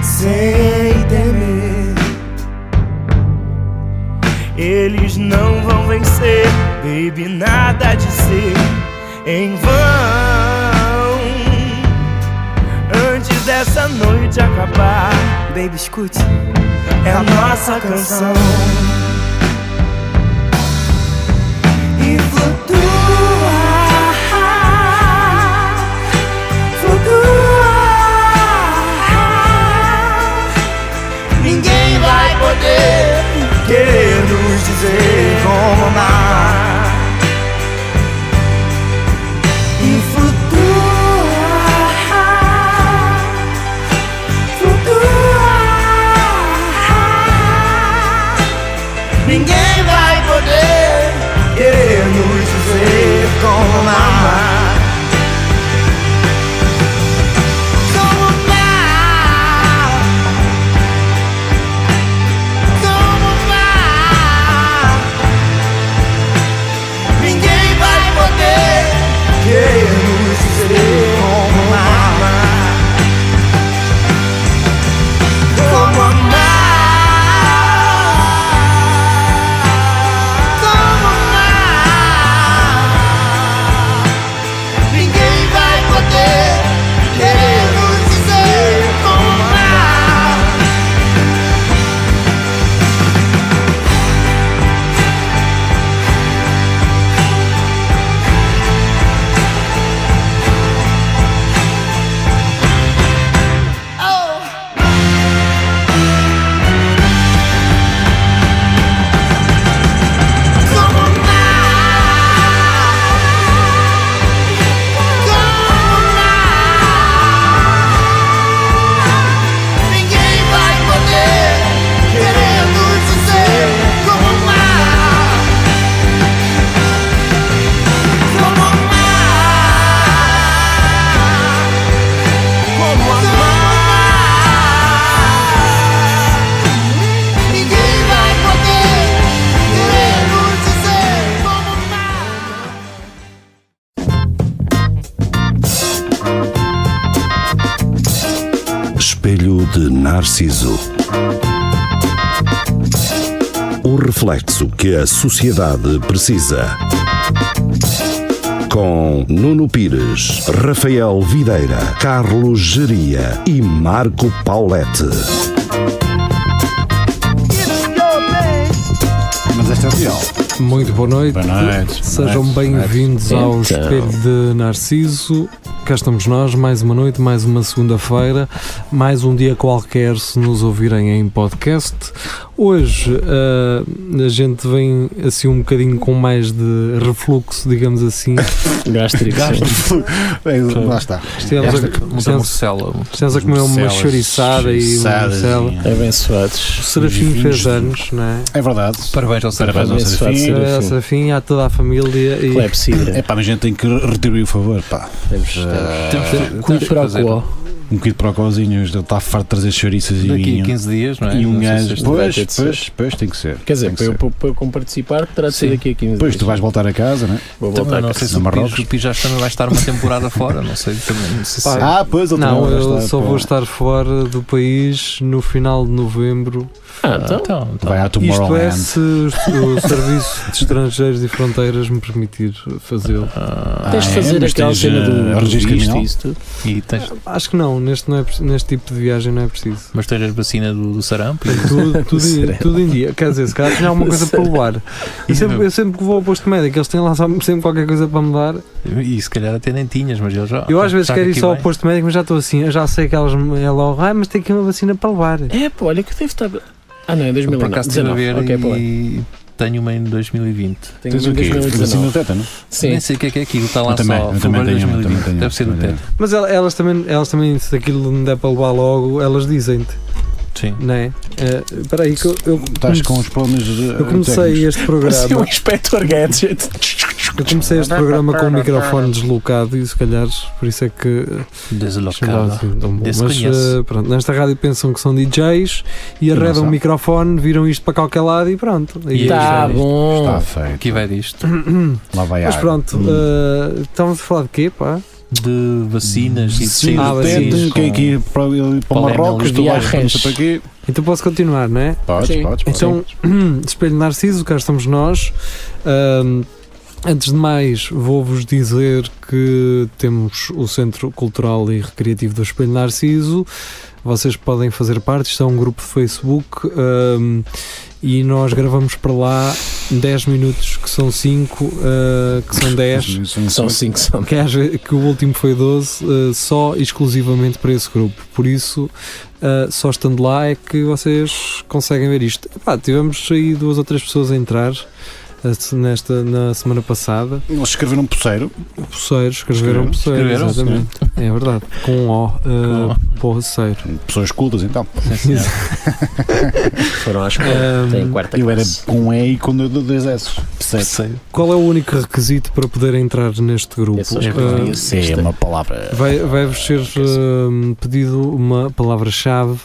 Speaker 9: sem temer.
Speaker 12: Eles não vão vencer, baby, nada a dizer em vão. Antes dessa noite acabar,
Speaker 9: baby, escute,
Speaker 12: é a nossa canção.
Speaker 9: E flutua,
Speaker 13: flutua. Ninguém vai poder
Speaker 12: querer nos dizer
Speaker 9: como amar.
Speaker 13: E flutua, flutua.
Speaker 1: de Narciso. O reflexo que a sociedade precisa. Com Nuno Pires, Rafael Videira, Carlos Geria e Marco Paulette.
Speaker 2: Mas esta é real.
Speaker 3: Muito boa noite.
Speaker 2: noite.
Speaker 3: Sejam
Speaker 2: Boa noite.
Speaker 3: bem-vindos ao
Speaker 2: Então.
Speaker 3: Espelho de Narciso. Cá estamos nós, mais uma noite, mais uma segunda-feira, mais um dia qualquer se nos ouvirem em podcast. Hoje ah, a gente vem assim um bocadinho com mais de refluxo, digamos assim.
Speaker 4: Gástrico.
Speaker 2: Gástrico.
Speaker 4: é
Speaker 2: Bem, É, lá está.
Speaker 3: Estivemos a,
Speaker 2: Gástrico. Muita
Speaker 3: estivemos-
Speaker 2: morcela.
Speaker 3: estivemos a
Speaker 4: é
Speaker 3: comer uma
Speaker 2: Morcelas,
Speaker 3: chouriçada e uma
Speaker 2: chouriçadas e-
Speaker 3: morcela.
Speaker 4: Abençoados.
Speaker 3: O Serafim
Speaker 2: Vinhos
Speaker 3: fez
Speaker 2: de-
Speaker 3: anos, não é?
Speaker 2: É verdade.
Speaker 5: Parabéns ao
Speaker 2: Parabéns ao
Speaker 3: Serafim.
Speaker 2: Serafim.
Speaker 3: Parabéns ao Serafim, a toda a família e
Speaker 2: É pá, mas a gente tem que retribuir o favor, pá. Temos,
Speaker 5: temos- temos- temos Cuido que para o fazer. qual?
Speaker 2: Um cuido para o cozinho, ele está farto de trazer chouriças e
Speaker 5: Daqui a
Speaker 2: vinho.
Speaker 5: 15 dias, não é?
Speaker 2: E um
Speaker 5: Não sei se
Speaker 2: gajo.
Speaker 5: este vai
Speaker 2: Pois,
Speaker 5: ter de ser.
Speaker 2: pois, pois, tem que ser.
Speaker 4: Quer dizer,
Speaker 2: Tem que
Speaker 4: para eu,
Speaker 2: ser.
Speaker 4: para, para eu como participar, trata-se
Speaker 5: Sim.
Speaker 4: daqui a 15
Speaker 2: Pois,
Speaker 4: dias.
Speaker 2: tu vais voltar a casa, né?
Speaker 4: Vou
Speaker 5: Então,
Speaker 4: voltar
Speaker 5: eu não
Speaker 4: a
Speaker 5: sei se
Speaker 4: casa.
Speaker 5: o
Speaker 4: Marrocos.
Speaker 5: Pires, o Pires já também vai estar uma temporada fora, não sei também. Não sei se-
Speaker 3: Pá, Não,
Speaker 5: vai
Speaker 3: eu
Speaker 5: estar,
Speaker 3: só
Speaker 5: pá.
Speaker 3: vou estar fora do país no final de novembro.
Speaker 4: Ah, então.
Speaker 2: Vai à
Speaker 3: Isto é
Speaker 2: Tomorrowland.
Speaker 3: se o Serviço de Estrangeiros e Fronteiras me permitir fazê-lo.
Speaker 4: Tens de
Speaker 2: Ah, é? fazer Mas aquela tens, cena do- eh, do registro visto criminal? e isso
Speaker 4: tudo.
Speaker 5: E tens,
Speaker 3: Acho que não, neste, não é, preci- neste tipo de viagem não é preciso.
Speaker 5: mas tens a vacina do, do sarampo? e-
Speaker 3: Tudo, tudo, em, tudo em dia, quer dizer, se calhar tinha alguma coisa para levar. E sempre, eu sempre que vou ao posto médico, eles têm lá sempre qualquer coisa para me dar.
Speaker 5: E se calhar até nem tinhas, mas eu já.
Speaker 3: Eu às vezes
Speaker 5: já
Speaker 3: quero ir
Speaker 5: aqui
Speaker 3: só ao
Speaker 5: bem.
Speaker 3: posto médico, mas já estou assim, eu já sei que elas me- é logo, ah, mas tem aqui uma vacina para levar.
Speaker 4: É, pô, olha que deve estar. Ah, não, é
Speaker 5: Eu,
Speaker 4: 2000
Speaker 5: Por acaso estive a ver e tenho uma em 2020.
Speaker 4: Tenho Tens uma em o quê? 2019. Vacina do
Speaker 2: tétano?
Speaker 4: Sim.
Speaker 5: Nem sei o que é que é aquilo, está lá
Speaker 2: Eu também,
Speaker 5: só.
Speaker 2: eu também
Speaker 5: fevereiro de
Speaker 2: tenho, eu
Speaker 5: 2020.
Speaker 2: também tenho,
Speaker 5: Deve ser do
Speaker 2: também
Speaker 5: teto.
Speaker 3: Mas el- elas também, elas também, se aquilo não der para levar logo, elas dizem-te.
Speaker 5: Sim.
Speaker 3: Não é? Eh, Espera aí, que eu. eu
Speaker 2: Estás com os problemas de.
Speaker 3: Eu comecei este
Speaker 5: Assim,
Speaker 4: Parecia um
Speaker 3: programa.
Speaker 4: inspector gadget.
Speaker 3: Eu comecei
Speaker 5: é
Speaker 3: este programa com o microfone deslocado e se calhar por isso é que.
Speaker 5: Deslocado.
Speaker 3: Assim, tão bom. Mas
Speaker 5: Desconheço.
Speaker 3: eh, pronto, nesta rádio pensam que são DJs e
Speaker 5: não
Speaker 3: arredam
Speaker 5: são.
Speaker 3: o microfone, viram isto para qualquer lado e pronto. E
Speaker 4: Tá bom.
Speaker 2: Está feito.
Speaker 5: Aqui vai disto.
Speaker 2: Lá vai a
Speaker 3: Mas
Speaker 2: água.
Speaker 3: pronto, eh, estamos a falar de quê, pá?
Speaker 5: De vacinas e de
Speaker 2: Sim,
Speaker 5: saídas
Speaker 2: ah,
Speaker 5: de países
Speaker 2: tétano,
Speaker 5: com-
Speaker 2: que é aqui para, para
Speaker 5: Palermo,
Speaker 2: Marrocos, tu vais para não sei
Speaker 5: viagens.
Speaker 2: para quê.
Speaker 3: Então posso continuar, não é?
Speaker 2: Podes, Sim. podes, podes.
Speaker 3: Então, Espelho Narciso, cá estamos nós. Ahm, antes de mais, vou-vos dizer que temos o Centro Cultural e Recreativo do Espelho Narciso. Vocês podem fazer parte, isto é um grupo de Facebook ahm, e nós gravamos para lá 10 minutos, que são 5, que são 10
Speaker 4: São 5 são.
Speaker 3: que, às ve- que o último foi 12, eh, só exclusivamente para esse grupo. Por isso, eh, só estando lá é que vocês conseguem ver isto. Epá, tivemos aí duas ou três pessoas a entrar eh, se- nesta, na semana passada.
Speaker 2: Eles escreveram um poceiro.
Speaker 3: Poceiros, escreveram
Speaker 2: Escreveram,
Speaker 3: Poceiro,
Speaker 2: escreveram,
Speaker 3: exatamente. É verdade, com O, eh, Poceiro.
Speaker 2: Pessoas cultas, então.
Speaker 4: Foram à
Speaker 6: É,
Speaker 3: escola, têm
Speaker 4: quarta
Speaker 2: Eu era com E e com dois S. Poceiro.
Speaker 3: Qual é o único requisito para poder entrar neste grupo? Eh,
Speaker 2: É uma palavra.
Speaker 3: Vai- Vai-vos ser hum, pedido uma palavra-chave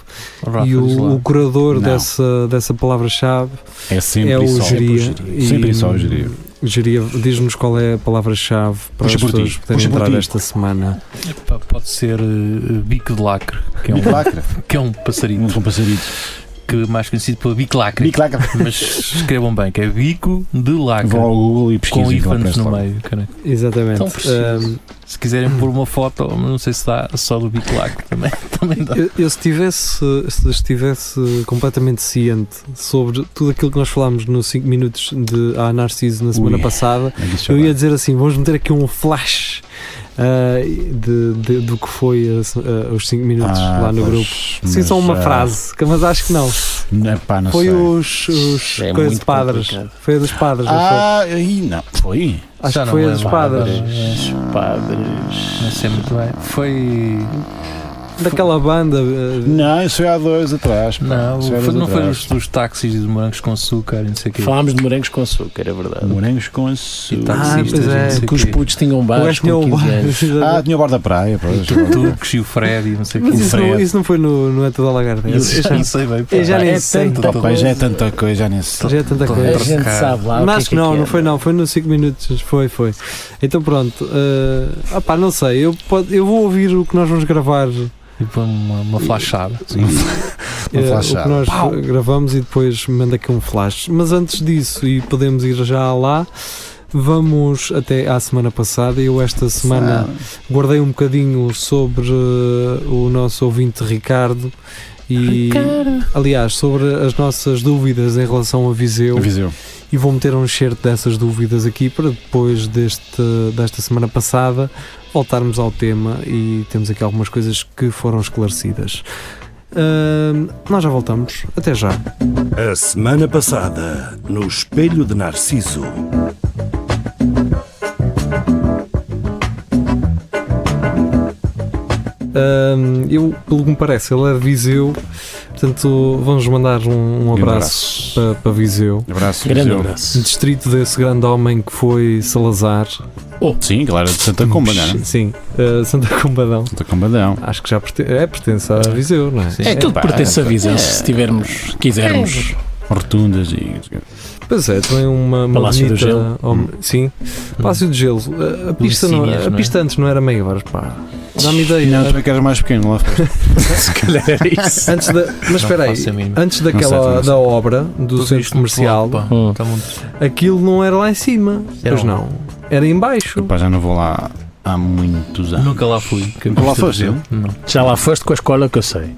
Speaker 2: Rafa,
Speaker 3: e
Speaker 2: diz
Speaker 3: o,
Speaker 2: lá.
Speaker 3: o curador
Speaker 2: Não.
Speaker 3: dessa, dessa palavra-chave
Speaker 2: É sempre
Speaker 3: o
Speaker 2: e só.
Speaker 3: geria.
Speaker 2: Sempre e só o geria.
Speaker 3: hum, geria, diz-nos qual é a palavra-chave para
Speaker 2: Puxa
Speaker 3: as
Speaker 2: por ti,
Speaker 3: pessoas poderem
Speaker 2: puxa por
Speaker 3: entrar
Speaker 2: ti.
Speaker 3: esta semana.
Speaker 5: Pá, Pode ser eh, eh, bico de lacre, que é
Speaker 2: Bico de
Speaker 5: um,
Speaker 2: lacre.
Speaker 5: que é um passarinho.
Speaker 2: Um passarinho.
Speaker 5: Que é mais conhecido por bico lacre.
Speaker 2: Bico lacre.
Speaker 5: Mas escrevam bem, que é bico de lacre.
Speaker 2: Vão ao Google e
Speaker 5: com
Speaker 2: pesquisem. que lá
Speaker 5: ícones
Speaker 2: aparece
Speaker 5: no
Speaker 2: logo.
Speaker 5: meio. caralho.
Speaker 3: Exatamente.
Speaker 5: Tão preciso.
Speaker 3: Hum,
Speaker 5: Se quiserem pôr uma foto, não sei se dá só do bico lacre também. também dá.
Speaker 3: eu, eu se tivesse se estivesse completamente ciente sobre tudo aquilo que nós falámos nos 5 minutos de A Narciso na semana
Speaker 2: Ui.
Speaker 3: passada,
Speaker 2: É que isso já
Speaker 3: Eu
Speaker 2: vai.
Speaker 3: ia dizer assim, vamos meter aqui um flash ah, de, de- do que foi ah, os 5 minutos
Speaker 2: Ah,
Speaker 3: lá no
Speaker 2: pois,
Speaker 3: grupo. Sim, só
Speaker 2: mas,
Speaker 3: uma
Speaker 2: ah,
Speaker 3: frase, que- mas acho que não.
Speaker 2: Não, pá, não
Speaker 3: foi
Speaker 2: sei.
Speaker 3: os, os
Speaker 2: É
Speaker 3: coisas
Speaker 2: muito
Speaker 3: de padres.
Speaker 2: complicado.
Speaker 3: Foi a dos padres, não
Speaker 2: Ah, aí não. Foi.
Speaker 3: foi? Acho
Speaker 5: Já
Speaker 3: que
Speaker 5: não
Speaker 3: foi a
Speaker 5: me
Speaker 3: dos
Speaker 5: lembro.
Speaker 3: padres.
Speaker 4: Padres.
Speaker 5: Não sei é muito bem. Foi.
Speaker 3: Daquela banda. eh,
Speaker 2: Não, isso foi há dois atrás. pá.
Speaker 5: Não,
Speaker 2: Isso há
Speaker 5: foi,
Speaker 2: dois
Speaker 5: não foi
Speaker 2: atrás.
Speaker 5: dos, dos táxis e dos morangos com açúcar, e não sei o quê.
Speaker 4: Falámos de morangos com açúcar, é verdade.
Speaker 2: Morangos com
Speaker 5: E tá-
Speaker 2: açúcar.
Speaker 5: taxistas,
Speaker 3: pois
Speaker 5: e não
Speaker 3: é.
Speaker 5: sei
Speaker 4: Que os
Speaker 5: quê.
Speaker 4: putos tinham bares
Speaker 3: gajo
Speaker 2: é
Speaker 3: tinha
Speaker 4: com
Speaker 3: o
Speaker 4: 15
Speaker 3: bar.
Speaker 4: anos.
Speaker 2: Ah, tinha o bar da praia. pá.
Speaker 5: Tu- Turcos e o Fred e não sei o quê.
Speaker 3: Mas isso
Speaker 5: O
Speaker 3: não,
Speaker 5: Fred.
Speaker 3: isso não foi no, no É Toda Lagarda.
Speaker 5: Eu
Speaker 3: Isso
Speaker 5: já
Speaker 3: já-
Speaker 5: não sei bem. pá.
Speaker 3: Eu já nem
Speaker 5: É
Speaker 3: sei.
Speaker 5: tanta
Speaker 2: Opa, já é
Speaker 5: coisa.
Speaker 2: tanta coisa, já nem sei.
Speaker 3: Já é tanta
Speaker 5: Tanta
Speaker 3: coisa.
Speaker 4: A gente sabe lá.
Speaker 3: Mas
Speaker 4: o que é
Speaker 3: acho que,
Speaker 4: que
Speaker 3: não,
Speaker 4: é,
Speaker 3: não foi não, foi nos 5 minutos, foi, foi. eh, Então pronto, ah, opá, não sei, eu, pod- eu vou ouvir o que nós vamos gravar
Speaker 5: Tipo uma, uma flashada.
Speaker 2: Sim. Uma
Speaker 3: É,
Speaker 2: flashada.
Speaker 3: O que nós
Speaker 2: Pau!
Speaker 3: gravamos e depois manda aqui um flash. Mas antes disso, e podemos ir já lá, vamos até à semana passada. Eu esta semana guardei um bocadinho sobre eh, o nosso ouvinte Ricardo. E,
Speaker 9: Ricardo.
Speaker 3: aliás, sobre as nossas dúvidas em relação a Viseu.
Speaker 2: Viseu.
Speaker 3: E vou meter um excerto dessas dúvidas aqui para depois deste, desta semana passada voltarmos ao tema e temos aqui algumas coisas que foram esclarecidas. Ahm, nós já voltamos. Até já.
Speaker 1: A semana passada, no Espelho de Narciso.
Speaker 3: Ahm, eu, pelo que me parece, ele é de Viseu. Portanto, vamos mandar um, um
Speaker 2: Grande
Speaker 3: abraço para, para Viseu.
Speaker 2: Abraço, Grande Viseu. abraço.
Speaker 3: Distrito desse grande homem que foi Salazar.
Speaker 2: Oh, Sim, galera de Santa Comba, não é?
Speaker 3: Sim, ah, Santa Combadão.
Speaker 2: Santa Combadão.
Speaker 3: Acho que já perten é, pertence a Viseu, não é?
Speaker 4: É, tudo pertence a Viseu, se
Speaker 2: É.
Speaker 4: tivermos, quisermos.
Speaker 2: Rotundas e.
Speaker 3: Pois é, também uma, uma
Speaker 4: Palácio do
Speaker 3: bonita
Speaker 4: Gelo.
Speaker 2: Hum.
Speaker 3: hom- Sim, Palácio do Gelo. A, a pista, não,
Speaker 2: Lucinhas,
Speaker 3: a
Speaker 2: não é?
Speaker 3: pista antes não era meia hora, pá. Dá-me ideia.
Speaker 2: Não, tu é que eras mais pequeno lá. Se
Speaker 4: calhar
Speaker 2: era isso.
Speaker 3: Antes da, mas
Speaker 2: Não
Speaker 3: espera aí,
Speaker 2: faço a mínima.
Speaker 3: antes
Speaker 2: Não sei,
Speaker 3: daquela
Speaker 2: não sei.
Speaker 3: da obra do
Speaker 2: Tudo
Speaker 3: centro
Speaker 2: isto muito
Speaker 3: comercial,
Speaker 2: alto, pá. Hum.
Speaker 5: Está Tá muito-
Speaker 3: aquilo não era lá em cima. pois
Speaker 2: Era onde?
Speaker 3: não. Era em baixo.
Speaker 2: Pá, já não vou lá há muitos anos.
Speaker 5: Nunca lá fui.
Speaker 2: Nunca lá foste? eu?
Speaker 5: Não.
Speaker 4: Já lá foste com a escola que eu sei.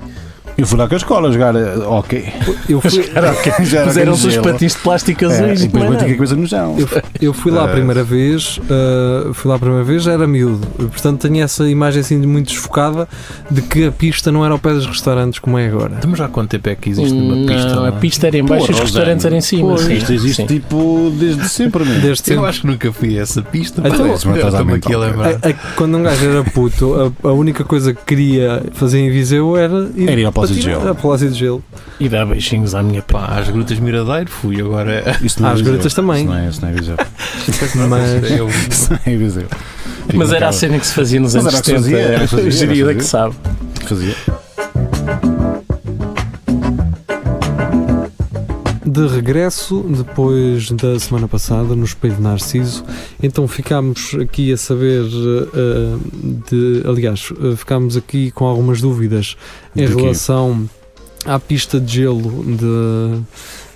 Speaker 2: Eu fui lá com a escola jogar eh, hockey.
Speaker 3: Eu fui-
Speaker 2: Jogar hockey, já era
Speaker 4: Fizeram-se
Speaker 2: gelo.
Speaker 4: os patins de plástico
Speaker 2: É,
Speaker 4: azuis
Speaker 2: e
Speaker 4: e
Speaker 2: depois
Speaker 4: mais
Speaker 2: bati
Speaker 4: nada.
Speaker 2: a coisa no chão.
Speaker 3: Eu, eu fui
Speaker 2: É.
Speaker 3: lá a primeira vez, ah, fui lá a primeira vez, já era miúdo, portanto tenho essa imagem assim de muito desfocada de que a pista não era ao pé dos restaurantes como é agora.
Speaker 5: Estamos já há quanto tempo é que existe uma
Speaker 4: Hum, Não,
Speaker 5: pista?
Speaker 2: é?
Speaker 5: é?
Speaker 4: a pista era em baixo e os restaurantes eram em cima,
Speaker 5: Pois.
Speaker 4: sim. Isto existe, Sim.
Speaker 2: tipo desde sempre, mesmo.
Speaker 3: Desde sempre.
Speaker 5: Eu acho que nunca fui a essa pista.
Speaker 3: Então,
Speaker 5: mas eu estou-me aqui a lembrar.
Speaker 3: A- a- quando um gajo era puto, a, a única coisa que queria fazer em Viseu era ir,
Speaker 5: Era ir ao Palácio de
Speaker 3: patinar-
Speaker 5: Gelo.
Speaker 3: ao Palácio de Gelo.
Speaker 4: E dá beijinhos à minha
Speaker 5: Pá, às Grutas Miradeiro fui, agora.
Speaker 2: Isso não é
Speaker 3: Às
Speaker 2: Viseu.
Speaker 3: grutas também.
Speaker 2: Isso não é, isso não é Viseu.
Speaker 3: Mas-
Speaker 5: Eu-
Speaker 2: Isso não é Viseu. Fico
Speaker 4: Mas era assim.
Speaker 2: naquela-
Speaker 4: a cena que se fazia nos
Speaker 2: Mas
Speaker 4: anos
Speaker 2: era o que se
Speaker 4: 70.
Speaker 2: fazia, era o que se fazia,
Speaker 4: Eu
Speaker 2: era o que se fazia.
Speaker 4: diria que sabe.
Speaker 2: Fazia.
Speaker 3: De regresso, depois da semana passada, no Espelho de Narciso, então ficámos aqui a saber, eh, de, aliás, eh, ficámos aqui com algumas dúvidas em
Speaker 2: De quê?
Speaker 3: relação à pista de gelo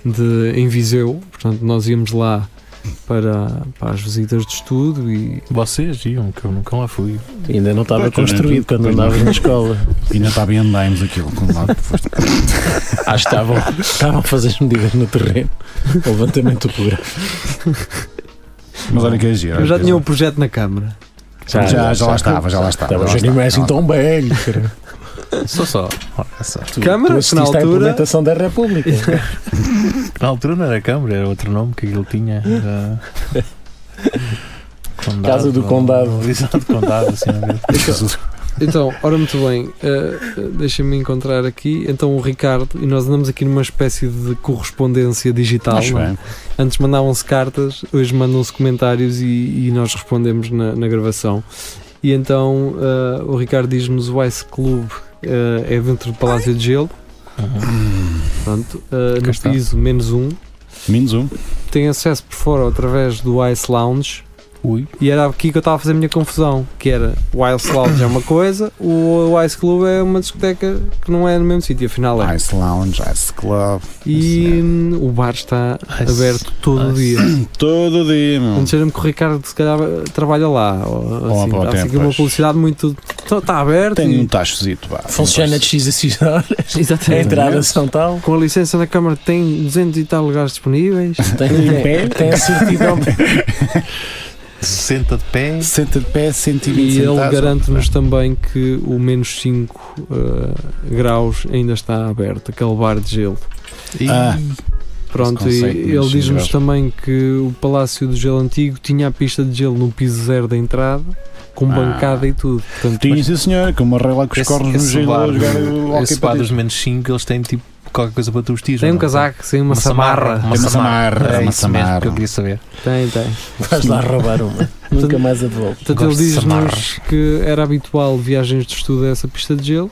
Speaker 3: de, de, em Viseu. Portanto, nós íamos lá para, para as visitas de estudo e.
Speaker 5: Vocês iam, que eu nunca lá fui.
Speaker 4: Ainda não estava
Speaker 5: Pois,
Speaker 4: construído
Speaker 5: pois
Speaker 4: quando
Speaker 5: não.
Speaker 4: andavas na escola.
Speaker 2: E não estava em andames aquilo. Com lá, foste.
Speaker 4: Ah, estavam, estavam a fazer as medidas no terreno. O levantamento puro.
Speaker 2: Mas olha que é giro.
Speaker 3: Eu já
Speaker 2: olha que
Speaker 3: tinha
Speaker 2: é
Speaker 3: o projeto na Câmara.
Speaker 2: Já, já, já, lá estava, já lá estava.
Speaker 4: Estava
Speaker 2: já lá
Speaker 4: já nem é assim
Speaker 2: estava.
Speaker 4: tão velho. cara.
Speaker 5: Só só.
Speaker 4: Tu-
Speaker 3: Câmara,
Speaker 4: tu
Speaker 3: na
Speaker 4: assististe à
Speaker 3: altura-
Speaker 4: implementação da República.
Speaker 5: Na altura não era Câmara, era outro nome que ele tinha. era- Condado,
Speaker 4: Casa do
Speaker 5: ou-
Speaker 4: Condado.
Speaker 5: ou Visão do Condado, assim, não é?
Speaker 3: Então, ora muito bem, eh, deixa-me encontrar aqui. Então o Ricardo, e nós andamos aqui numa espécie de correspondência digital.
Speaker 2: Acho
Speaker 3: não é?
Speaker 2: bem.
Speaker 3: Antes mandavam-se cartas, hoje mandam-se comentários e, e nós respondemos na, na gravação. E então eh, o Ricardo diz-nos o Ice Club eh, é dentro do Palácio de Gelo. Pronto, eh,
Speaker 2: Uhum. Cá
Speaker 3: no
Speaker 2: está.
Speaker 3: piso menos um.
Speaker 2: Menos um.
Speaker 3: Tem acesso por fora através do Ice Lounge.
Speaker 5: Ui.
Speaker 3: E era aqui que eu estava a fazer a minha confusão, que era o Ice Lounge é uma coisa, o Ice Club é uma discoteca que não é no mesmo sítio, afinal é.
Speaker 2: Ice Lounge, Ice Club.
Speaker 3: E hum, o bar está
Speaker 5: Ice-
Speaker 3: aberto todo o
Speaker 5: Ice-
Speaker 3: dia.
Speaker 2: Todo dia, meu.
Speaker 3: Antes era-me que o Ricardo se calhar trabalha lá. Ou,
Speaker 2: Ou
Speaker 3: assim,
Speaker 2: lá para o
Speaker 3: dá-se aqui
Speaker 2: tempo,
Speaker 3: uma
Speaker 2: pois.
Speaker 3: publicidade muito. Está aberto.
Speaker 2: Tem
Speaker 3: e-
Speaker 2: um tachozito, vá.
Speaker 4: Funciona de X a X horas.
Speaker 3: Exatamente.
Speaker 4: A entrada são tal.
Speaker 3: Com a licença na Câmara tem 200 e tal lugares disponíveis.
Speaker 4: Tem em pé, tem a certidão.
Speaker 5: Senta de pé.
Speaker 2: Senta de pé, 120
Speaker 3: E ele
Speaker 2: centavos.
Speaker 3: garante-nos também que o menos 5 eh, graus ainda está aberto, aquele bar de gelo.
Speaker 5: E-
Speaker 2: Ah.
Speaker 3: Pronto,
Speaker 2: Esse
Speaker 3: e
Speaker 2: conceito,
Speaker 3: ele
Speaker 2: menos cinco
Speaker 3: diz-nos
Speaker 2: graus.
Speaker 3: também que o Palácio do Gelo Antigo tinha a pista de gelo no piso zero da entrada, com
Speaker 2: Ah.
Speaker 3: bancada e tudo. Portanto,
Speaker 2: Tinha, sim, senhor, que eu marrei lá com os
Speaker 5: Esse-
Speaker 2: cornos no
Speaker 5: esse
Speaker 2: gelo
Speaker 5: bar
Speaker 2: a jogar
Speaker 5: do-
Speaker 2: o hockey
Speaker 5: Esse
Speaker 2: para
Speaker 5: bar
Speaker 2: ti.
Speaker 5: dos menos 5, eles têm tipo qualquer coisa para tu vestir.
Speaker 3: tem
Speaker 5: não é?
Speaker 3: um casaco, sim, uma, samarra.
Speaker 5: Uma
Speaker 2: Tem uma
Speaker 5: samarra. É
Speaker 2: samarra, uma
Speaker 5: isso mesmo que
Speaker 2: samarra.
Speaker 5: eu queria saber.
Speaker 3: Tem, tem.
Speaker 4: Vais lá roubar uma. Nunca mais a devolvo.
Speaker 3: Portanto, ele
Speaker 5: Gosto de
Speaker 3: diz-nos
Speaker 5: samarras.
Speaker 3: que era habitual viagens de estudo a essa pista de gelo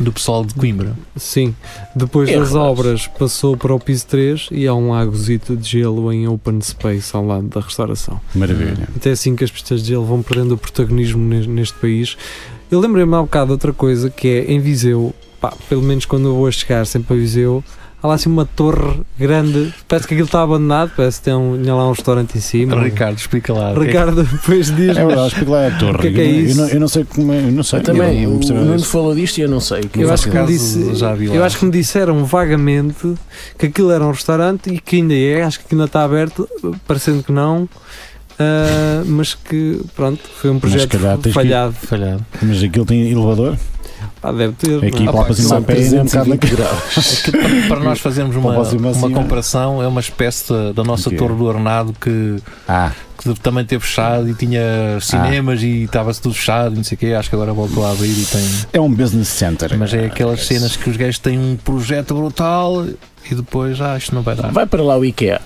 Speaker 5: Do pessoal de Coimbra.
Speaker 3: Sim. Depois
Speaker 5: Erro,
Speaker 2: é
Speaker 3: das
Speaker 5: acho.
Speaker 3: obras passou para o piso 3 e há um lagozito de gelo em open space ao lado da restauração.
Speaker 2: Maravilha.
Speaker 3: Até assim que as pistas de gelo vão perdendo o protagonismo ne- neste país. Eu lembrei-me há bocado de outra coisa que é em Viseu, pá, pelo menos quando eu vou a chegar sempre a Viseu, há lá assim uma torre grande, parece que aquilo está abandonado, parece que tem um, tinha lá um restaurante em
Speaker 2: Hum.
Speaker 3: cima.
Speaker 5: Ricardo, explica lá.
Speaker 3: Ricardo, depois diz.
Speaker 2: É verdade, explica lá a torre.
Speaker 3: O que é que é
Speaker 2: Eu não-
Speaker 3: isso?
Speaker 2: Eu não, eu não sei como é. Eu não sei.
Speaker 3: Eu também,
Speaker 2: não percebo
Speaker 3: o
Speaker 2: nada
Speaker 4: Nuno
Speaker 2: disso.
Speaker 4: falou disto e eu não sei. o
Speaker 3: Eu
Speaker 4: é.
Speaker 3: acho, que me
Speaker 4: Por acaso,
Speaker 3: disse-
Speaker 4: já vi lá.
Speaker 3: eu acho que me disseram vagamente que aquilo era um restaurante e que ainda é, acho que ainda está aberto, parecendo que não, ah, mas que pronto, foi um
Speaker 2: Mas se
Speaker 3: projeto
Speaker 2: calhar tens que-
Speaker 3: falhado.
Speaker 2: Mas aquilo tem elevador?
Speaker 3: Ah, deve ter. não
Speaker 2: Aqui
Speaker 3: é?
Speaker 2: para lá para cima a pé é um bocado naquilo.
Speaker 5: É Para- para nós fazermos uma,
Speaker 2: hum. Para o próximo
Speaker 5: uma
Speaker 2: assim,
Speaker 5: comparação, é uma espécie da, da nossa
Speaker 2: Ok.
Speaker 5: Torre do Arnado que,
Speaker 3: Ah.
Speaker 5: que deve- também teve fechado e tinha cinemas e estava-se tudo fechado e não sei o quê. Acho que agora voltou a abrir e tem.
Speaker 2: É um business center. Ah,
Speaker 5: Mas é aquelas cenas que os gajos têm um projeto brutal e depois, ah, isto não vai dar.
Speaker 4: Vai para lá o IKEA.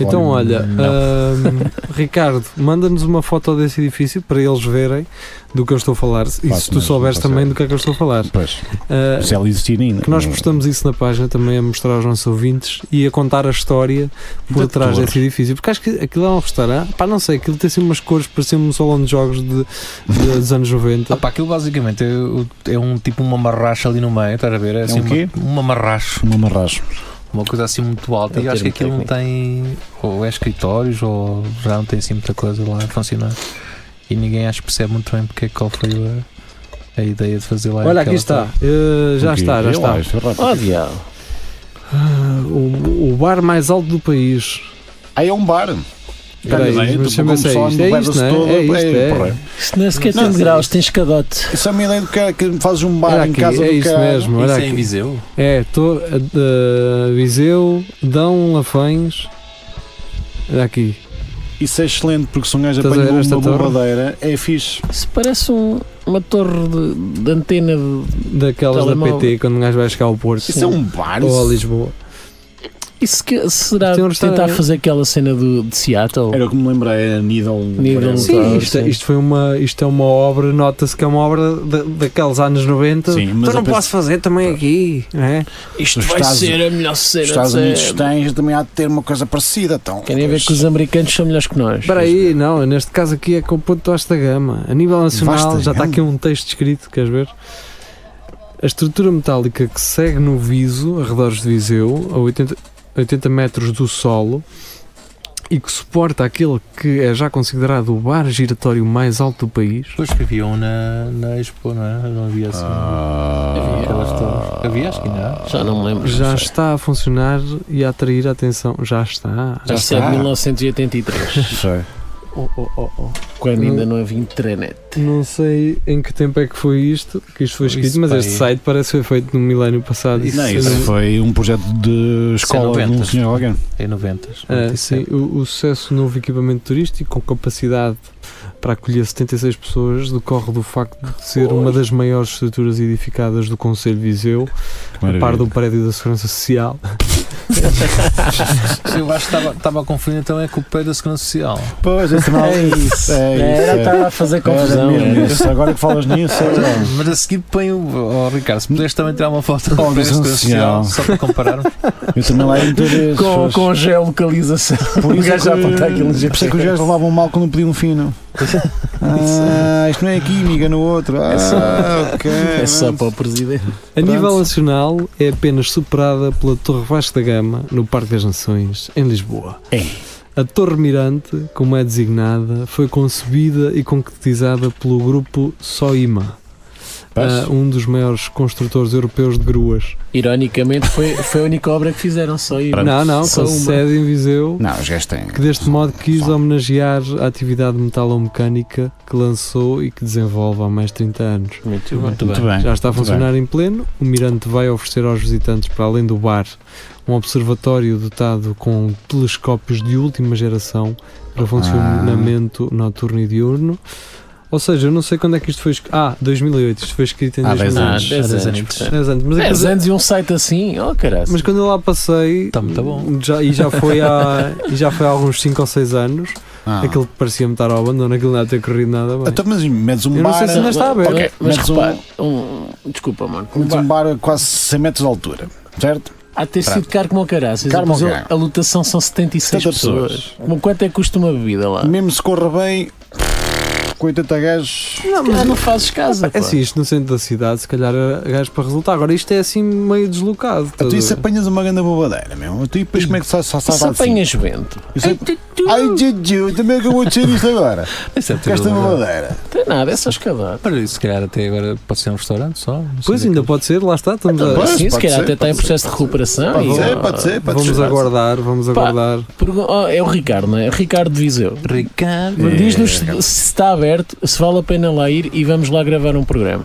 Speaker 3: Então, olha,
Speaker 5: Não.
Speaker 3: ahm, Ricardo, manda-nos uma foto desse edifício para eles verem do que eu estou a falar e se
Speaker 2: Faço
Speaker 3: tu
Speaker 2: mesmo,
Speaker 3: souberes
Speaker 2: faço
Speaker 3: também do que é que eu estou a falar.
Speaker 2: Pois.
Speaker 3: Ah,
Speaker 2: Se ela existir ainda.
Speaker 3: que nós
Speaker 2: Não-
Speaker 3: postamos isso na página também a mostrar aos nossos ouvintes e a contar a história por
Speaker 2: Da
Speaker 3: trás
Speaker 2: torre.
Speaker 3: desse edifício, porque acho que aquilo é um restaurante, pá, não sei, aquilo tem assim umas cores, parecia um salão de jogos de, de- dos anos 90.
Speaker 5: Ah pá, aquilo basicamente é, o- é um tipo uma marracha ali no meio, estás a ver? É, assim
Speaker 2: um quê?
Speaker 5: Uma, uma marracha.
Speaker 2: Uma marracha.
Speaker 5: Uma coisa assim muito alta.
Speaker 4: É
Speaker 5: e
Speaker 4: o
Speaker 5: acho que aquilo
Speaker 4: termo
Speaker 5: não tem. Ou é escritórios, ou já não tem assim muita coisa lá a funcionar. E ninguém acho que percebe muito bem porque é que qual foi a, a ideia de fazer lá.
Speaker 3: Olha, aqui
Speaker 5: aquela
Speaker 3: está,
Speaker 5: coisa.
Speaker 3: Eh, já
Speaker 5: Ok,
Speaker 3: está, já
Speaker 5: vê
Speaker 3: está.
Speaker 5: lá, isto é rápido.
Speaker 4: Oh, diabo.
Speaker 3: Ah, o, o bar mais alto do país.
Speaker 2: Ah, é um bar.
Speaker 3: Espera aí,
Speaker 2: Olha bem,
Speaker 3: mas
Speaker 2: tu
Speaker 3: chama-se
Speaker 2: como
Speaker 3: é isto,
Speaker 2: só
Speaker 3: é
Speaker 2: levas
Speaker 3: isto, não é?
Speaker 2: todo,
Speaker 3: É isto, é.
Speaker 2: porra.
Speaker 4: Isto nem sequer
Speaker 2: Não
Speaker 4: tem
Speaker 2: sei.
Speaker 4: graus, tem escadote.
Speaker 2: Isso é uma ideia do que, é que fazes um bar
Speaker 3: Olha
Speaker 2: em
Speaker 3: aqui,
Speaker 2: casa
Speaker 3: é
Speaker 2: do
Speaker 3: isso
Speaker 2: caralho.
Speaker 3: mesmo, olha aqui. É, estou a Viseu, Dão Lafães. Olha aqui.
Speaker 2: Isso é excelente porque se um gajo
Speaker 3: Estás a
Speaker 2: apanha
Speaker 3: ver esta
Speaker 2: uma
Speaker 3: torre?
Speaker 2: bombadeira, é fixe.
Speaker 4: Isso parece um- uma torre de, de antena de.
Speaker 3: Daquelas da
Speaker 4: Telemóvel.
Speaker 3: PT, quando um gajo vai chegar ao Porto.
Speaker 4: Isso é um
Speaker 2: bar?
Speaker 3: Ou a Lisboa.
Speaker 4: Isso que, será
Speaker 3: Isto é um restaurante.
Speaker 4: tentar fazer aquela cena do, de Seattle?
Speaker 2: Era o que me é lembrei, era Needle.
Speaker 4: Needle
Speaker 3: Sim, isto, é- isto foi uma, isto é uma obra, nota-se que é uma obra da- daqueles anos 90.
Speaker 2: Sim, mas
Speaker 3: então
Speaker 2: eu
Speaker 3: não
Speaker 2: penso-
Speaker 3: posso fazer também aqui, não é?
Speaker 4: Isto
Speaker 2: Os
Speaker 4: vai
Speaker 2: Estados-
Speaker 4: ser a melhor cena
Speaker 2: Os Estados
Speaker 4: de
Speaker 2: Unidos
Speaker 4: sempre.
Speaker 2: tens também há de ter uma coisa parecida. Então.
Speaker 4: Querem ver que os americanos são melhores que nós.
Speaker 3: Espera aí, não, neste caso aqui é com o ponto vasta gama. A nível nacional
Speaker 2: Vasta
Speaker 3: já está
Speaker 2: gama.
Speaker 3: aqui um texto escrito, queres ver? A estrutura metálica que segue no viso, arredores de Viseu, a 80, 80 metros do solo, e que suporta aquele que é já considerado o bar giratório mais alto do país.
Speaker 5: Depois escreviam na, na Expo, não é? Não havia assim. havia aquelas torres. Havia, acho que não.
Speaker 4: Já não me lembro.
Speaker 3: Já está a funcionar e a atrair a atenção. Já está.
Speaker 4: Já Isto é de 1983,
Speaker 2: é.
Speaker 3: Oh, oh, oh, oh.
Speaker 4: quando
Speaker 3: Não-
Speaker 4: ainda não havia internet.
Speaker 3: Não sei em que tempo é que foi isto, que isto foi
Speaker 4: Isso,
Speaker 3: escrito, mas
Speaker 4: pá,
Speaker 3: este
Speaker 4: aí.
Speaker 3: site parece que foi feito no milénio passado.
Speaker 2: Não, isso
Speaker 3: é.
Speaker 2: foi um projeto de escola de um
Speaker 5: 90s.
Speaker 2: senhor alguém.
Speaker 5: É 90.
Speaker 3: Ah, sim, o, o sucesso do novo equipamento turístico, com capacidade para acolher 76 pessoas, decorre do facto de ser uma das maiores estruturas edificadas do Conselho de Viseu, a
Speaker 2: maravilha.
Speaker 3: par do prédio da Segurança Social.
Speaker 5: Eu acho que estava- estava a confundir então é com o pé da Segurança Social.
Speaker 2: Pois, esse mal.
Speaker 5: É isso.
Speaker 2: É isso,
Speaker 5: Era,
Speaker 2: é.
Speaker 5: estava a fazer
Speaker 4: é
Speaker 5: confusão,
Speaker 2: Era mesmo
Speaker 5: era.
Speaker 2: isso. Agora que falas nisso, é verdade.
Speaker 5: Mas a seguir põe o. Oh, Ricardo, se puderes também tirar uma foto
Speaker 2: Oh,
Speaker 5: do pé da
Speaker 2: da Segurança
Speaker 5: Segurança Social,
Speaker 2: Social.
Speaker 5: só para compararmos.
Speaker 2: Eu também lá ia muitas vezes.
Speaker 4: Com,
Speaker 2: pois.
Speaker 4: com a geolocalização.
Speaker 2: Por
Speaker 4: O
Speaker 2: isso é
Speaker 4: gajo já aponta
Speaker 2: que,
Speaker 4: aquilo no
Speaker 2: por isso é que os
Speaker 4: GPS.
Speaker 2: gajos levavam mal quando pediam um fino. Ah, isto não é aqui, miga no outro. Ah,
Speaker 4: É só-
Speaker 2: ok.
Speaker 4: É só para o presidente.
Speaker 3: A
Speaker 2: Pronto.
Speaker 3: nível nacional, é apenas superada pela Torre Vasco da Gama, no Parque das Nações, em Lisboa.
Speaker 2: É.
Speaker 3: A Torre Mirante, como é designada, foi concebida e concretizada pelo grupo Soima,
Speaker 4: Pois.
Speaker 3: ah, um dos maiores construtores europeus de gruas.
Speaker 4: Ironicamente, foi, foi a única obra que fizeram, só É, aí.
Speaker 3: Não, não,
Speaker 4: só
Speaker 3: com
Speaker 4: uma.
Speaker 3: sede em Viseu,
Speaker 2: Não, os gajos têm.
Speaker 3: que deste modo quis homenagear a atividade metalomecânica que lançou e que desenvolve há mais de 30 anos.
Speaker 4: Muito bem.
Speaker 2: Muito bem.
Speaker 3: Já está a
Speaker 2: Muito
Speaker 3: funcionar em pleno. O Mirante vai oferecer aos visitantes, para além do bar, um observatório dotado com telescópios de última geração
Speaker 2: Ah.
Speaker 3: para funcionamento noturno e diurno. Ou seja, eu não sei quando é que isto foi escrito. Ah, 2008. Isto foi escrito em
Speaker 2: Há 10
Speaker 3: 2008.
Speaker 2: Ah, anos.
Speaker 4: Há 10
Speaker 3: 10
Speaker 4: anos,
Speaker 3: Ah, anos.
Speaker 4: portanto.
Speaker 3: 10 anos. Mas, é que-
Speaker 4: 10 anos e um site assim, oh caralho.
Speaker 3: mas
Speaker 2: Tá,
Speaker 3: quando eu lá passei.
Speaker 5: muito bom.
Speaker 3: Já, e, já foi há, e já foi há alguns 5 ou 6 anos.
Speaker 2: Ah.
Speaker 3: Aquilo parecia-me estar ao abandono, aquilo não ia ter corrido nada bem.
Speaker 2: Então, mas medes um
Speaker 3: Eu
Speaker 2: bar.
Speaker 3: não sei se ainda está aberto.
Speaker 2: Ok,
Speaker 3: Mas
Speaker 2: medes
Speaker 3: repare,
Speaker 2: um,
Speaker 4: Desculpa, mano.
Speaker 2: medes um bar a quase 100 metros de altura, certo?
Speaker 4: Há de ter sido caro como o caraças.
Speaker 2: Caro como
Speaker 4: Mas
Speaker 2: o
Speaker 4: a-
Speaker 2: caralho.
Speaker 4: a lotação são 76
Speaker 2: 70
Speaker 4: pessoas.
Speaker 2: pessoas.
Speaker 4: Como quanto é que custa uma bebida lá?
Speaker 2: Mesmo se corra bem, com 80 gajos.
Speaker 4: Não, mas não fazes casa.
Speaker 3: É
Speaker 4: pá.
Speaker 3: assim, isto no centro da cidade, se calhar era gajo para resultar. Agora isto é assim meio deslocado.
Speaker 2: Ah, Tu
Speaker 3: estás a
Speaker 2: isso
Speaker 3: ver?
Speaker 2: apanhas uma grande bobadeira, meu. Tu e depois como é que sai sai sai
Speaker 4: Se apanhas vento.
Speaker 2: Isso é- Ai, Juju, também é que eu vou dizer isto agora.
Speaker 5: Isso é
Speaker 2: Gasta
Speaker 5: tudo.
Speaker 2: bobadeira.
Speaker 4: Tem nada, é só escavar.
Speaker 5: Para isso, se calhar até agora pode ser um restaurante só. não sei é
Speaker 3: Pois
Speaker 5: dizer.
Speaker 3: ainda pode ser, lá está. Estamos a...
Speaker 4: Então, sim, se
Speaker 5: pode
Speaker 4: calhar
Speaker 5: ser,
Speaker 4: até está em
Speaker 5: pode
Speaker 4: processo de recuperação.
Speaker 3: Pode
Speaker 4: e-
Speaker 3: ser, pode ser, pode Vamos ser. aguardar, vamos aguardar.
Speaker 4: pergun- oh, é o Ricardo, não é? É o Ricardo de Viseu.
Speaker 5: É. Ricardo.
Speaker 4: Diz-nos se, se está aberto, se vale a pena lá ir e vamos lá gravar um programa.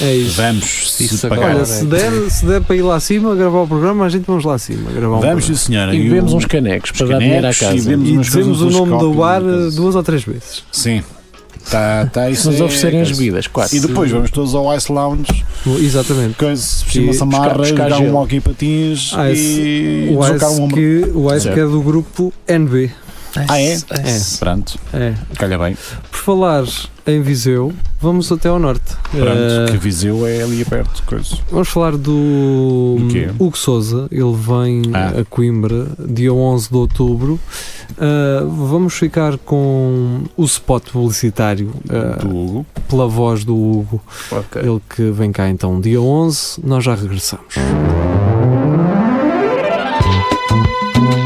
Speaker 3: É isso. é
Speaker 2: Vamos, se
Speaker 4: Isso
Speaker 2: pagar.
Speaker 3: Olha, se der, se der para ir lá acima, gravar o programa, a gente vamos lá acima. Gravar um
Speaker 2: Vamos, sim,
Speaker 3: programa.
Speaker 2: senhora.
Speaker 4: E bebemos
Speaker 2: o-
Speaker 4: uns canecos
Speaker 2: os
Speaker 4: para dar dinheiro à
Speaker 2: canecos
Speaker 4: casa.
Speaker 2: E bebemos
Speaker 3: E
Speaker 2: umas
Speaker 3: dizemos
Speaker 2: coisas,
Speaker 3: o
Speaker 2: uns
Speaker 3: nome do
Speaker 2: copos,
Speaker 3: bar
Speaker 2: umas
Speaker 3: eh, duas ou três vezes.
Speaker 2: Sim. Tá, tá, isso
Speaker 4: Se nos
Speaker 2: é-
Speaker 4: oferecerem as bebidas, quatro.
Speaker 2: E depois vamos todos ao Ice Lounge,
Speaker 3: Exatamente.
Speaker 2: coisa, vestir uma
Speaker 3: E
Speaker 2: samarra,
Speaker 3: buscar- buscar
Speaker 2: jogar um
Speaker 3: gelo.
Speaker 2: hockey patins
Speaker 3: Ah, esse-
Speaker 2: e
Speaker 3: o
Speaker 2: deslocar um
Speaker 3: Ice,
Speaker 2: ombro.
Speaker 3: que, o Ice
Speaker 2: Certo.
Speaker 3: que é do grupo NB.
Speaker 2: Ah, é?
Speaker 3: Ice.
Speaker 2: Pronto,
Speaker 3: É.
Speaker 2: calha bem.
Speaker 3: Por falar em Viseu, vamos até ao norte. Eh,
Speaker 2: Pronto, que Viseu é ali perto, coisa.
Speaker 3: Vamos falar do
Speaker 2: Do quê?
Speaker 3: Hugo Souza. Ele vem
Speaker 2: Ah.
Speaker 3: a Coimbra dia 11 de outubro. Uh, vamos ficar com o spot publicitário uh, pela voz do Hugo. Ele que vem cá então dia 11. Nós já regressamos.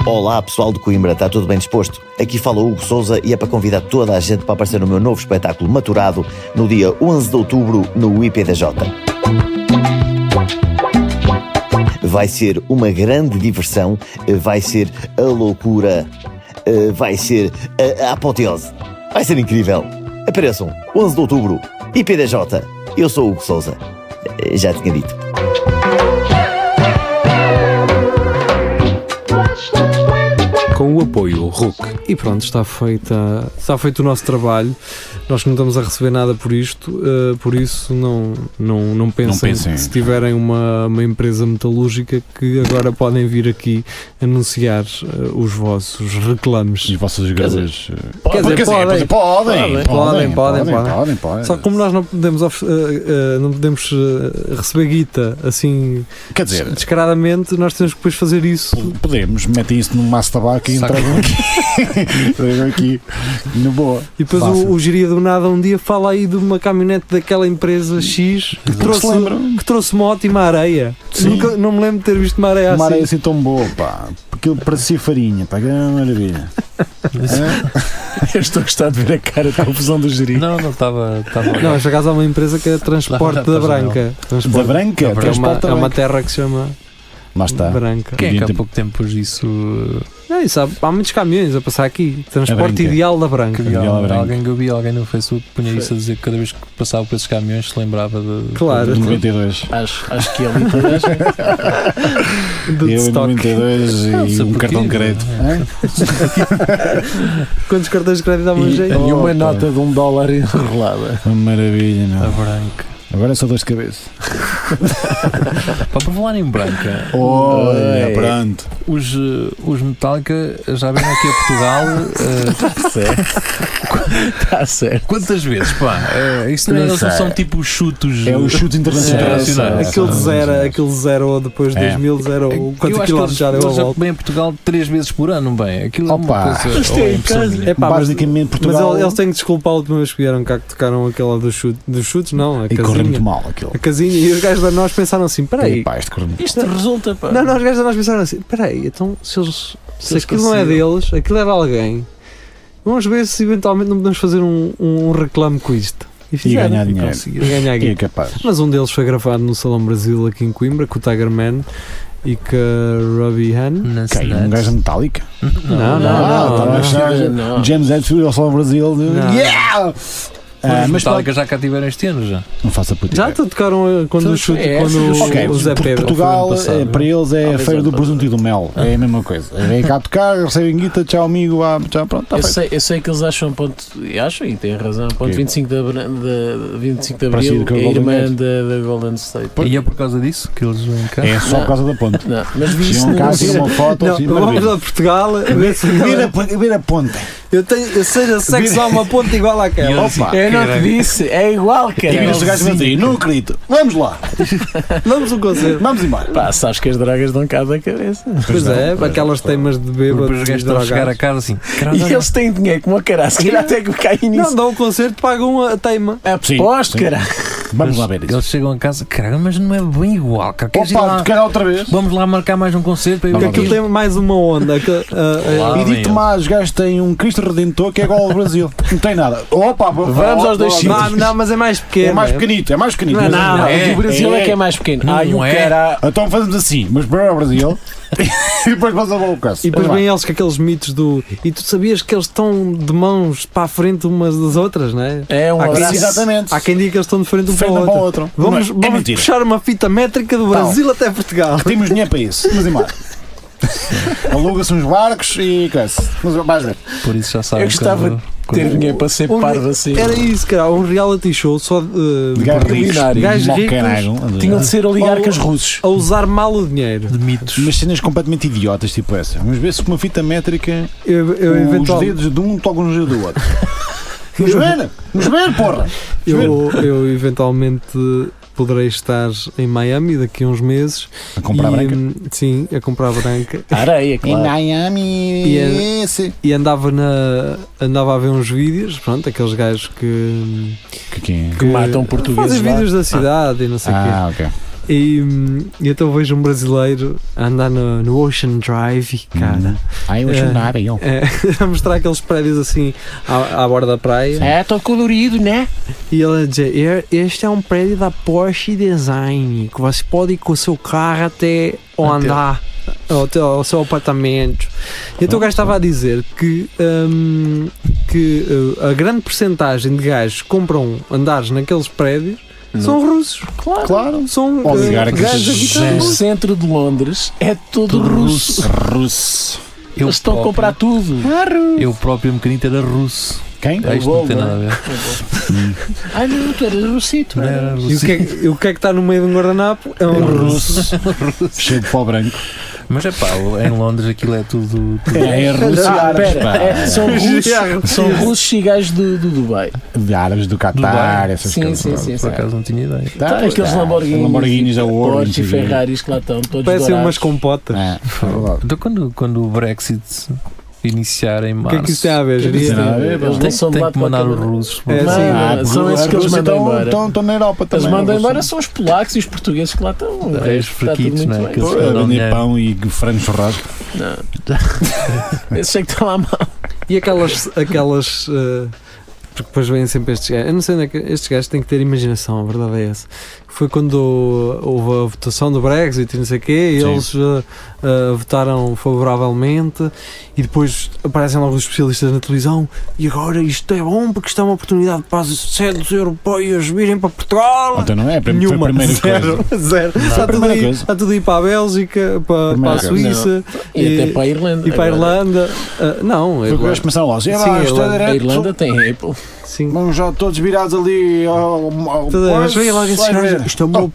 Speaker 6: Olá pessoal de Coimbra, está tudo bem disposto? Aqui fala Hugo Souza e é para convidar toda a gente para aparecer no meu novo espetáculo Maturado no dia 11 de outubro no IPDJ. Vai ser uma grande diversão, eh, vai ser a loucura, eh, vai ser a, a apoteose, vai ser incrível. Apareçam, 11 de outubro, IPDJ. Eu sou Hugo Souza. Eh, Já tinha dito.
Speaker 3: Com o apoio RUC. E pronto, está, feita, está feito o nosso trabalho. Nós que não estamos a receber nada por isto, uh, por isso não, não, não pensem,
Speaker 2: Não pensem.
Speaker 3: se tiverem uma, uma empresa metalúrgica que agora podem vir aqui anunciar uh, os vossos reclames.
Speaker 2: As vossas graças.
Speaker 3: Quer dizer, podem,
Speaker 2: assim, é, podem,
Speaker 3: podem, podem,
Speaker 2: podem,
Speaker 3: Só que como nós não podemos, ofe- eh, eh, não podemos eh, receber guita assim
Speaker 2: Quer dizer-
Speaker 3: descaradamente, nós temos que depois fazer isso.
Speaker 2: Podemos, metem isso num maço de tabaco e
Speaker 3: Saca.
Speaker 2: entregam aqui. entregam aqui. Na boa.
Speaker 3: E depois
Speaker 2: Fácil.
Speaker 3: o, o geria do nada um dia fala aí de uma caminhonete daquela empresa X que trouxe,
Speaker 2: lembram.
Speaker 3: que trouxe uma ótima areia.
Speaker 2: Sim.
Speaker 3: Nunca- não me lembro de ter visto uma areia
Speaker 2: Uma
Speaker 3: assim.
Speaker 2: areia assim tão boa, pá. Aquilo parecia farinha, pá. Que maravilha.
Speaker 4: Eu estou a gostar de ver a cara de confusão do gerir.
Speaker 5: Não, não estava. estava
Speaker 3: Não, mas por acaso há uma empresa que é Transporte
Speaker 5: Lá- lá
Speaker 3: da
Speaker 5: estás a
Speaker 3: Branca.
Speaker 5: ver.
Speaker 3: Transporte-
Speaker 2: Da Branca?
Speaker 3: É uma-
Speaker 2: Transporte da
Speaker 3: É uma
Speaker 2: Branca.
Speaker 3: terra que se chama
Speaker 2: Lá está.
Speaker 3: Branca.
Speaker 5: Quem é que há pouco tempo pôs isso?
Speaker 3: É isso, há, há muitos caminhões a passar aqui. Transporte
Speaker 5: branca.
Speaker 3: ideal da branca.
Speaker 5: Alguém- Alguém que eu vi, alguém no Facebook punha isso a dizer que cada vez que passava por esses caminhões se lembrava de.
Speaker 3: Claro.
Speaker 5: de-
Speaker 2: De 92.
Speaker 4: Acho, acho que é ali todas.
Speaker 3: Do
Speaker 2: eu em
Speaker 3: stock.
Speaker 2: 92
Speaker 5: Não sei
Speaker 2: e um
Speaker 5: porquê,
Speaker 2: cartão de crédito. Hã?
Speaker 3: Quantos cartões de crédito dá um
Speaker 4: E-
Speaker 3: jeito?
Speaker 4: E uma
Speaker 2: Oh,
Speaker 4: nota de um dólar enrolada.
Speaker 2: Uma Maravilha,
Speaker 3: Tá
Speaker 5: A
Speaker 2: meu.
Speaker 5: branca.
Speaker 2: Agora é só dois de cabeça.
Speaker 5: Pá, para falar em branca,
Speaker 2: Olha, pronto.
Speaker 5: os, eh, os Metallica já vêm aqui a Portugal. eh,
Speaker 4: Está certo. Está certo.
Speaker 5: quantas vezes, pá? Eh, isso não, é-
Speaker 4: Não
Speaker 5: eles não
Speaker 4: sei.
Speaker 5: são tipo os chutos.
Speaker 2: É o
Speaker 5: eh,
Speaker 2: chute internacional.
Speaker 5: internacional.
Speaker 3: Aquele zero, aquele zero depois de
Speaker 2: É.
Speaker 3: 2000, zero,
Speaker 5: Eu
Speaker 3: quanto
Speaker 5: acho que
Speaker 3: quilómetros
Speaker 5: eles,
Speaker 3: já deu a
Speaker 5: eles já
Speaker 3: volta.
Speaker 5: vêm a Portugal três vezes por ano, não bem? Aquilo é
Speaker 2: Opa.
Speaker 5: uma coisa.
Speaker 4: Eles
Speaker 5: ou
Speaker 4: têm
Speaker 5: é
Speaker 4: em
Speaker 5: impressão
Speaker 4: casa.
Speaker 5: minha?
Speaker 3: É pá, mas,
Speaker 2: Basicamente,
Speaker 3: mas
Speaker 2: Portugal.
Speaker 3: ele- eles têm que desculpar a última vez que vieram cá que tocaram aquela dos, chute, dos chutes, não, a
Speaker 2: E corre
Speaker 3: casinha.
Speaker 2: muito mal aquilo.
Speaker 3: A casinha, e os gajos da nós pensaram assim: peraí.
Speaker 2: Epá, isto corre muito
Speaker 4: Isto resulta, pá.
Speaker 3: Não, não, os gajos da nós pensaram assim: peraí, então se, eles, se
Speaker 4: eles
Speaker 3: aquilo não é
Speaker 4: conseguiram.
Speaker 3: deles, aquilo é de alguém, vamos ver se eventualmente não podemos fazer um, um reclame com isto. E
Speaker 2: E
Speaker 3: fizeram.
Speaker 2: ganhar dinheiro.
Speaker 3: E ganhar
Speaker 2: Quem é
Speaker 3: guita.
Speaker 2: capaz?
Speaker 3: Mas um deles foi gravado no Salão Brasil aqui em Coimbra com o Tiger Man e com a Robbie Han.
Speaker 5: Não sei,
Speaker 2: Quem? Um gajo metálico?
Speaker 3: Não, não,
Speaker 2: Ah,
Speaker 3: não.
Speaker 2: tá
Speaker 3: não.
Speaker 2: bem. James Hetfield ao Salão Brasil. de-
Speaker 3: Não.
Speaker 2: Yeah! Ah,
Speaker 5: Os
Speaker 2: mas
Speaker 5: Metallica já cá tiveram este ano já.
Speaker 2: pronto, não faça puta.
Speaker 3: Já te tocaram eh, quando, o,
Speaker 4: Então,
Speaker 3: chute,
Speaker 4: é,
Speaker 3: quando
Speaker 4: sim,
Speaker 3: o-
Speaker 2: Ok,
Speaker 3: o Zé
Speaker 2: Por-
Speaker 3: Pedro.
Speaker 2: Portugal,
Speaker 5: foi no ano passado,
Speaker 2: eh, para eles, é a
Speaker 4: Talvez
Speaker 2: feira
Speaker 4: ano
Speaker 2: do presunto e do mel. É a mesma coisa. Vem cá tocar, recebem guita, tchau amigo, ah, tchau, pronto, tá
Speaker 4: Eu
Speaker 2: feito.
Speaker 4: sei, eu sei que eles acham ponto, e acham e têm razão, ponto
Speaker 2: Ok.
Speaker 4: 25 de, abra- de- 25 de
Speaker 2: Parecido
Speaker 4: Abril
Speaker 2: com a
Speaker 4: é
Speaker 2: Golden
Speaker 4: irmã
Speaker 2: Gate.
Speaker 4: da, da Golden State.
Speaker 5: E é por causa disso que eles vêm cá.
Speaker 2: É só
Speaker 4: Não.
Speaker 2: por causa da ponte.
Speaker 4: Não, mas vi isso
Speaker 2: Chegam
Speaker 4: no-
Speaker 2: cá, tiram uma foto,
Speaker 3: Não,
Speaker 2: assim,
Speaker 3: vamos
Speaker 2: maravilha.
Speaker 3: a Portugal. ver se-
Speaker 2: Vira a pon- Vira a ponte.
Speaker 3: Eu, tenho, eu seja sexo a uma ponta igual àquela. Opa,
Speaker 4: eu não te disse, é igual, cara.
Speaker 2: E os gajos vão dizer, não acredito. Vamos lá.
Speaker 3: Vamos um concerto.
Speaker 2: Vamos embora.
Speaker 4: Pá, sabes que as dragas dão cabo da cabeça.
Speaker 3: Pois é, para aquelas temas de bêbado.
Speaker 8: Depois os gajos estão a chegar a casa assim.
Speaker 4: E eles têm dinheiro como a cara, se calhar até que caem
Speaker 3: Não,
Speaker 4: nisso.
Speaker 3: dão um concerto, pagam a teima.
Speaker 4: Aposto, cara.
Speaker 2: Vamos lá
Speaker 8: Eles-
Speaker 2: ver isso.
Speaker 8: Eles chegam a casa, caralho, mas não é bem igual. Cara. Queres ir
Speaker 2: Opa,
Speaker 8: lá?
Speaker 2: tocar outra vez.
Speaker 8: Vamos lá marcar mais um concerto para ir
Speaker 3: Porque
Speaker 8: ver
Speaker 3: aquilo
Speaker 8: isto?
Speaker 3: tem é mais uma onda. que, ah,
Speaker 8: Olá,
Speaker 2: E digo-te
Speaker 8: Daniel.
Speaker 2: mais, os gajos têm um Cristo Redentor que é igual ao Brasil. Não tem nada. Opa,
Speaker 4: Vamos aos dois
Speaker 2: opa,
Speaker 4: sítios.
Speaker 3: ah, não, mas é mais pequeno.
Speaker 2: É mais
Speaker 3: é?
Speaker 2: pequenito, é mais pequenito.
Speaker 4: Não, não,
Speaker 2: Mas-
Speaker 4: o do Brasil é, que é mais pequeno.
Speaker 8: Não
Speaker 4: Ai, o
Speaker 8: é.
Speaker 4: cara.
Speaker 2: Então fazemos assim, mas primeiro ao Brasil e depois vamos ao Balcão.
Speaker 3: E depois vêm eles com aqueles mitos do. E tu sabias que eles estão de mãos para a frente umas das outras, não é?
Speaker 4: É um
Speaker 3: Há quem,
Speaker 4: abraço.
Speaker 2: Exatamente.
Speaker 3: há quem diga que eles estão de frente um para
Speaker 2: Frente um
Speaker 3: o
Speaker 2: para o
Speaker 3: outro.
Speaker 2: outro.
Speaker 3: Vamos,
Speaker 2: Não é? É
Speaker 3: vamos
Speaker 2: mentira.
Speaker 3: puxar uma fita métrica do Brasil até Portugal.
Speaker 2: Temos dinheiro para isso. Mas embora. Aluga-se uns barcos e cresce. Mas vais ver.
Speaker 5: Por isso já sabem
Speaker 4: Eu gostava de ter dinheiro para ser
Speaker 3: Um-
Speaker 4: parvo assim.
Speaker 3: Era isso, cara. Um reality show só eh, de.
Speaker 2: De gajos ricos.
Speaker 4: ordinário.
Speaker 3: Gajos
Speaker 2: Mó
Speaker 3: ricos.
Speaker 2: caralho.
Speaker 4: Tinham de ser oligarcas russos.
Speaker 3: a usar mal o dinheiro.
Speaker 5: de mitos.
Speaker 2: Umas cenas completamente idiotas, tipo essa. Vamos ver se com uma fita métrica
Speaker 3: Eu, eu
Speaker 2: os
Speaker 3: eventualmente.
Speaker 2: dedos de um tocam nos dedos do outro. Vamos ver! Vamos ver, porra!
Speaker 3: Eu, eu eventualmente poderei estar em Miami daqui a uns meses.
Speaker 2: A comprar
Speaker 3: e,
Speaker 2: branca.
Speaker 3: hum, Sim, a comprar branca.
Speaker 4: Areia,
Speaker 2: Em
Speaker 4: claro.
Speaker 2: Miami.
Speaker 3: E é-
Speaker 2: Esse.
Speaker 3: E andava, na, andava a ver uns vídeos, pronto, aqueles gajos que, hum,
Speaker 2: Que que é?
Speaker 4: Que matam
Speaker 3: fazem
Speaker 4: portugueses lá.
Speaker 3: vídeos da cidade e não sei o quê.
Speaker 2: Ah, ok.
Speaker 3: E, hum, e então vejo um brasileiro a andar no, no Ocean Drive, e, cara,
Speaker 2: Ai, eu
Speaker 3: É.
Speaker 2: acho nada, eu.
Speaker 3: é, a mostrar aqueles prédios assim à, à borda da praia.
Speaker 4: É, todo colorido, né?
Speaker 3: E ela dizer, "E- este é um prédio da Porsche Design, que você pode ir com o seu carro até o
Speaker 5: Até-
Speaker 3: andar, ao, teu- ao seu apartamento. E então o gajo estava a dizer que, hum, que uh, a grande porcentagem de gajos que compram andares naqueles prédios são russos. Claro.
Speaker 2: Claro.
Speaker 3: São uh,
Speaker 2: Oligarcas.
Speaker 3: gajos
Speaker 4: O
Speaker 3: habitantes.
Speaker 4: centro de Londres é todo russo.
Speaker 2: Russo.
Speaker 5: Eu
Speaker 4: Eles estão a
Speaker 5: próprio-
Speaker 4: comprar tudo.
Speaker 5: Eu próprio, um bocadinho, era russo.
Speaker 2: Quem?
Speaker 3: É
Speaker 5: Ah,
Speaker 3: um
Speaker 5: Isto não tem nada a ver.
Speaker 4: Ai, não, tu eras russito.
Speaker 5: Não
Speaker 3: E
Speaker 5: era
Speaker 3: o
Speaker 5: russo.
Speaker 3: que, é, que- o que é que está no meio de um guardanapo? É um russo.
Speaker 2: Russo. Cheio de pó branco.
Speaker 5: Mas é pá, em Londres aquilo é tudo. tudo-
Speaker 2: É, é russo e
Speaker 4: Ah,
Speaker 2: árabes,
Speaker 4: pera,
Speaker 2: pá.
Speaker 4: é, são russos, são russos e gajos do, do Dubai.
Speaker 2: De árabes do Qatar,
Speaker 5: Dubai.
Speaker 2: essas
Speaker 4: Sim,
Speaker 2: coisas.
Speaker 4: sim, sim,
Speaker 5: Por
Speaker 4: sim.
Speaker 5: acaso não tinha ideia.
Speaker 2: Tá,
Speaker 4: Então, aqueles
Speaker 2: tá.
Speaker 4: Lamborghinis,
Speaker 2: Lamborghinis a ouro.
Speaker 4: Porsche e
Speaker 2: não sei o quê.
Speaker 4: Ferraris que lá estão, todos
Speaker 3: Parecem umas
Speaker 4: dourados.
Speaker 3: compotas.
Speaker 2: É, é verdade.
Speaker 5: Então quando, quando o Brexit iniciar em
Speaker 3: O
Speaker 5: março.
Speaker 3: que é que isso tem a ver,
Speaker 4: Tem que
Speaker 3: Jeria?
Speaker 2: Não tem nada a ver, pá.
Speaker 4: Eles não
Speaker 5: Tem,
Speaker 4: são de
Speaker 5: tem
Speaker 4: lá
Speaker 5: que
Speaker 4: de
Speaker 5: mandar os
Speaker 4: qualquer maneira.
Speaker 5: russos.
Speaker 3: É,
Speaker 5: Mas-
Speaker 3: sim.
Speaker 2: Ah, porque
Speaker 4: São esses que eles
Speaker 2: os russos
Speaker 4: assim, mandam
Speaker 2: estão-
Speaker 4: embora.
Speaker 2: Estão estão na Europa também.
Speaker 4: Eles mandam
Speaker 2: os
Speaker 4: embora
Speaker 2: russos.
Speaker 4: são os polacos e os portugueses que lá estão. O
Speaker 5: É, os
Speaker 4: resto está tudo
Speaker 5: fraquitos,
Speaker 4: muito
Speaker 5: né,
Speaker 4: bem.
Speaker 5: que eles-
Speaker 2: Pô,
Speaker 5: mandam
Speaker 2: Vender
Speaker 5: dinheiro.
Speaker 2: pão e frango churrasco.
Speaker 4: Esse é que está lá mal.
Speaker 3: E aquelas. aquelas eh, porque depois vêm sempre estes gajos. Eu não sei onde é que estes gajos têm que ter imaginação, a verdade é essa. Foi quando houve a votação do Brexit e não sei o quê, e
Speaker 2: Sim.
Speaker 3: eles eh, eh, votaram favoravelmente, e depois aparecem logo os especialistas na televisão. E agora isto é bom porque isto é uma oportunidade para as sedes europeias virem para Portugal.
Speaker 2: Então não é? Foi a
Speaker 3: Nenhuma,
Speaker 2: primeira
Speaker 3: zero,
Speaker 2: coisa.
Speaker 3: zero. Está tudo,
Speaker 2: Primeira
Speaker 3: aí,
Speaker 2: coisa.
Speaker 3: está tudo aí para a Bélgica, para, para
Speaker 2: Primeira
Speaker 3: a
Speaker 2: coisa.
Speaker 3: Suíça
Speaker 4: E, até para a Irlanda.
Speaker 3: e para a
Speaker 4: Agora,
Speaker 3: Irlanda. Ah, não,
Speaker 2: Foi quando
Speaker 3: Irlanda-
Speaker 2: eles começaram lá.
Speaker 3: Sim,
Speaker 2: Sim, lá, isto é
Speaker 3: Irlanda-
Speaker 4: A
Speaker 2: direto.
Speaker 4: Irlanda tem Apple.
Speaker 3: sim.
Speaker 2: Vamos já todos virados ali ao. ao
Speaker 3: Toda vez vem logo
Speaker 2: vai
Speaker 3: esses gajos,
Speaker 2: ver.
Speaker 3: isto é uma
Speaker 2: Oh.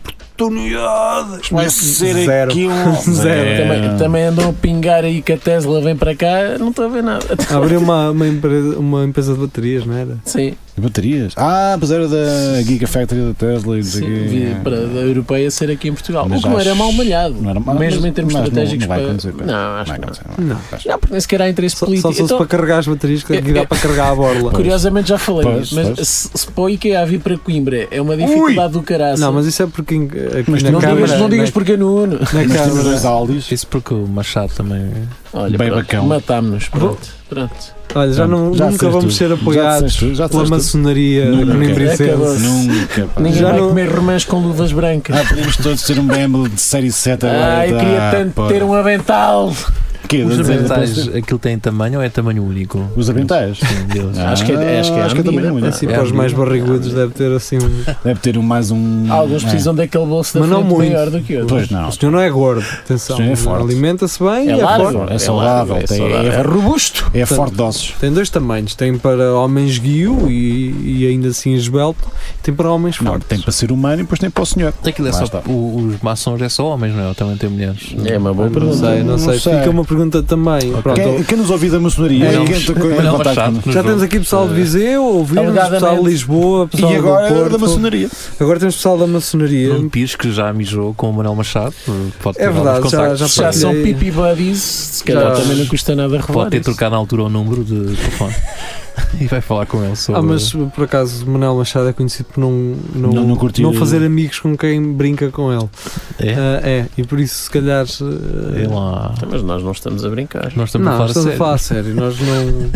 Speaker 3: oportunidade.
Speaker 2: Vai ser
Speaker 3: Zero.
Speaker 2: aqui um. É.
Speaker 3: Zero.
Speaker 4: Também, também andam a pingar aí que a Tesla vem para cá, não estou a ver nada.
Speaker 3: Abriu uma, uma, empresa, uma empresa de baterias, não era?
Speaker 4: Sim,
Speaker 2: Baterias? Ah, pois era da Gigafactory da Tesla e não sei
Speaker 4: sim.
Speaker 2: o quê.
Speaker 4: vi para a europeia ser aqui em Portugal.
Speaker 2: Mas
Speaker 4: o que não era
Speaker 2: acho-
Speaker 4: mal malhado.
Speaker 2: não era mal-
Speaker 4: mesmo
Speaker 2: mas-
Speaker 4: em termos
Speaker 2: mas não-
Speaker 4: estratégicos
Speaker 2: não vai
Speaker 4: para.
Speaker 2: acontecer, pá.
Speaker 4: não, acho
Speaker 2: Vai
Speaker 4: que não.
Speaker 2: acontecer, vai.
Speaker 3: Não.
Speaker 2: Acho-
Speaker 4: Não, porque nem sequer há interesse
Speaker 3: Só, só
Speaker 4: político.
Speaker 3: se fosse
Speaker 4: Então,
Speaker 3: para carregar as baterias que aqui dá para carregar a borla.
Speaker 4: Curiosamente já falei
Speaker 2: Pois,
Speaker 4: disso, mas
Speaker 2: pois.
Speaker 4: se, se para o IKEA vir para Coimbra é uma dificuldade do caraças.
Speaker 3: Não, mas isso é porque em- aqui
Speaker 2: Mas
Speaker 3: na
Speaker 4: não,
Speaker 3: câmara.
Speaker 4: digas, não digas porque é Nuno.
Speaker 3: na, na
Speaker 2: Mas temos
Speaker 3: câmara.
Speaker 2: dois Aldis.
Speaker 5: Isso porque o Machado também.
Speaker 4: Olha,
Speaker 2: Bem
Speaker 4: pronto,
Speaker 2: bacão.
Speaker 4: matámos. Pronto, pronto.
Speaker 3: Olha, já, não, nunca
Speaker 2: Já disseste
Speaker 3: vamos
Speaker 2: tudo.
Speaker 3: ser
Speaker 2: Já
Speaker 3: apoiados
Speaker 2: disseste tudo, já
Speaker 3: pela
Speaker 2: disseste
Speaker 3: maçonaria
Speaker 2: tudo. Nunca. É
Speaker 3: conimbricense.
Speaker 4: Acabou-se.
Speaker 2: Nunca, pá.
Speaker 4: Ninguém
Speaker 3: é Já
Speaker 4: vai
Speaker 3: não-
Speaker 4: comer romãs com luvas brancas.
Speaker 2: Ah, podemos todos ter um BMW de série 7
Speaker 3: Ah,
Speaker 2: agora.
Speaker 4: Ai,
Speaker 2: tá, Hum,
Speaker 4: queria tanto
Speaker 2: pá.
Speaker 4: ter um avental.
Speaker 2: Quê?
Speaker 5: Os
Speaker 2: Dá dizer-
Speaker 5: aventais, aquilo tem tamanho ou é tamanho único?
Speaker 2: Os aventais?
Speaker 5: Sim, deles.
Speaker 2: Ah,
Speaker 4: Acho que é- acho que é
Speaker 2: acho que é
Speaker 4: Andi,
Speaker 2: também
Speaker 4: né?
Speaker 2: um, né?
Speaker 3: Assim, para os mais barrigudos, deve ter assim. um-
Speaker 2: Deve ter um mais um.
Speaker 4: Alguns
Speaker 2: é.
Speaker 4: precisam daquele bolso da
Speaker 3: Mas não
Speaker 4: frente
Speaker 3: muito.
Speaker 4: maior do que outros.
Speaker 2: Pois não.
Speaker 3: O senhor não é gordo, atenção.
Speaker 2: Sim, é forte.
Speaker 3: Alimenta-se bem
Speaker 4: É
Speaker 3: e é
Speaker 4: largo.
Speaker 3: forte.
Speaker 2: É
Speaker 4: saudável,
Speaker 2: saudável,
Speaker 4: é
Speaker 2: tem-
Speaker 4: saudável.
Speaker 2: é robusto. É forte de ossos.
Speaker 3: Tem dois tamanhos, tem para homens guio e, e ainda assim esbelto, e tem para homens
Speaker 2: Não,
Speaker 3: fortes.
Speaker 2: tem para ser humano e depois tem para o senhor.
Speaker 5: Aquilo é
Speaker 2: Lá
Speaker 5: só.
Speaker 2: está.
Speaker 5: o- os maçons é só homens, não é? Ou Também tem mulheres.
Speaker 4: É uma boa
Speaker 3: Não
Speaker 4: pergunta.
Speaker 3: sei, não,
Speaker 2: Não
Speaker 3: sei.
Speaker 2: sei.
Speaker 3: Fica uma pergunta também. Pronto,
Speaker 2: Quem, quem nos ouviu da maçonaria?
Speaker 3: É
Speaker 2: quem
Speaker 3: isto.
Speaker 2: entrou em
Speaker 3: Manuel
Speaker 2: contacto
Speaker 3: Machado,
Speaker 2: connosco?
Speaker 3: Já temos aqui pessoal de Viseu, ouvimos
Speaker 2: Alegadamente.
Speaker 3: pessoal de Lisboa, pessoal
Speaker 2: E agora é
Speaker 3: do Porto.
Speaker 2: da maçonaria.
Speaker 3: Agora temos pessoal da maçonaria.
Speaker 5: Um Pires que já mijou com o Manuel Machado. Pode ter
Speaker 3: É verdade,
Speaker 5: alguns
Speaker 3: já-
Speaker 5: contactos.
Speaker 3: já
Speaker 4: Já são
Speaker 3: partilhei.
Speaker 4: pipi buddies, se calhar também não custa nada revelar.
Speaker 5: Pode ter
Speaker 4: isso.
Speaker 5: trocado na altura o número de telefone e vai falar com ele sobre.
Speaker 3: Ah, mas por acaso Manuel Machado é conhecido por não, não,
Speaker 5: Não-
Speaker 3: não,
Speaker 5: não curtir-
Speaker 3: fazer amigos com quem brinca com ele.
Speaker 5: É?
Speaker 3: Ah, é, e por isso se calhar. ah,
Speaker 5: Sei lá.
Speaker 4: Então, Mas nós não estamos a brincar.
Speaker 5: Nós estamos
Speaker 3: não,
Speaker 5: a falar
Speaker 3: estamos
Speaker 5: sério.
Speaker 3: a falar a sério. Nós, não,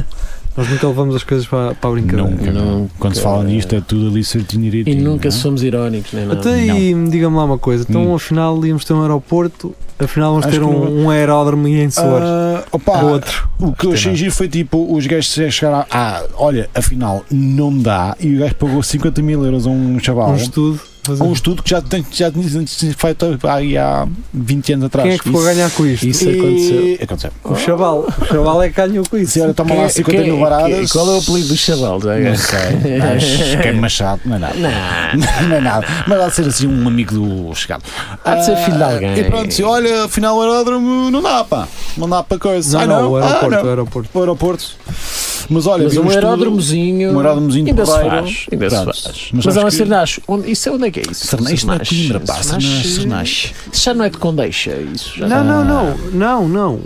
Speaker 3: nós nunca levamos as coisas para, para a brincadeira.
Speaker 2: Nunca, não. Quando se fala nisto é tudo ali certinho
Speaker 4: E
Speaker 2: direitinho,
Speaker 4: nunca
Speaker 2: não é?
Speaker 4: somos irónicos, nem nada.
Speaker 3: Até e diga-me lá uma coisa, então
Speaker 2: Hum.
Speaker 3: afinal íamos ter um aeroporto, afinal vamos
Speaker 2: Acho
Speaker 3: ter
Speaker 2: que
Speaker 3: um,
Speaker 2: não-
Speaker 3: um aeródromo em Soares.
Speaker 2: Ah, opa,
Speaker 3: Outro.
Speaker 2: O que eu achei giro foi tipo: os gajos chegaram a. Ah, olha, afinal, não dá. E o gajo pagou 50 mil euros a um chaval.
Speaker 3: Um estudo.
Speaker 2: A um estudo que já, tem, já tinha feito aí há 20 anos atrás.
Speaker 3: Quem é que ficou a ganhar com isto?
Speaker 2: Isso aconteceu. Aconteceu.
Speaker 3: O chaval. O chaval é que ganhou com isso.
Speaker 2: Senhora, toma lá 50 mil varadas.
Speaker 4: Qual é o apelido do chaval? Já agora?
Speaker 2: Não sei. Acho que é Machado, não é nada. Não, é nada. Mas há de ser assim um amigo do chegado. Ah,
Speaker 4: Há de ser filho de alguém.
Speaker 2: E pronto, se olha, afinal o aeródromo não dá, pá. Não dá para coisa.
Speaker 3: Não,
Speaker 2: ah,
Speaker 3: não,
Speaker 2: não.
Speaker 3: o aeroporto,
Speaker 2: ah, não.
Speaker 3: o aeroporto.
Speaker 2: O aeroporto. Mas olha,
Speaker 4: Mas um
Speaker 2: vimos tudo.
Speaker 4: aeródromozinho.
Speaker 2: Um aeródromozinho
Speaker 4: ainda se
Speaker 2: porreiro.
Speaker 4: faz. Ainda se
Speaker 2: Pronto.
Speaker 4: faz.
Speaker 2: Mas
Speaker 4: Mas,
Speaker 2: sabes
Speaker 4: há uma
Speaker 2: que-
Speaker 4: Cernache. Onde, isso é onde é que é isso?
Speaker 2: Cernache, isto não é Coimbra, pá, Cernache, Cernache.
Speaker 4: Isso já não é de Condeixa, isso. Já
Speaker 3: Não, não, não, Ah. não, não.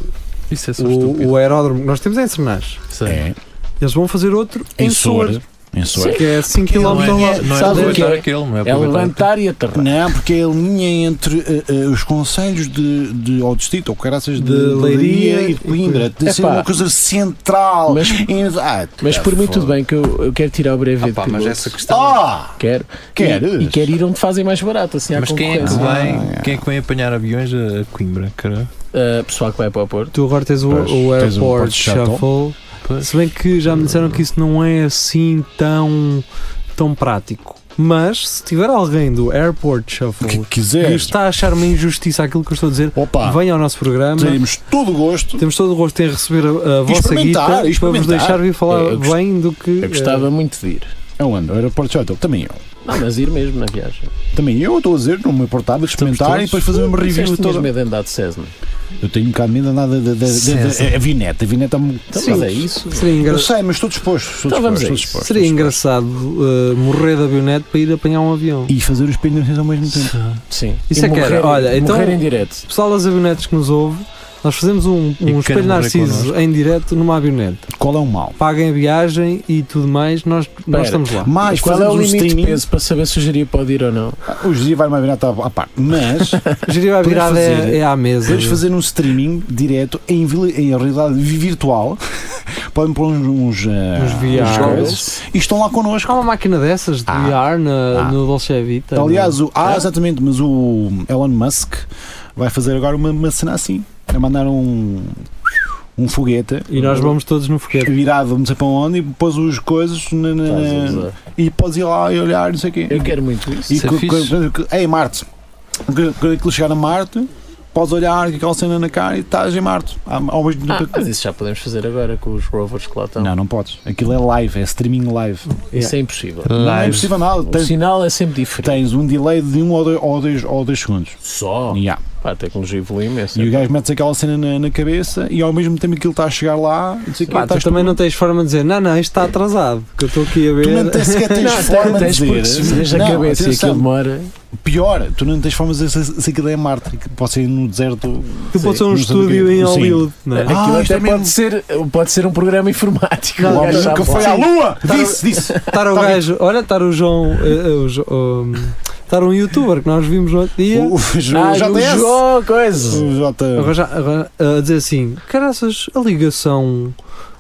Speaker 3: Isso é só o, o aeródromo que nós temos é em Sernás.
Speaker 2: É.
Speaker 3: Eles vão fazer outro em,
Speaker 2: Em
Speaker 3: Soares.
Speaker 2: Soares. Em Soares.
Speaker 3: Que é 5 km
Speaker 2: Não é-
Speaker 3: ao
Speaker 2: não é
Speaker 3: Sabe o
Speaker 2: aproveitar
Speaker 3: que é?
Speaker 5: aquele, não
Speaker 2: é
Speaker 4: É
Speaker 2: aproveitar.
Speaker 4: levantar e aterrar.
Speaker 2: Não, porque é a linha entre eh, eh, os conselhos de, de, ou distrito, ou caraças, de,
Speaker 3: De
Speaker 2: Leiria e de
Speaker 3: Leiria
Speaker 2: Coimbra. Tem de ser
Speaker 4: Epá.
Speaker 2: uma coisa central. Ah, Mas,
Speaker 4: Mas por tipo, mim, tudo bem, que eu, eu quero tirar o brevet. de piloto.
Speaker 2: Ah!
Speaker 4: Quero.
Speaker 2: Queres?
Speaker 4: E, e quero ir onde fazem mais barato, assim, à
Speaker 5: Mas quem é, que
Speaker 4: concorrência.
Speaker 5: vai, quem é que vai apanhar aviões a Coimbra? Cara?
Speaker 4: Ah, pessoal que vai para o Porto.
Speaker 3: Tu agora tens o,
Speaker 5: Pois,
Speaker 3: o
Speaker 5: tens o
Speaker 3: Airport
Speaker 5: Port Shuttle.
Speaker 3: Shuffle. Se bem que já me disseram que isso não é assim tão, tão prático. Mas se tiver alguém do Airport Shuffle que,
Speaker 2: quiser.
Speaker 3: está a achar uma injustiça aquilo que eu estou a dizer, venha ao nosso programa.
Speaker 2: Teremos todo o gosto.
Speaker 3: Temos todo o gosto em receber a, a vossa guita
Speaker 2: experimentar,
Speaker 3: para
Speaker 2: experimentar.
Speaker 3: vos deixar vir falar
Speaker 2: Eu gost-
Speaker 3: bem do que. eh,
Speaker 4: Eu
Speaker 2: eh,
Speaker 4: gostava muito de ir.
Speaker 2: Aonde? Ao aeroporto de Shuttle? Também eu.
Speaker 4: Não, mas ir mesmo na viagem.
Speaker 2: Também eu estou a dizer, não me importava experimentar e depois fazer uma review
Speaker 4: Disseste que tinhas
Speaker 2: toda.
Speaker 4: medo de andar de Cessna.
Speaker 2: Eu tenho um bocado de medo de nada de, de, de, de,
Speaker 4: César.
Speaker 2: a vineta. A vineta é muito-
Speaker 4: Então, mas é isso.
Speaker 3: Seria
Speaker 2: Eu
Speaker 3: engra-
Speaker 2: sei, mas estou disposto. Estou
Speaker 4: Então vamos
Speaker 2: disposto, estou
Speaker 4: a isso.
Speaker 2: disposto.
Speaker 3: Seria engraçado uh, morrer de avionete para ir apanhar um avião.
Speaker 2: E fazer os pendurações ao mesmo tempo.
Speaker 4: Sim.
Speaker 3: Isso é que era. Olha, então,
Speaker 4: Morrer em direto.
Speaker 3: pessoal das avionetes que nos ouve, nós fazemos um,
Speaker 5: E
Speaker 3: um espelho
Speaker 5: querem morrer
Speaker 3: narciso
Speaker 5: connosco.
Speaker 3: em direto numa avionete.
Speaker 2: Qual é o mal?
Speaker 3: Paguem a viagem e tudo mais, nós, nós estamos lá.
Speaker 2: Mais
Speaker 4: qual é
Speaker 2: fazemos
Speaker 4: o
Speaker 2: um
Speaker 4: limite
Speaker 2: streaming? Ah,
Speaker 4: de peso para saber se o Jeria pode ir ou não?
Speaker 2: Hoje em dia vai-me a vineta à à parte. Mas.
Speaker 3: Gerir a
Speaker 2: Podemos
Speaker 3: virada
Speaker 2: fazer-
Speaker 3: é, é à mesa.
Speaker 2: Podemos fazer um streaming direto em, vila- em realidade virtual. Podem pôr uns, uns, eh,
Speaker 3: Uns VRs.
Speaker 2: goggles e estão lá connosco.
Speaker 3: Há uma máquina dessas de VR na,
Speaker 2: Ah.
Speaker 3: no Dolce Vita.
Speaker 2: Aliás,
Speaker 3: não
Speaker 2: o,
Speaker 3: é?
Speaker 2: ah, exatamente, mas o Elon Musk vai fazer agora uma, uma cena assim. É mandar um, um foguete.
Speaker 3: E nós vamos todos no foguete.
Speaker 2: Virado, não sei para onde, e pôs os coisas na- na- na-
Speaker 4: Estás a usar.
Speaker 2: e podes ir lá e olhar, não sei o quê.
Speaker 4: Eu quero muito isso.
Speaker 2: E
Speaker 4: Isso é
Speaker 2: que-
Speaker 4: fixe.
Speaker 2: que- que- Ei, Marte, que- quando aquilo chegar a Marte, podes olhar com aquela cena na cara e estás em Marte. Há- há umas-
Speaker 4: Ah, mas isso já podemos fazer agora com os rovers que lá estão.
Speaker 2: Não, não podes. Aquilo é live, é streaming live.
Speaker 4: Isso é impossível.
Speaker 2: Não é impossível nada.
Speaker 4: O
Speaker 2: Tens,
Speaker 4: sinal é sempre diferente.
Speaker 2: tens um delay de 1 um ou 2 ou dois, ou dois segundos.
Speaker 4: Só.
Speaker 2: Yeah.
Speaker 4: Pá, a tecnologia evolui imenso.
Speaker 2: E o gajo metes aquela cena na, na cabeça e ao mesmo tempo aquilo está a chegar lá. e não sei o quê,
Speaker 3: Pá, tu
Speaker 2: estás
Speaker 3: também não tens forma de dizer, não, não, isto está atrasado, que eu estou aqui a ver.
Speaker 2: Tu não tens sequer tens
Speaker 3: Não,
Speaker 2: forma
Speaker 4: tens,
Speaker 2: de
Speaker 4: porque se vês
Speaker 2: dizer.
Speaker 4: a cabeça e aquilo demora.
Speaker 2: Pior, tu não tens forma de dizer se, se aquilo é Marte. que Pode ser no deserto.
Speaker 3: Tu podes ser um
Speaker 2: não sei do quê.
Speaker 3: estúdio em
Speaker 2: Sim.
Speaker 3: Hollywood, não é?
Speaker 2: Ah,
Speaker 4: Aquilo
Speaker 2: isto
Speaker 4: até
Speaker 2: é mesmo-
Speaker 4: pode, ser, pode ser um programa informático.
Speaker 2: O
Speaker 4: O
Speaker 2: homem
Speaker 4: gajo
Speaker 2: nunca
Speaker 4: sabe
Speaker 2: foi
Speaker 4: lá.
Speaker 2: à Lua!
Speaker 3: Tá-
Speaker 2: Disse, disse!
Speaker 3: Estar o
Speaker 2: Tá
Speaker 3: gajo, olha, estar o João, eh, eh, o Jo- um, estar um youtuber que nós vimos no outro dia.
Speaker 2: O, o, o
Speaker 4: Ah, e o
Speaker 2: JS!
Speaker 4: João, coisa.
Speaker 2: O
Speaker 3: Agora,
Speaker 2: J.
Speaker 3: já, agora a dizer assim, caraças, a ligação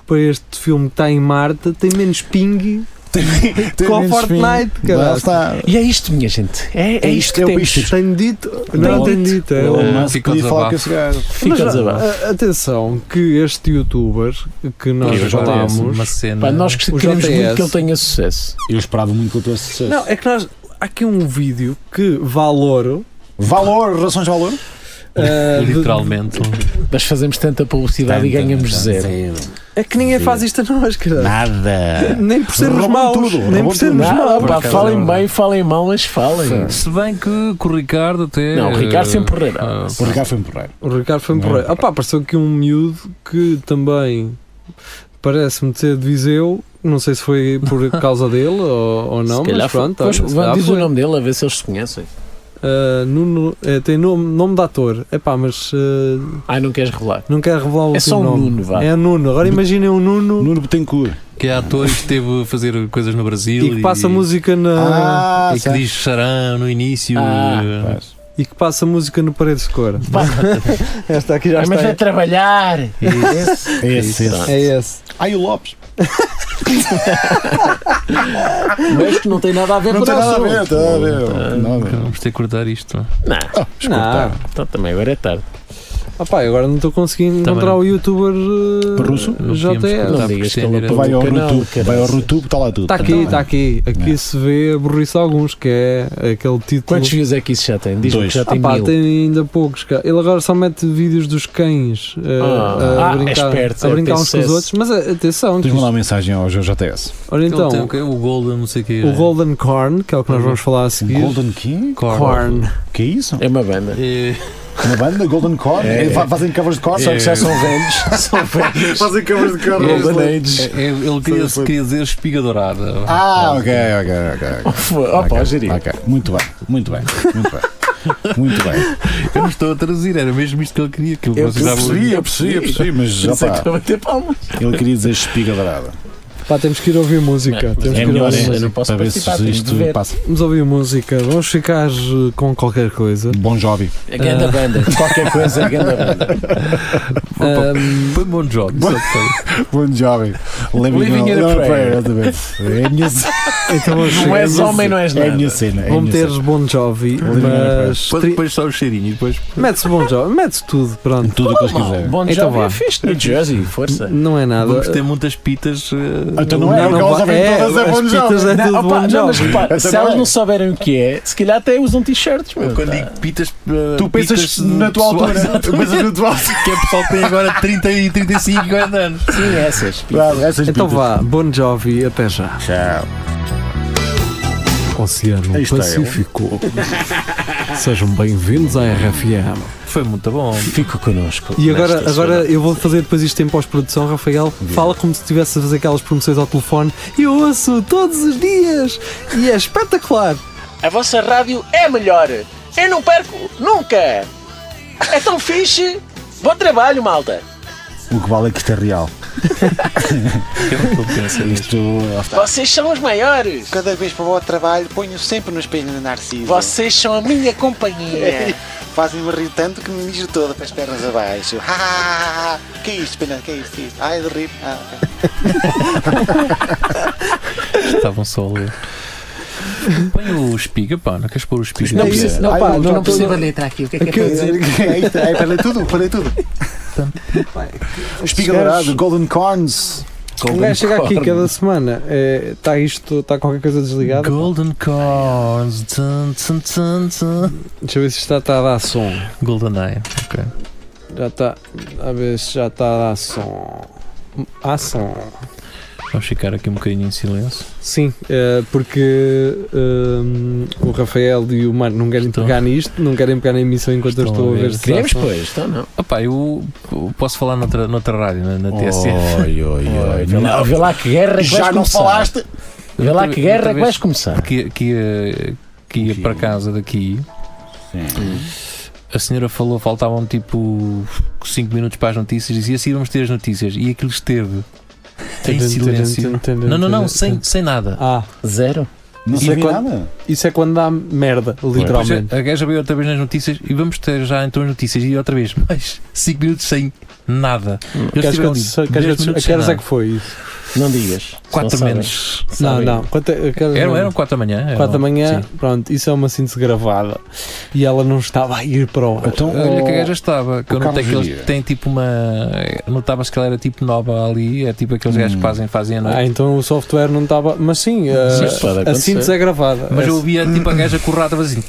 Speaker 3: para este filme que está em Marte tem menos ping
Speaker 2: Tem
Speaker 3: com
Speaker 2: menos
Speaker 3: Fortnite,
Speaker 2: fim. Lá
Speaker 3: caraças.
Speaker 2: está.
Speaker 4: E é isto, minha gente. É, é isto que temos.
Speaker 3: Tenho dito, não tenho dito. é
Speaker 2: Elon
Speaker 3: o-
Speaker 2: Musk
Speaker 5: fica o
Speaker 2: podia falar
Speaker 5: desabafo.
Speaker 2: com esse gajo.
Speaker 4: Fica
Speaker 3: Mas,
Speaker 4: desabafo.
Speaker 2: ah,
Speaker 3: a- a- atenção, que este youtuber que nós
Speaker 5: Eu já tenho
Speaker 3: falámos.
Speaker 5: uma cena.
Speaker 4: Pá, nós
Speaker 3: O
Speaker 4: queremos muito
Speaker 3: JS.
Speaker 4: que ele tenha sucesso.
Speaker 2: Eu esperava muito que eu tivesse sucesso.
Speaker 3: Não, é que nós. Há aqui um vídeo que valoro.
Speaker 2: Valor, relações de valor?
Speaker 3: ah, de-
Speaker 5: Literalmente. um-
Speaker 4: Mas fazemos tanta publicidade e ganhamos zero.
Speaker 3: É que ninguém faz isto a nós, cara.
Speaker 2: Nada.
Speaker 3: Nem por sermos
Speaker 4: Roubam
Speaker 3: maus.
Speaker 4: tudo,
Speaker 3: nem
Speaker 4: roubam
Speaker 3: por sermos
Speaker 4: tudo. Não,
Speaker 3: maus.
Speaker 4: pá, falem bem, falem mal, mas falem.
Speaker 5: Se bem que com o Ricardo até.
Speaker 4: Não, o
Speaker 3: eh,
Speaker 4: Ricardo sempre porreiro.
Speaker 3: ah,
Speaker 5: porreira.
Speaker 2: O Ricardo foi um porreiro.
Speaker 3: O Ricardo foi um
Speaker 2: Não é
Speaker 3: porreiro. Ah pá, apareceu aqui um miúdo que também parece-me ter de Viseu. Não sei se foi por causa dele ou, ou não,
Speaker 4: Se calhar
Speaker 3: mas
Speaker 4: foi-
Speaker 3: pronto.
Speaker 4: pois,
Speaker 3: olha, se calhar
Speaker 4: diz
Speaker 3: foi.
Speaker 4: o nome dele a ver se eles se conhecem.
Speaker 3: Ah, Nuno- é, tem nome, nome de ator. É pá, mas. ah,
Speaker 4: Ai, não queres revelar?
Speaker 3: não quero revelar o
Speaker 4: É
Speaker 3: último
Speaker 4: só um
Speaker 3: nome.
Speaker 4: Nuno, vá.
Speaker 3: É Nuno. Agora imaginem um Nuno.
Speaker 2: Nuno Betancourt.
Speaker 5: Que é ator e que esteve a fazer coisas no Brasil.
Speaker 3: E que passa música na.
Speaker 2: Ah,
Speaker 5: e que diz Xarão no início.
Speaker 4: Ah,
Speaker 5: eh,
Speaker 3: E que passa música no Parede de Cor. Esta aqui já
Speaker 4: Ah, mas
Speaker 3: está.
Speaker 4: vai trabalhar. Esse.
Speaker 2: Esse, esse.
Speaker 3: É esse.
Speaker 2: Aí o Lopes.
Speaker 4: Mas que não tem nada a ver
Speaker 2: Não
Speaker 4: com
Speaker 2: tem
Speaker 4: o
Speaker 2: nada a
Speaker 4: assunto.
Speaker 2: ver, está a ver. Não, Ah, não.
Speaker 5: Vamos ter que cortar isto.
Speaker 4: Não,
Speaker 3: Não.
Speaker 4: então também agora é tarde.
Speaker 3: Ah pá, agora não estou conseguindo
Speaker 4: Tá
Speaker 5: Também.
Speaker 3: encontrar o youtuber eh,
Speaker 2: Russo?
Speaker 5: Não
Speaker 3: JTS.
Speaker 5: podíamos
Speaker 4: Não
Speaker 5: cortar,
Speaker 4: digas
Speaker 5: porque
Speaker 4: que ele
Speaker 5: isto é
Speaker 2: Vai ao
Speaker 4: canal,
Speaker 2: YouTube, vai ao
Speaker 4: caraças.
Speaker 2: YouTube, está lá tudo. Então,
Speaker 3: Está Tá aqui,
Speaker 4: Então.
Speaker 2: tá
Speaker 3: está aqui. Aqui se vê a burrice a alguns, que é aquele título.
Speaker 4: É. Quantos views é que isso já tem? Diz-me
Speaker 2: Dois.
Speaker 4: que já
Speaker 3: Ah
Speaker 4: tem
Speaker 3: pá,
Speaker 4: mil.
Speaker 3: tem ainda poucos. Cara. Ele agora só mete vídeos dos cães eh,
Speaker 4: Ah,
Speaker 3: a,
Speaker 4: ah,
Speaker 3: brincar,
Speaker 4: esperto,
Speaker 3: a
Speaker 4: é,
Speaker 3: brincar
Speaker 4: tem
Speaker 3: uns com os
Speaker 4: sucesso.
Speaker 3: outros. Mas eh, atenção, que
Speaker 2: Tens
Speaker 3: isto-
Speaker 2: mandar uma mensagem ao JTS.
Speaker 3: ora
Speaker 5: Ele tem o
Speaker 3: então,
Speaker 5: quê? o Golden, não sei o quê.
Speaker 3: o Golden Corn, que é o
Speaker 4: Uhum.
Speaker 3: que nós vamos falar a seguir.
Speaker 2: Golden King?
Speaker 5: Corn.
Speaker 3: Corn.
Speaker 2: Que é isso?
Speaker 4: É uma banda.
Speaker 5: Eh,
Speaker 2: Uma banda? Golden Corn?
Speaker 4: É.
Speaker 2: É, fa- Fazem covers de cor?
Speaker 4: Só que já são
Speaker 2: É.
Speaker 4: velhos. São velhos.
Speaker 2: Fazem covers de cor.
Speaker 4: Golden
Speaker 2: Golden
Speaker 4: Age.
Speaker 5: é- é- ele queria, queria dizer espiga dourada.
Speaker 2: Ah, ok, ok, ok. ok.
Speaker 4: É. Opa,
Speaker 2: Ok,
Speaker 4: ó, Jiri.
Speaker 2: ok. Muito bem, muito bem, muito bem. Muito bem.
Speaker 5: Eu não estou a traduzir, era mesmo isto que ele queria. Que
Speaker 4: Eu
Speaker 5: vocês já vão-
Speaker 2: percebi, eu percebi, eu percebi, mas
Speaker 4: Por isso é que
Speaker 2: opá,
Speaker 4: estou a bater palmas.
Speaker 2: ele queria dizer espiga dourada.
Speaker 3: Pá, temos que ir ouvir música. temos
Speaker 2: É
Speaker 3: que ir
Speaker 2: melhor,
Speaker 3: ouvir
Speaker 2: é?
Speaker 4: Eu não
Speaker 3: música.
Speaker 4: posso
Speaker 2: Para ver
Speaker 4: participar,
Speaker 2: se
Speaker 4: tenho
Speaker 2: isto
Speaker 4: de ver.
Speaker 2: passa.
Speaker 3: Vamos ouvir música. Vamos ficar eh, com qualquer coisa.
Speaker 2: Bom Jovi.
Speaker 4: É grande a banda. Qualquer coisa é grande a banda.
Speaker 3: Ahm,
Speaker 5: Foi um bom job. só que foi.
Speaker 2: Bom Jovi.
Speaker 4: Living in a prayer.
Speaker 2: exatamente. É a minha cena.
Speaker 3: então vamos
Speaker 4: Não és homem, não és
Speaker 2: É a
Speaker 4: nada.
Speaker 2: minha cena. é a
Speaker 3: Vão
Speaker 2: minha
Speaker 3: meter
Speaker 2: cena.
Speaker 3: Bon Jovi,
Speaker 2: Living in a Prayer.
Speaker 3: mas.
Speaker 5: Depois, depois só o cheirinho. Depois...
Speaker 3: Mete-se Bon Jovi, mete-se tudo, pronto.
Speaker 2: Tudo o que eles quiserem.
Speaker 4: Bom
Speaker 3: Então
Speaker 4: Jovi
Speaker 3: vá.
Speaker 4: é fixe. New Jersey, força.
Speaker 3: Não é nada.
Speaker 5: Vamos ter muitas pitas. eh,
Speaker 2: Então não é,
Speaker 3: Não,
Speaker 2: porque
Speaker 3: não
Speaker 2: elas
Speaker 3: vai-
Speaker 2: ouvem
Speaker 3: é,
Speaker 2: todas a
Speaker 3: as
Speaker 2: Bon
Speaker 3: pitas
Speaker 2: Jovi.
Speaker 3: é tudo
Speaker 4: opa,
Speaker 3: Bon
Speaker 4: não, mas
Speaker 3: Jovi.
Speaker 4: repara,
Speaker 2: Essa
Speaker 4: se elas
Speaker 2: não é.
Speaker 4: não souberem o que é, se calhar até usam t-shirts. meu.
Speaker 5: Quando digo pitas. eh,
Speaker 2: Tu pensas
Speaker 5: pitas
Speaker 2: na tua
Speaker 5: pessoal-
Speaker 2: altura. Tu pensas na tua altura.
Speaker 5: Que é pessoal que tem agora 30 e 35, 40 anos.
Speaker 4: Sim, essas.
Speaker 2: Claro, essas
Speaker 3: Então
Speaker 2: pitas.
Speaker 3: vá, Bon Jovi, até já.
Speaker 2: Tchau.
Speaker 3: Oceano
Speaker 2: Aí está ele.
Speaker 3: Pacífico. Sejam bem-vindos à RFM.
Speaker 5: Foi muito bom.
Speaker 4: Fica connosco.
Speaker 3: E agora,
Speaker 4: nesta
Speaker 3: agora
Speaker 4: semana.
Speaker 3: eu vou fazer depois isto em pós-produção, Rafael. Fala como se estivesse a fazer aquelas promoções ao telefone. Eu ouço todos os dias e é espetacular.
Speaker 10: A vossa rádio é melhor. Eu não perco nunca. É tão fixe. Bom trabalho, malta.
Speaker 2: O que vale é que isto é real.
Speaker 5: Eu não estou a pensar nisto.
Speaker 2: Isto. lá está.
Speaker 10: Vocês são os maiores.
Speaker 11: Cada vez que vou ao trabalho, ponho sempre no espelho de
Speaker 9: um.
Speaker 11: Narciso.
Speaker 10: Vocês são a minha companhia.
Speaker 11: Fazem-me rir tanto que me mijo toda para as pernas abaixo. Ha, ha, ha, ha. Que é isto, pena, que isto, isto. Ai, de rir. Ah, ok.
Speaker 5: Estavam só a ler. um Põe o espiga, pá. Não queres pôr o espiga?
Speaker 4: Não
Speaker 3: É
Speaker 4: precisa-
Speaker 3: isso.
Speaker 4: não,
Speaker 3: Ai,
Speaker 4: pá,
Speaker 3: eu
Speaker 4: não- não
Speaker 3: já
Speaker 4: precisa-
Speaker 3: estou-
Speaker 10: letra aqui, o que é
Speaker 3: Aquilo-
Speaker 2: É isto, é, parei tudo, parei tudo. Espiga dourado, Golden Corns.
Speaker 3: Um gajo chega aqui cada semana, eh, está isto, está qualquer coisa desligada.
Speaker 5: Golden Corns. Tum, tum, tum, tum.
Speaker 3: Deixa eu ver se isto está, está a dar som.
Speaker 5: Golden Eye. Ok.
Speaker 3: Já está, a ver se já está a dar som. Há som.
Speaker 5: Vamos ficar aqui um bocadinho em silêncio.
Speaker 3: Sim, eh, porque hum, o Rafael e o Mano não querem
Speaker 5: Estão.
Speaker 3: pegar nisto, não querem pegar na emissão enquanto eu
Speaker 5: Estão
Speaker 3: estou a ver se
Speaker 4: Queremos,
Speaker 3: há som.
Speaker 4: pois, então não.
Speaker 5: Opa, eu eu posso falar noutra, noutra rádio, na, na TSC.
Speaker 2: Oi, oi,
Speaker 4: Oi,
Speaker 2: oi.
Speaker 4: vê lá, vê lá que guerra que
Speaker 2: Já
Speaker 4: vais
Speaker 2: não
Speaker 4: começar.
Speaker 2: falaste?
Speaker 4: Vê lá
Speaker 5: Outra-
Speaker 4: que guerra
Speaker 5: outra
Speaker 4: que
Speaker 5: vez
Speaker 4: vais começar.
Speaker 5: Que, que ia, que ia
Speaker 2: Que-
Speaker 5: para casa daqui. A senhora falou, faltavam tipo 5 minutos para as notícias, dizia assim: vamos ter as notícias. E aquilo esteve em silêncio. Não, não, não, sem, sem nada.
Speaker 3: Ah,
Speaker 4: Zero.
Speaker 2: Não
Speaker 3: Isso
Speaker 2: sei
Speaker 3: é quando-
Speaker 2: nada.
Speaker 3: isso é quando dá merda,
Speaker 5: Depois
Speaker 3: literalmente.
Speaker 5: a a gaja veio outra vez nas notícias e vamos ter já então as notícias e outra vez, mas 5 minutos sem nada. Eu
Speaker 3: Hum, Queres
Speaker 5: estive
Speaker 3: que eu
Speaker 5: ali
Speaker 3: te- queres
Speaker 5: 10
Speaker 3: que eu te-
Speaker 5: minutos
Speaker 3: a que horas
Speaker 5: sem
Speaker 3: é que foi isso?
Speaker 4: Não digas.
Speaker 5: Quatro
Speaker 4: Não sabem.
Speaker 5: menos.
Speaker 3: Não,
Speaker 4: Sabem.
Speaker 3: não. Quanto, é- que horas
Speaker 5: Eram,
Speaker 3: é?
Speaker 5: eram 4 da manhã. eram-
Speaker 3: Quatro da manhã,
Speaker 5: sim.
Speaker 3: pronto, isso é uma síntese gravada e ela não estava a ir para o ar.
Speaker 2: Então,
Speaker 5: Olha que a
Speaker 2: oh,
Speaker 5: gaja estava, que eu
Speaker 2: o
Speaker 5: notei que
Speaker 2: Carlos
Speaker 5: eles
Speaker 2: Viria.
Speaker 5: têm tipo uma. Notava-se que ela era tipo nova ali, é tipo
Speaker 3: Hum.
Speaker 5: aqueles gajos que fazem, fazem a noite.
Speaker 3: Ah, então o software não estava. Mas sim, a,
Speaker 4: Sim, pode
Speaker 3: a
Speaker 4: acontecer.
Speaker 3: síntese é gravada.
Speaker 5: Mas
Speaker 3: Essa-
Speaker 5: eu ouvia tipo a gaja com o rato assim.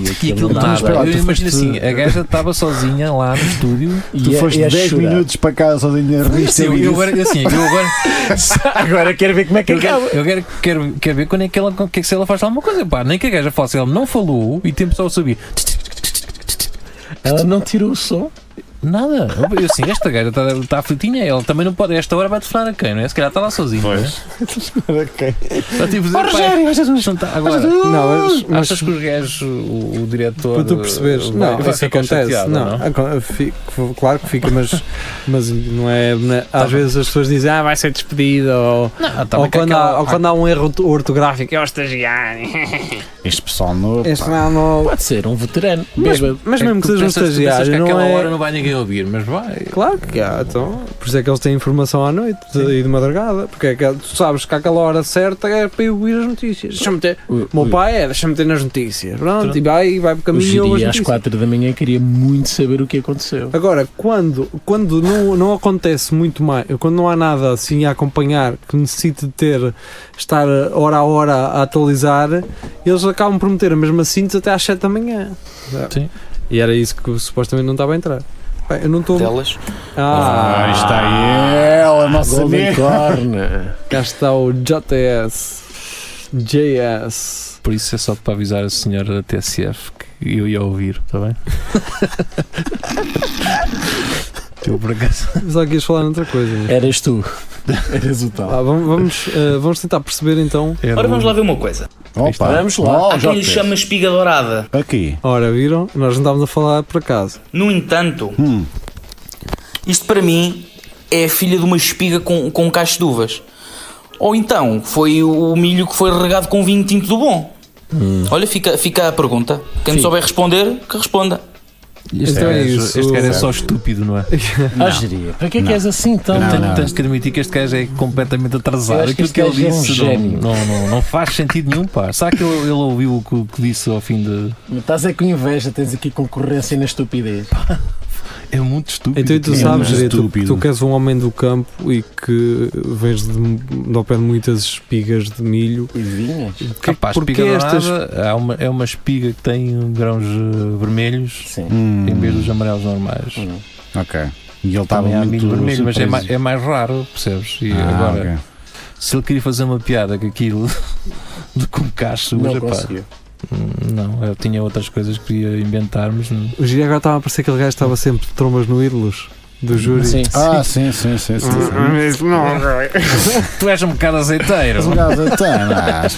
Speaker 5: E aquilo
Speaker 2: Então,
Speaker 5: nada.
Speaker 2: espera lá,
Speaker 5: Eu
Speaker 2: tu
Speaker 5: imagino
Speaker 2: foste-
Speaker 5: assim, a gaja estava sozinha lá no estúdio
Speaker 2: Tu
Speaker 4: é-
Speaker 5: e
Speaker 2: foste 10 minutos para casa sozinho na revista.
Speaker 3: é
Speaker 5: Sim, eu, eu agora, assim, eu agora, agora quero ver como é que eu
Speaker 2: acaba.
Speaker 5: Quero, eu quero, quero, quero ver quando é que ela, que é que se ela faz alguma coisa. Pá, nem que a gaja faça, ela não falou e temos só a saber. Ela não tirou o som? Nada. Eu assim, esta gaja está tá aflitinha, ela também não pode. a Esta hora vai telefonar a quem, não é? Se calhar está lá sozinha. Pois.
Speaker 2: ok.
Speaker 5: Está tipo dizer,
Speaker 2: Oh, Rogério,
Speaker 5: pá,
Speaker 2: Jesus.
Speaker 5: não tá- agora,
Speaker 2: Jesus.
Speaker 3: Não, mas- mas-
Speaker 5: achas que os gajos, o, o diretor.
Speaker 3: Para tu perceberes,
Speaker 5: vai-
Speaker 3: não,
Speaker 5: vai
Speaker 3: isso
Speaker 5: ficar
Speaker 3: acontece.
Speaker 5: chateado,
Speaker 3: não, acon- fico- claro que fica, mas, mas não é. na- às
Speaker 5: Tá
Speaker 3: vezes as pessoas dizem, ah, vai ser despedida, ou,
Speaker 5: Não, tá
Speaker 3: ou
Speaker 5: bem que
Speaker 3: quando, há,
Speaker 5: aquela-
Speaker 3: ou quando há um erro orto- ortográfico, é o estagiário.
Speaker 2: Este pessoal novo.
Speaker 3: Este não, não.
Speaker 4: Pode ser um veterano.
Speaker 3: Mas,
Speaker 5: Bêbado.
Speaker 3: mas
Speaker 5: É
Speaker 3: mesmo que
Speaker 5: tu
Speaker 3: seja um
Speaker 5: pensas- tu pensas
Speaker 3: estagiário,
Speaker 5: que
Speaker 3: não
Speaker 5: àquela
Speaker 3: é.
Speaker 5: hora não é? vai ninguém ouvir, mas vai.
Speaker 3: Claro que há, então. Por isso é que eles têm informação à noite de- e de madrugada. Porque é que, tu sabes que àquela hora certa é para eu ouvir as notícias. Deixa-me ter. O meu pai é, deixa-me ter nas notícias. Pronto,
Speaker 4: Pronto.
Speaker 3: e vai, e vai para o
Speaker 4: Eu
Speaker 3: caminho e ouve as
Speaker 4: diria às
Speaker 3: notícias.
Speaker 4: 4 da manhã queria muito saber o que aconteceu.
Speaker 3: Agora, quando, quando não, não acontece muito mais, quando não há nada assim a acompanhar que necessite de ter, estar hora a hora a atualizar, eles acabam por meter a mesma síntese até às 7 da manhã.
Speaker 5: Sim.
Speaker 3: E era isso que supostamente não estava a entrar. Bem, eu não estou.
Speaker 7: Delas?
Speaker 3: Ah,
Speaker 2: Ah, está aí ela, nossa
Speaker 3: Golden
Speaker 2: amiga.
Speaker 4: Corner.
Speaker 3: Cá está o JS. JS.
Speaker 5: Por isso é só para avisar a senhora da TSF que eu ia ouvir, está bem? eu por acaso.
Speaker 3: Só que ias falar noutra coisa. mas-
Speaker 4: Eras tu. Eras o tal.
Speaker 3: Ah, vamos, vamos, eh, vamos tentar perceber então.
Speaker 7: Ora, vamos lá ver uma coisa. Há quem lhe chama espiga dourada.
Speaker 2: Aqui.
Speaker 3: Ora, viram? Nós não estávamos a falar por acaso.
Speaker 7: No entanto, isto para mim é a filha de uma espiga com, com um cacho de uvas. Ou então foi o milho que foi regado com vinho tinto do bom. Olha, fica, fica a pergunta. Quem
Speaker 5: Sim.
Speaker 7: souber responder, que responda.
Speaker 5: Este,
Speaker 3: Então
Speaker 5: cara,
Speaker 3: é
Speaker 5: é
Speaker 3: isso.
Speaker 5: este cara é só estúpido, não é?
Speaker 4: Ah, geria. Para que é que és assim então?
Speaker 5: Não,
Speaker 4: Não,
Speaker 5: tenho,
Speaker 4: não.
Speaker 5: tenho que admitir que este gajo é completamente
Speaker 4: Eu
Speaker 5: atrasado.
Speaker 4: acho que
Speaker 5: Aquilo
Speaker 4: este
Speaker 5: que, ele
Speaker 4: gajo é um
Speaker 5: disse
Speaker 4: gênio.
Speaker 5: não, não, não, não faz sentido nenhum, pá. Será que ele, ele ouviu o que, o que disse ao fim de.
Speaker 4: Estás é com inveja, tens aqui concorrência na estupidez.
Speaker 5: É muito estúpido.
Speaker 3: Então e tu
Speaker 4: É
Speaker 3: sabes,
Speaker 4: muito
Speaker 3: Rita, tu,
Speaker 4: estúpido.
Speaker 3: tu que és um homem do campo e que vens de, de ao pé de muitas espigas de milho.
Speaker 4: E vinhas?
Speaker 5: Que, Epá, a
Speaker 3: porque
Speaker 5: espiga
Speaker 3: estas.
Speaker 5: dourada há uma, é uma espiga que tem grãos eh, vermelhos
Speaker 2: Hum.
Speaker 5: em vez dos amarelos normais.
Speaker 4: Hum.
Speaker 2: Ok. E ele estava
Speaker 5: Também há
Speaker 2: muito
Speaker 5: milho vermelho, mas é
Speaker 2: surpreso.
Speaker 5: mais, é mais raro, percebes? E
Speaker 2: Ah,
Speaker 5: agora,
Speaker 2: ok.
Speaker 5: se ele queria fazer uma piada com aquilo de com cacho,
Speaker 4: Não
Speaker 5: mas epá,
Speaker 4: conseguiu.
Speaker 5: hum, não, eu tinha outras coisas que queria inventar, mas não.
Speaker 3: O Giri agora estava a parecer aquele gajo que estava sempre de trombas no ídolos do júri.
Speaker 5: Sim.
Speaker 2: Ah, sim, sim, sim. sim,
Speaker 5: Uhum.
Speaker 2: sim.
Speaker 5: tu és um bocado azeiteiro.
Speaker 2: És um bocado azeiteiro, mas,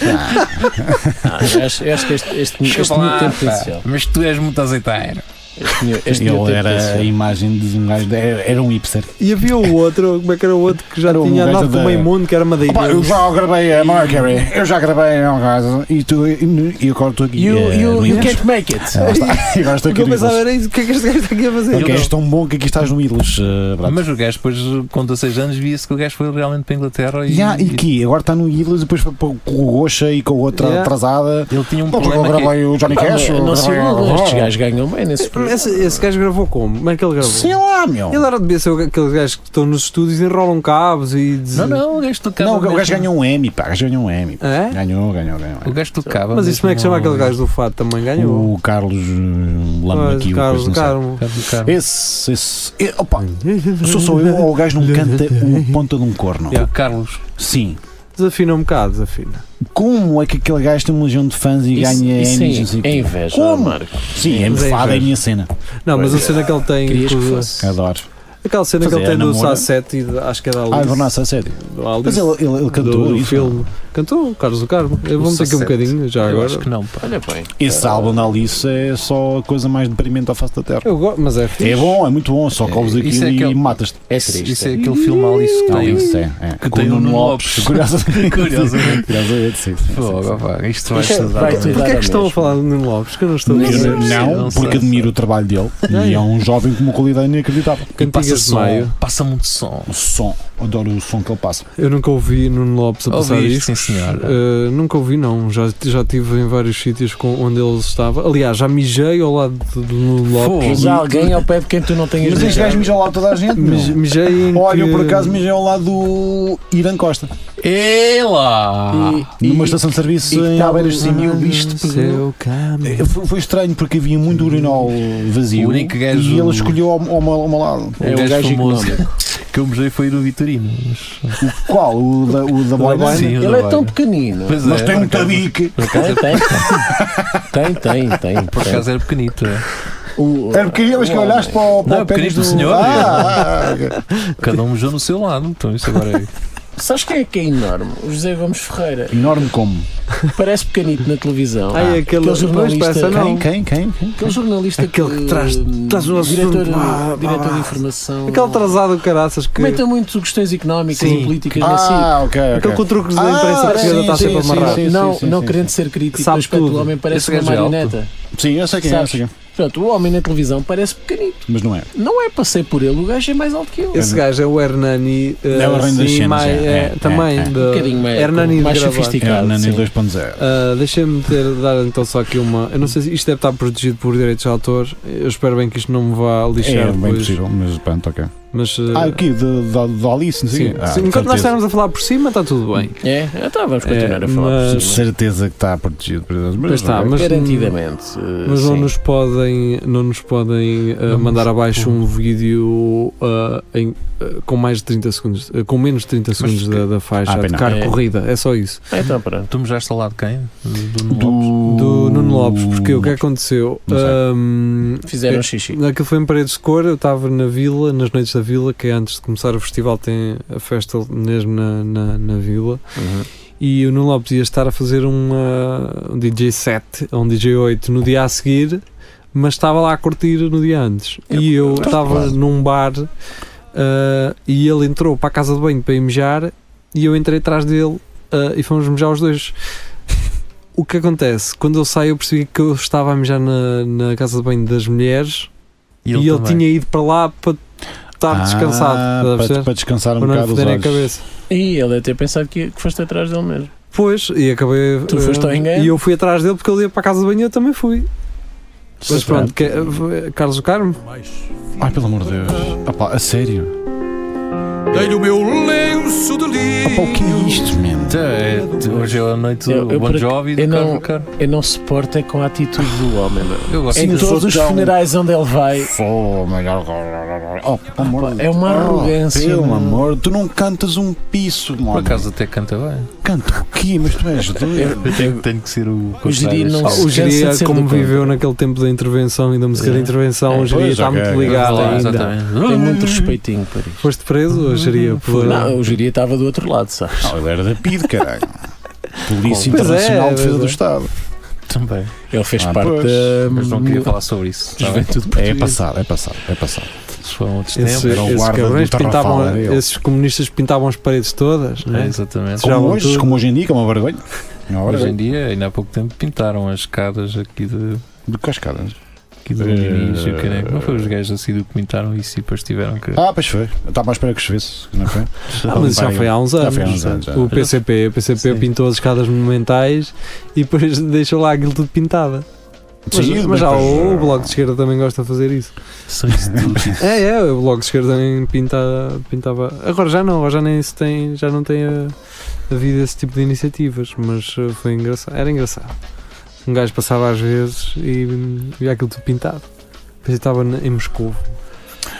Speaker 4: Ah, eu acho, eu acho que este, este, este,
Speaker 5: Chupa
Speaker 4: tinha
Speaker 5: lá,
Speaker 4: tempo
Speaker 5: pá.
Speaker 4: potencial.
Speaker 5: Mas tu és muito azeiteiro.
Speaker 4: Este tinha- este tinha tempo
Speaker 2: Ele era
Speaker 4: potencial.
Speaker 2: a imagem de um gajo. de- Era um hipster.
Speaker 3: E havia o outro, como é que era o outro que já
Speaker 2: um
Speaker 3: tinha
Speaker 2: gajo
Speaker 3: andado com
Speaker 2: da-
Speaker 3: meio mundo, que era Madeira.
Speaker 2: Opa, eu já gravei a Margery, eu já gravei a Margery e, tu, e, e agora estou aqui.
Speaker 4: You,
Speaker 2: eh,
Speaker 4: you, you
Speaker 2: Ídolos.
Speaker 5: é
Speaker 4: can't make it.
Speaker 2: Ah, lá está. E agora estou
Speaker 3: O
Speaker 2: aqui.
Speaker 3: que eu
Speaker 2: no
Speaker 3: pensava
Speaker 2: Ídolos.
Speaker 3: era isso, o que é que este gajo está aqui a fazer?
Speaker 2: Ok, és tão bom que aqui estás no Ídolos. eh, Brato.
Speaker 5: Mas o gajo depois, com 16 anos, via-se que o gajo foi realmente para a Inglaterra e,
Speaker 2: Ya, e que agora está no Ídolos e depois foi para- com o Roxa e com a outra
Speaker 5: Ya.
Speaker 2: atrasada.
Speaker 5: ele tinha um
Speaker 2: Não, porque eu
Speaker 5: problema.
Speaker 2: gravei o Johnny
Speaker 4: Pá,
Speaker 2: Cash.
Speaker 4: não-
Speaker 2: eu
Speaker 4: não se
Speaker 2: gravei
Speaker 4: iludam,
Speaker 2: a-
Speaker 4: estes gajos ganham bem nesse
Speaker 3: Esse, esse gajo gravou como? Como é que ele gravou?
Speaker 2: Sei lá, meu.
Speaker 3: Ele era devia ser o- aqueles gajos que estão nos estúdios e enrolam cabos e. Diz...
Speaker 5: Não, não, o gajo tocava.
Speaker 2: Não, o gajo
Speaker 5: mesmo-
Speaker 2: ganhou um M, pá. o gajo Ganhou um M.
Speaker 3: É?
Speaker 2: Ganhou, ganhou, ganhou.
Speaker 5: O gajo tocava.
Speaker 3: Mas isso como é que
Speaker 5: mesmo
Speaker 3: chama aquele
Speaker 5: ao-
Speaker 3: gajo do fado também? Ganhou?
Speaker 2: O Carlos eh, Lama
Speaker 3: Pois,
Speaker 2: aqui, o
Speaker 3: Carlos
Speaker 2: coisa, não sei.
Speaker 3: Carmo.
Speaker 5: Gajo do carro.
Speaker 2: Esse, esse. eh, Opa, sou só eu ou o gajo não canta uma ponta de um corno?
Speaker 5: O Carlos.
Speaker 2: Sim.
Speaker 3: Desafina um bocado, desafina.
Speaker 2: Como é que aquele gajo tem uma legião de fãs e
Speaker 4: Isso-
Speaker 2: ganha
Speaker 4: isso é-
Speaker 2: Emmys? não sei o quê?
Speaker 4: é inveja,
Speaker 2: Como?
Speaker 4: Marco.
Speaker 2: Sim, é
Speaker 3: Mas é
Speaker 2: enfada é a
Speaker 3: inveja.
Speaker 2: minha cena.
Speaker 3: Não, mas a cena que ele tem.
Speaker 4: Querias que
Speaker 3: com-
Speaker 4: fosse.
Speaker 2: Adoro.
Speaker 3: Aquela cena que
Speaker 2: Fazer
Speaker 3: ele tem do
Speaker 2: namoro.
Speaker 3: Sassete, e de- acho que é da
Speaker 2: Ah, vou
Speaker 3: Alice.
Speaker 2: nascer a sério.
Speaker 3: do Alice,
Speaker 2: Mas ele, ele, ele cantou
Speaker 3: do, do
Speaker 2: isso.
Speaker 3: filme. Cantou o Carlos do Carmo. Eu vou meter aqui um
Speaker 5: Sassete.
Speaker 3: bocadinho, já
Speaker 5: é Eu
Speaker 3: agora.
Speaker 5: acho que não, pá.
Speaker 4: Olha bem.
Speaker 2: Esse álbum da Alice é só a coisa mais deprimente à face da Terra.
Speaker 3: Eu gosto, mas é fixe.
Speaker 2: É bom, é muito bom, só que ouves
Speaker 5: isso
Speaker 2: aquilo
Speaker 5: é aquele-
Speaker 2: e matas-te.
Speaker 4: É
Speaker 5: Isso-
Speaker 4: triste.
Speaker 5: Isso é aquele filme Alice que tem.
Speaker 2: Alice, é. é.
Speaker 5: que
Speaker 2: Com
Speaker 5: tem
Speaker 2: o
Speaker 5: o
Speaker 2: Nuno
Speaker 5: Nuno
Speaker 2: Lopes.
Speaker 5: Lopes.
Speaker 2: Curiosamente.
Speaker 5: Curiosamente.
Speaker 2: Curiosamente, sim. sim, sim.
Speaker 5: Fogo, pá, isto vai
Speaker 4: Isto é-
Speaker 5: ser
Speaker 4: vai
Speaker 5: dado.
Speaker 4: tudo.
Speaker 3: Porquê é
Speaker 4: Claramente.
Speaker 3: que estão a falar de Nuno Lopes? Que eu não estou a
Speaker 5: Não,
Speaker 3: ver.
Speaker 5: não.
Speaker 2: Não,
Speaker 5: Não sei,
Speaker 2: porque
Speaker 5: não sei.
Speaker 2: admiro o trabalho dele e é um jovem com uma qualidade inacreditável.
Speaker 5: E passa
Speaker 3: Cantigas de
Speaker 5: som,
Speaker 3: Maio.
Speaker 5: Passa muito som.
Speaker 2: O som, adoro o som que ele passa.
Speaker 3: Eu nunca ouvi Nuno Lopes a passar isto.
Speaker 5: Ouviste,
Speaker 3: Eh,
Speaker 5: sim, senhor.
Speaker 3: nunca ouvi, não. Já, já estive em vários sítios com, onde ele estava. Aliás, já mijei ao lado do Nuno Lopes.
Speaker 4: Mas há alguém ao pé de quem tu não tenhas
Speaker 2: Mas este
Speaker 4: mijado.
Speaker 2: gajo mijou lá toda a gente,
Speaker 3: Mij-
Speaker 2: meu.
Speaker 3: Mijei em.
Speaker 2: Olha,
Speaker 3: que-
Speaker 2: eu por acaso mijei ao lado do Irã Costa.
Speaker 5: Ela!
Speaker 2: Numa estação de serviço em Alveiras de Sintra.
Speaker 5: E ah, o bicho te pegou.
Speaker 2: Eu- Foi, foi estranho porque havia muito urinol vazio
Speaker 5: O único gajo-
Speaker 2: e ele escolheu ao, ao, meu- ao meu lado.
Speaker 5: É o gajo famoso
Speaker 2: um económico.
Speaker 5: que eu beijei foi no Vitorino. mas-
Speaker 2: O qual? O da, o da boina?
Speaker 5: Sim, o
Speaker 4: é
Speaker 5: da boina. Pois
Speaker 2: Mas
Speaker 5: é,
Speaker 2: tem
Speaker 5: por
Speaker 2: um
Speaker 5: acaso-
Speaker 2: tabique.
Speaker 5: por acaso-
Speaker 4: Tem, tem, tem.
Speaker 5: Por acaso era pequenito. é.
Speaker 2: Era pequenino, mas que olhaste para o, para
Speaker 5: Não,
Speaker 2: o pênis
Speaker 5: pequenito
Speaker 2: do
Speaker 5: do senhor.
Speaker 2: Ah, ah, ah.
Speaker 5: Cada um mijou no seu lado. Então isso agora é.
Speaker 4: Sabes quem é que é enorme? O José Gomes Ferreira.
Speaker 2: Enorme como?
Speaker 4: Parece pequenito na televisão.
Speaker 2: Ah, é aquele- pois,
Speaker 4: jornalista.
Speaker 2: parece não. Quem, quem, quem?
Speaker 4: Aquele jornalista
Speaker 3: Aquele que traz- traz um assunto,
Speaker 4: diretor,
Speaker 3: ah,
Speaker 4: diretor
Speaker 3: ah,
Speaker 4: de informação.
Speaker 2: Oh.
Speaker 3: Aquele atrasado caraças que.
Speaker 4: Comenta muito questões económicas
Speaker 3: Sim.
Speaker 4: e políticas
Speaker 3: Ah,
Speaker 4: na SIC.
Speaker 2: ok, ok.
Speaker 3: Aquele que o truque da
Speaker 2: Ah,
Speaker 3: imprensa portuguesa está sempre amarrado.
Speaker 4: Não, não querendo ser crítico,
Speaker 3: Sabe
Speaker 4: mas pronto,
Speaker 3: tudo.
Speaker 4: o homem parece
Speaker 3: Esse
Speaker 4: uma
Speaker 3: gajo é alto.
Speaker 4: marioneta.
Speaker 2: Sim, eu sei quem é, eu
Speaker 4: Sabes?
Speaker 2: sei quem
Speaker 4: Pronto, o homem na televisão parece pequenito.
Speaker 2: Mas não é.
Speaker 4: Não é, passei por ele, o gajo é mais alto que eu.
Speaker 3: Esse gajo é o Hernani. eh,
Speaker 2: Uhum. É o Hernani das
Speaker 3: sim,
Speaker 2: cenas,
Speaker 3: mais-
Speaker 2: é,
Speaker 3: é,
Speaker 2: é,
Speaker 3: também.
Speaker 2: é.
Speaker 3: de-
Speaker 2: Um bocadinho mais-
Speaker 3: Hernani de
Speaker 2: mais
Speaker 3: gravata.
Speaker 2: sofisticado, É, Hernani sim. 2.0.
Speaker 3: Ah, Deixa-me ter- dar então só aqui uma. Eu não sei se isto deve estar protegido por direitos de autor. Eu espero bem que isto não me vá lixar
Speaker 2: É bem
Speaker 3: depois.
Speaker 2: possível, mas pronto, ok.
Speaker 3: Mas, eh,
Speaker 2: Ah, o quê? De- Da da Alice, não sei o
Speaker 3: Sim,
Speaker 2: quê?
Speaker 3: sim,
Speaker 2: Ah,
Speaker 3: enquanto nós
Speaker 2: certeza.
Speaker 3: estarmos a falar por cima, está tudo bem.
Speaker 4: É, então vamos continuar
Speaker 3: É,
Speaker 4: a falar. por
Speaker 3: mas-
Speaker 4: cima.
Speaker 2: Certeza que está protegido. por Deus,
Speaker 3: Pois está,
Speaker 2: ok.
Speaker 3: mas
Speaker 4: Garantidamente, eh,
Speaker 3: mas não
Speaker 4: sim.
Speaker 3: nos podem, não nos podem eh, mandar abaixo um vídeo ah, em- ah, com mais de 30 segundos, ah, com menos de 30 segundos da, da faixa
Speaker 5: Ah,
Speaker 3: a
Speaker 5: bem, não.
Speaker 3: tocar
Speaker 5: É.
Speaker 3: corrida, é só isso.
Speaker 4: Então, pronto.
Speaker 5: Tu mejaste ao lado de quem? Do, do,
Speaker 3: Do Nuno Lopes, porque o que é que aconteceu?
Speaker 5: Não sei.
Speaker 3: Ahm,
Speaker 4: Fizeram
Speaker 3: eh,
Speaker 4: xixi.
Speaker 3: Naquilo foi em Paredes de Cor, eu estava na vila, nas noites da vila, que é antes de começar o festival tem a festa mesmo na, na, na vila. E o Nuno Lopes ia estar a fazer uma, um DJ 7, um DJ 8 no dia a seguir, mas estava lá a curtir no dia antes. e eu estava num bar ah, e ele entrou para a casa de banho para ir mijar e eu entrei atrás dele ah, e fomos mijar os dois. O que acontece? Quando eu saio, eu percebi que eu estava a mijar na, na casa de banho das mulheres
Speaker 5: E
Speaker 3: e ele,
Speaker 5: ele também.
Speaker 3: tinha ido para lá para estar
Speaker 2: Ah,
Speaker 3: Tá descansado. estás a
Speaker 2: para-
Speaker 3: perceber?
Speaker 2: para descansar um
Speaker 3: Para não
Speaker 2: bocado os
Speaker 3: foderem a
Speaker 2: olhos.
Speaker 3: cabeça.
Speaker 4: E ele deve ter pensado que, que foste atrás dele mesmo.
Speaker 3: Pois, e acabei.
Speaker 4: Tu
Speaker 3: eh,
Speaker 4: foste ao engano.
Speaker 3: E eu fui atrás dele porque ele ia para a casa de banho e eu também fui. Mas
Speaker 2: Certo.
Speaker 3: pronto, que- eh, Carlos do Carmo?
Speaker 2: Ai, pelo amor de Deus. Ah, pá, a sério?
Speaker 14: Dei-lhe o meu lenço de linho.
Speaker 2: o que é isto, man?
Speaker 5: Hoje é a noite
Speaker 4: Eu-
Speaker 5: do
Speaker 4: eu
Speaker 5: Bon
Speaker 4: por ac-
Speaker 5: Jovi e
Speaker 4: eu
Speaker 5: do Carlos
Speaker 4: não-
Speaker 5: Bacaro.
Speaker 4: Eu não suporto é com a atitude do homem. meu.
Speaker 5: Eu gosto
Speaker 4: em
Speaker 5: disso.
Speaker 4: todos
Speaker 5: Sou
Speaker 4: os
Speaker 5: tão-
Speaker 4: funerais onde ele vai.
Speaker 2: Oh, melhor. Oh, pelo amor de
Speaker 4: É uma arrogância,
Speaker 2: Pelo
Speaker 4: não.
Speaker 2: amor, tu não cantas um piso,
Speaker 5: Por
Speaker 2: mano.
Speaker 5: acaso até canta bem.
Speaker 2: Canto o quê? Mas tu és doido.
Speaker 5: Eu tenho, tenho que ser o.
Speaker 4: O Giri não
Speaker 5: contrário.
Speaker 4: se
Speaker 3: O
Speaker 4: cansa de
Speaker 3: Geria,
Speaker 4: ser
Speaker 3: como
Speaker 4: do
Speaker 3: viveu naquele tempo da intervenção e da música
Speaker 4: É.
Speaker 3: da
Speaker 2: É,
Speaker 3: intervenção, o Geria
Speaker 4: Pois,
Speaker 3: está
Speaker 4: ok,
Speaker 3: muito
Speaker 4: ok.
Speaker 3: ligado
Speaker 5: Ah,
Speaker 4: Claro,
Speaker 3: ainda.
Speaker 4: exatamente. Tem muito respeitinho para isto.
Speaker 3: Foste preso ou Geria? Por...
Speaker 4: Uhum. Não, o Jiria estava do outro lado, sabes?
Speaker 2: Não, ele era da PID, caralho. Polícia
Speaker 3: Pois é,
Speaker 2: Internacional de Defesa
Speaker 3: pois
Speaker 2: do
Speaker 3: é.
Speaker 2: Estado.
Speaker 5: Também.
Speaker 4: Ele fez
Speaker 2: Ah,
Speaker 4: parte
Speaker 2: pois.
Speaker 4: da.
Speaker 5: Mas não queria falar sobre isso. tá bem? um
Speaker 4: Juventude
Speaker 2: É
Speaker 4: portuguesa.
Speaker 2: passado, é passado, é passado.
Speaker 5: Se foram outros
Speaker 3: Esse- é-
Speaker 5: tempos.
Speaker 2: Era o
Speaker 3: esses
Speaker 2: guarda do
Speaker 3: cabrões
Speaker 2: Tarrafal,
Speaker 3: pintavam-
Speaker 2: era ele.
Speaker 3: esses comunistas pintavam as paredes todas, não
Speaker 5: É,
Speaker 3: é?
Speaker 5: exatamente.
Speaker 3: Já
Speaker 2: Como
Speaker 3: vão
Speaker 2: hoje,
Speaker 3: tudo.
Speaker 2: como hoje em dia, que é uma vergonha. É uma
Speaker 5: Hoje em
Speaker 2: vergonha.
Speaker 5: dia, ainda há pouco tempo, pintaram as escadas aqui de.
Speaker 2: De cascadas.
Speaker 5: Aqui do
Speaker 2: Eh,
Speaker 5: Diniz e o caneco. Não foi os gajos assim do que pintaram isso e depois tiveram que.
Speaker 2: Ah, pois foi. Eu Estava à espera que chovesse, não foi?
Speaker 3: Ah, mas isso já foi há uns anos.
Speaker 2: Já foi há uns anos. já.
Speaker 3: O PCP, o PCP pintou as escadas monumentais e depois deixou lá aquilo tudo pintada. Mas,
Speaker 2: Sim,
Speaker 3: mas já
Speaker 2: depois-
Speaker 3: o, o Bloco de Esquerda também gosta de fazer isso.
Speaker 5: São estúpidos.
Speaker 3: É, é, o Bloco de Esquerda também pinta, pintava. Agora já não, agora já nem se tem, já não tem eh, havido esse tipo de iniciativas, mas eh, foi engraçado. Era engraçado. Um gajo passava às vezes e hum, via aquilo tudo pintado. Depois estava na- em Moscou.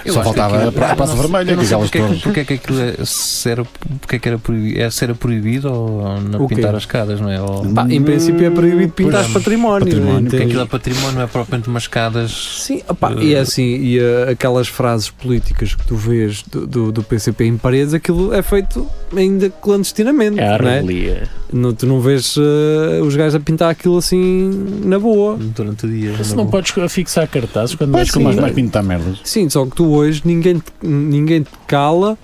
Speaker 5: Eu
Speaker 2: Só
Speaker 5: acho que
Speaker 2: faltava
Speaker 5: aquilo-
Speaker 2: a Praça
Speaker 5: Eu não sei-
Speaker 2: Vermelha,
Speaker 5: eu não sei
Speaker 2: aquelas
Speaker 5: porque é que-
Speaker 2: torres.
Speaker 5: Porque é que aquilo é- se era, porque é que era proibido, é, se era proibido ou não
Speaker 3: O quê?
Speaker 5: pintar as escadas, não é? Ou,
Speaker 3: Pá, em princípio é proibido pintar
Speaker 5: Pois,
Speaker 3: património. né?
Speaker 5: património, porque
Speaker 3: entende?
Speaker 5: aquilo é património, não é propriamente umas escadas.
Speaker 3: Sim, opá, e
Speaker 4: Eh,
Speaker 3: é assim, e uh, aquelas frases políticas que tu vês do, do, do PCP em paredes, aquilo é feito ainda clandestinamente.
Speaker 4: É a
Speaker 3: não é?
Speaker 4: rebelia.
Speaker 3: Não- tu não vês uh, os gajos a pintar aquilo assim na boa.
Speaker 5: Durante o dia. é?
Speaker 4: Se não podes fixar cartazes quando
Speaker 2: Pois,
Speaker 4: vais
Speaker 2: como mais
Speaker 4: comer.
Speaker 2: mais pintar merdas.
Speaker 3: Sim, só que tu hoje ninguém te, ninguém te cala.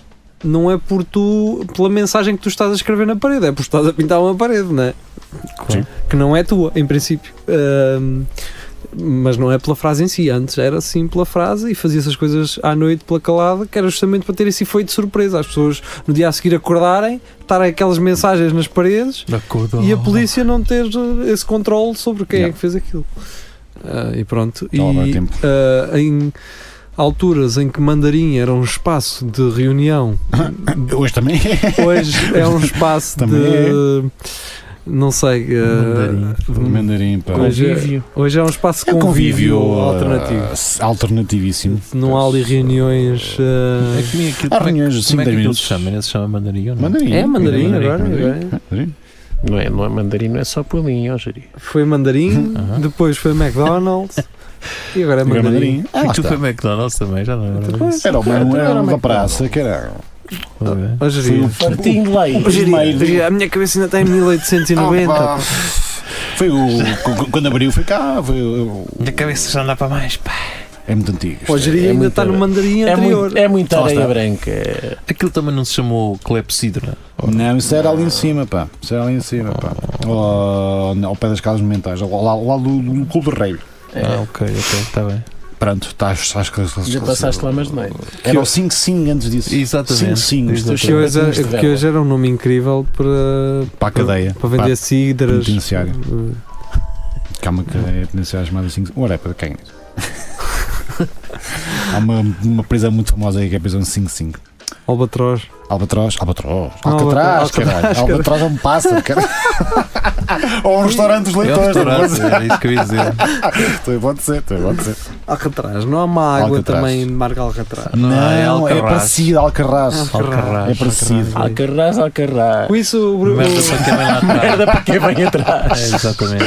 Speaker 3: Não é por tu, pela mensagem que tu estás a escrever na parede, é por estás a pintar uma parede, não é?
Speaker 5: Sim.
Speaker 3: Que não é tua, em princípio. Ahm, mas não é pela frase em si. Antes era assim pela frase e fazia essas coisas à noite pela calada, que era justamente para ter esse efeito de surpresa. As pessoas no dia a seguir acordarem, estarem aquelas mensagens nas paredes e a polícia não ter eh, esse controle sobre quem é
Speaker 2: Yeah.
Speaker 3: que fez aquilo. Ah, e pronto.
Speaker 2: Estava a
Speaker 3: e
Speaker 2: tempo.
Speaker 3: ah, em alturas em que Mandarim era um espaço de reunião.
Speaker 2: Hoje também
Speaker 3: Hoje é um espaço
Speaker 2: Também
Speaker 3: de. Não sei. eh,
Speaker 2: Mandarim, pá.
Speaker 3: Hoje, é, hoje é um espaço de
Speaker 2: É
Speaker 3: convívio,
Speaker 2: ah,
Speaker 3: alternativo.
Speaker 2: Alternativíssimo.
Speaker 3: Não há ali reuniões. eh,
Speaker 5: É
Speaker 2: Há reuniões de 5, 10 minutos.
Speaker 5: chama? Ele se chama mandarim ou não?
Speaker 2: Mandarim. Ah,
Speaker 3: É mandarim agora, é? agora.
Speaker 4: Não é, não é mandarim, não é só pulinho, ó, Jari.
Speaker 3: Foi mandarim, depois foi McDonald's e agora é
Speaker 4: Agora é
Speaker 3: mandarim.
Speaker 4: mandarim. Ah, lá
Speaker 5: Aquilo
Speaker 4: está.
Speaker 5: foi McDonald's também, já não era.
Speaker 3: Pois,
Speaker 2: Era
Speaker 3: claro,
Speaker 2: uma,
Speaker 3: era
Speaker 2: era uma
Speaker 3: uma
Speaker 2: praça, que era.
Speaker 3: Ó, Jeria.
Speaker 2: Foi o- Tinha lá aí.
Speaker 3: Ó, Jeria,
Speaker 2: Meio de-
Speaker 3: Jeria, a minha cabeça ainda está em 1890.
Speaker 2: Ah, pá. Foi o. cu- Quando abriu, foi cá. Foi o.
Speaker 5: Minha cabeça já não dá para mais, pá.
Speaker 2: É muito antigo. isto
Speaker 3: Hoje
Speaker 2: é-
Speaker 3: iria
Speaker 2: é
Speaker 3: ainda
Speaker 2: muito-
Speaker 3: está no mandarim
Speaker 4: É
Speaker 3: anterior.
Speaker 4: muito, é muita
Speaker 2: Lá
Speaker 4: areia
Speaker 2: está.
Speaker 4: branca.
Speaker 5: Aquilo também não se chamou clepsidra.
Speaker 2: Não, isso era ali em cima, pá. Isso era ali em cima, pá. Ao- ao pé das casas mentais, ao, ao, ao lado do, do Clube do Rei.
Speaker 5: Ah, ok, ok, está bem.
Speaker 2: Pronto, tá, estás, estás, estás,
Speaker 4: Já passaste lá, mas não é.
Speaker 2: Era o 5 Sing antes disso.
Speaker 5: Exatamente.
Speaker 2: 5 Sing, os teus
Speaker 3: Que hoje, é-
Speaker 2: chapéus de
Speaker 3: que
Speaker 2: vela.
Speaker 3: hoje era um nome incrível para,
Speaker 2: Para a cadeia.
Speaker 3: para vender
Speaker 2: Para-
Speaker 3: cidras.
Speaker 2: penitenciário.
Speaker 3: Uh,
Speaker 2: Que há uma cadeia penitenciária chamada 5 Ora, é para quem? há uma, uma prisão muito famosa aí que é a prisão 5 Sing.
Speaker 3: Albatroz.
Speaker 2: Albatroz, Albatroz,
Speaker 3: Não,
Speaker 2: Alcatraz,
Speaker 3: Alcatraz,
Speaker 2: caralho.
Speaker 3: caralho.
Speaker 2: Albatroz é um pássaro, caralho. Ou um restaurante dos
Speaker 5: É um
Speaker 2: leitores,
Speaker 5: restaurante, era isso que eu ia dizer.
Speaker 2: Tu pode ser, tu pode ser.
Speaker 3: Alcatraz. Não há uma água
Speaker 2: Alcatraz.
Speaker 3: também de marca Alcatraz.
Speaker 2: Não,
Speaker 5: é
Speaker 2: é,
Speaker 5: Alcarraz.
Speaker 2: parecido, Alcarraz.
Speaker 5: Alcarraz,
Speaker 2: É parecido.
Speaker 4: Alcarraz, Alcarraz.
Speaker 3: Com isso, o Bru-
Speaker 5: Merda para quem vem lá atrás.
Speaker 4: Merda para quem vem atrás.
Speaker 5: É, exatamente.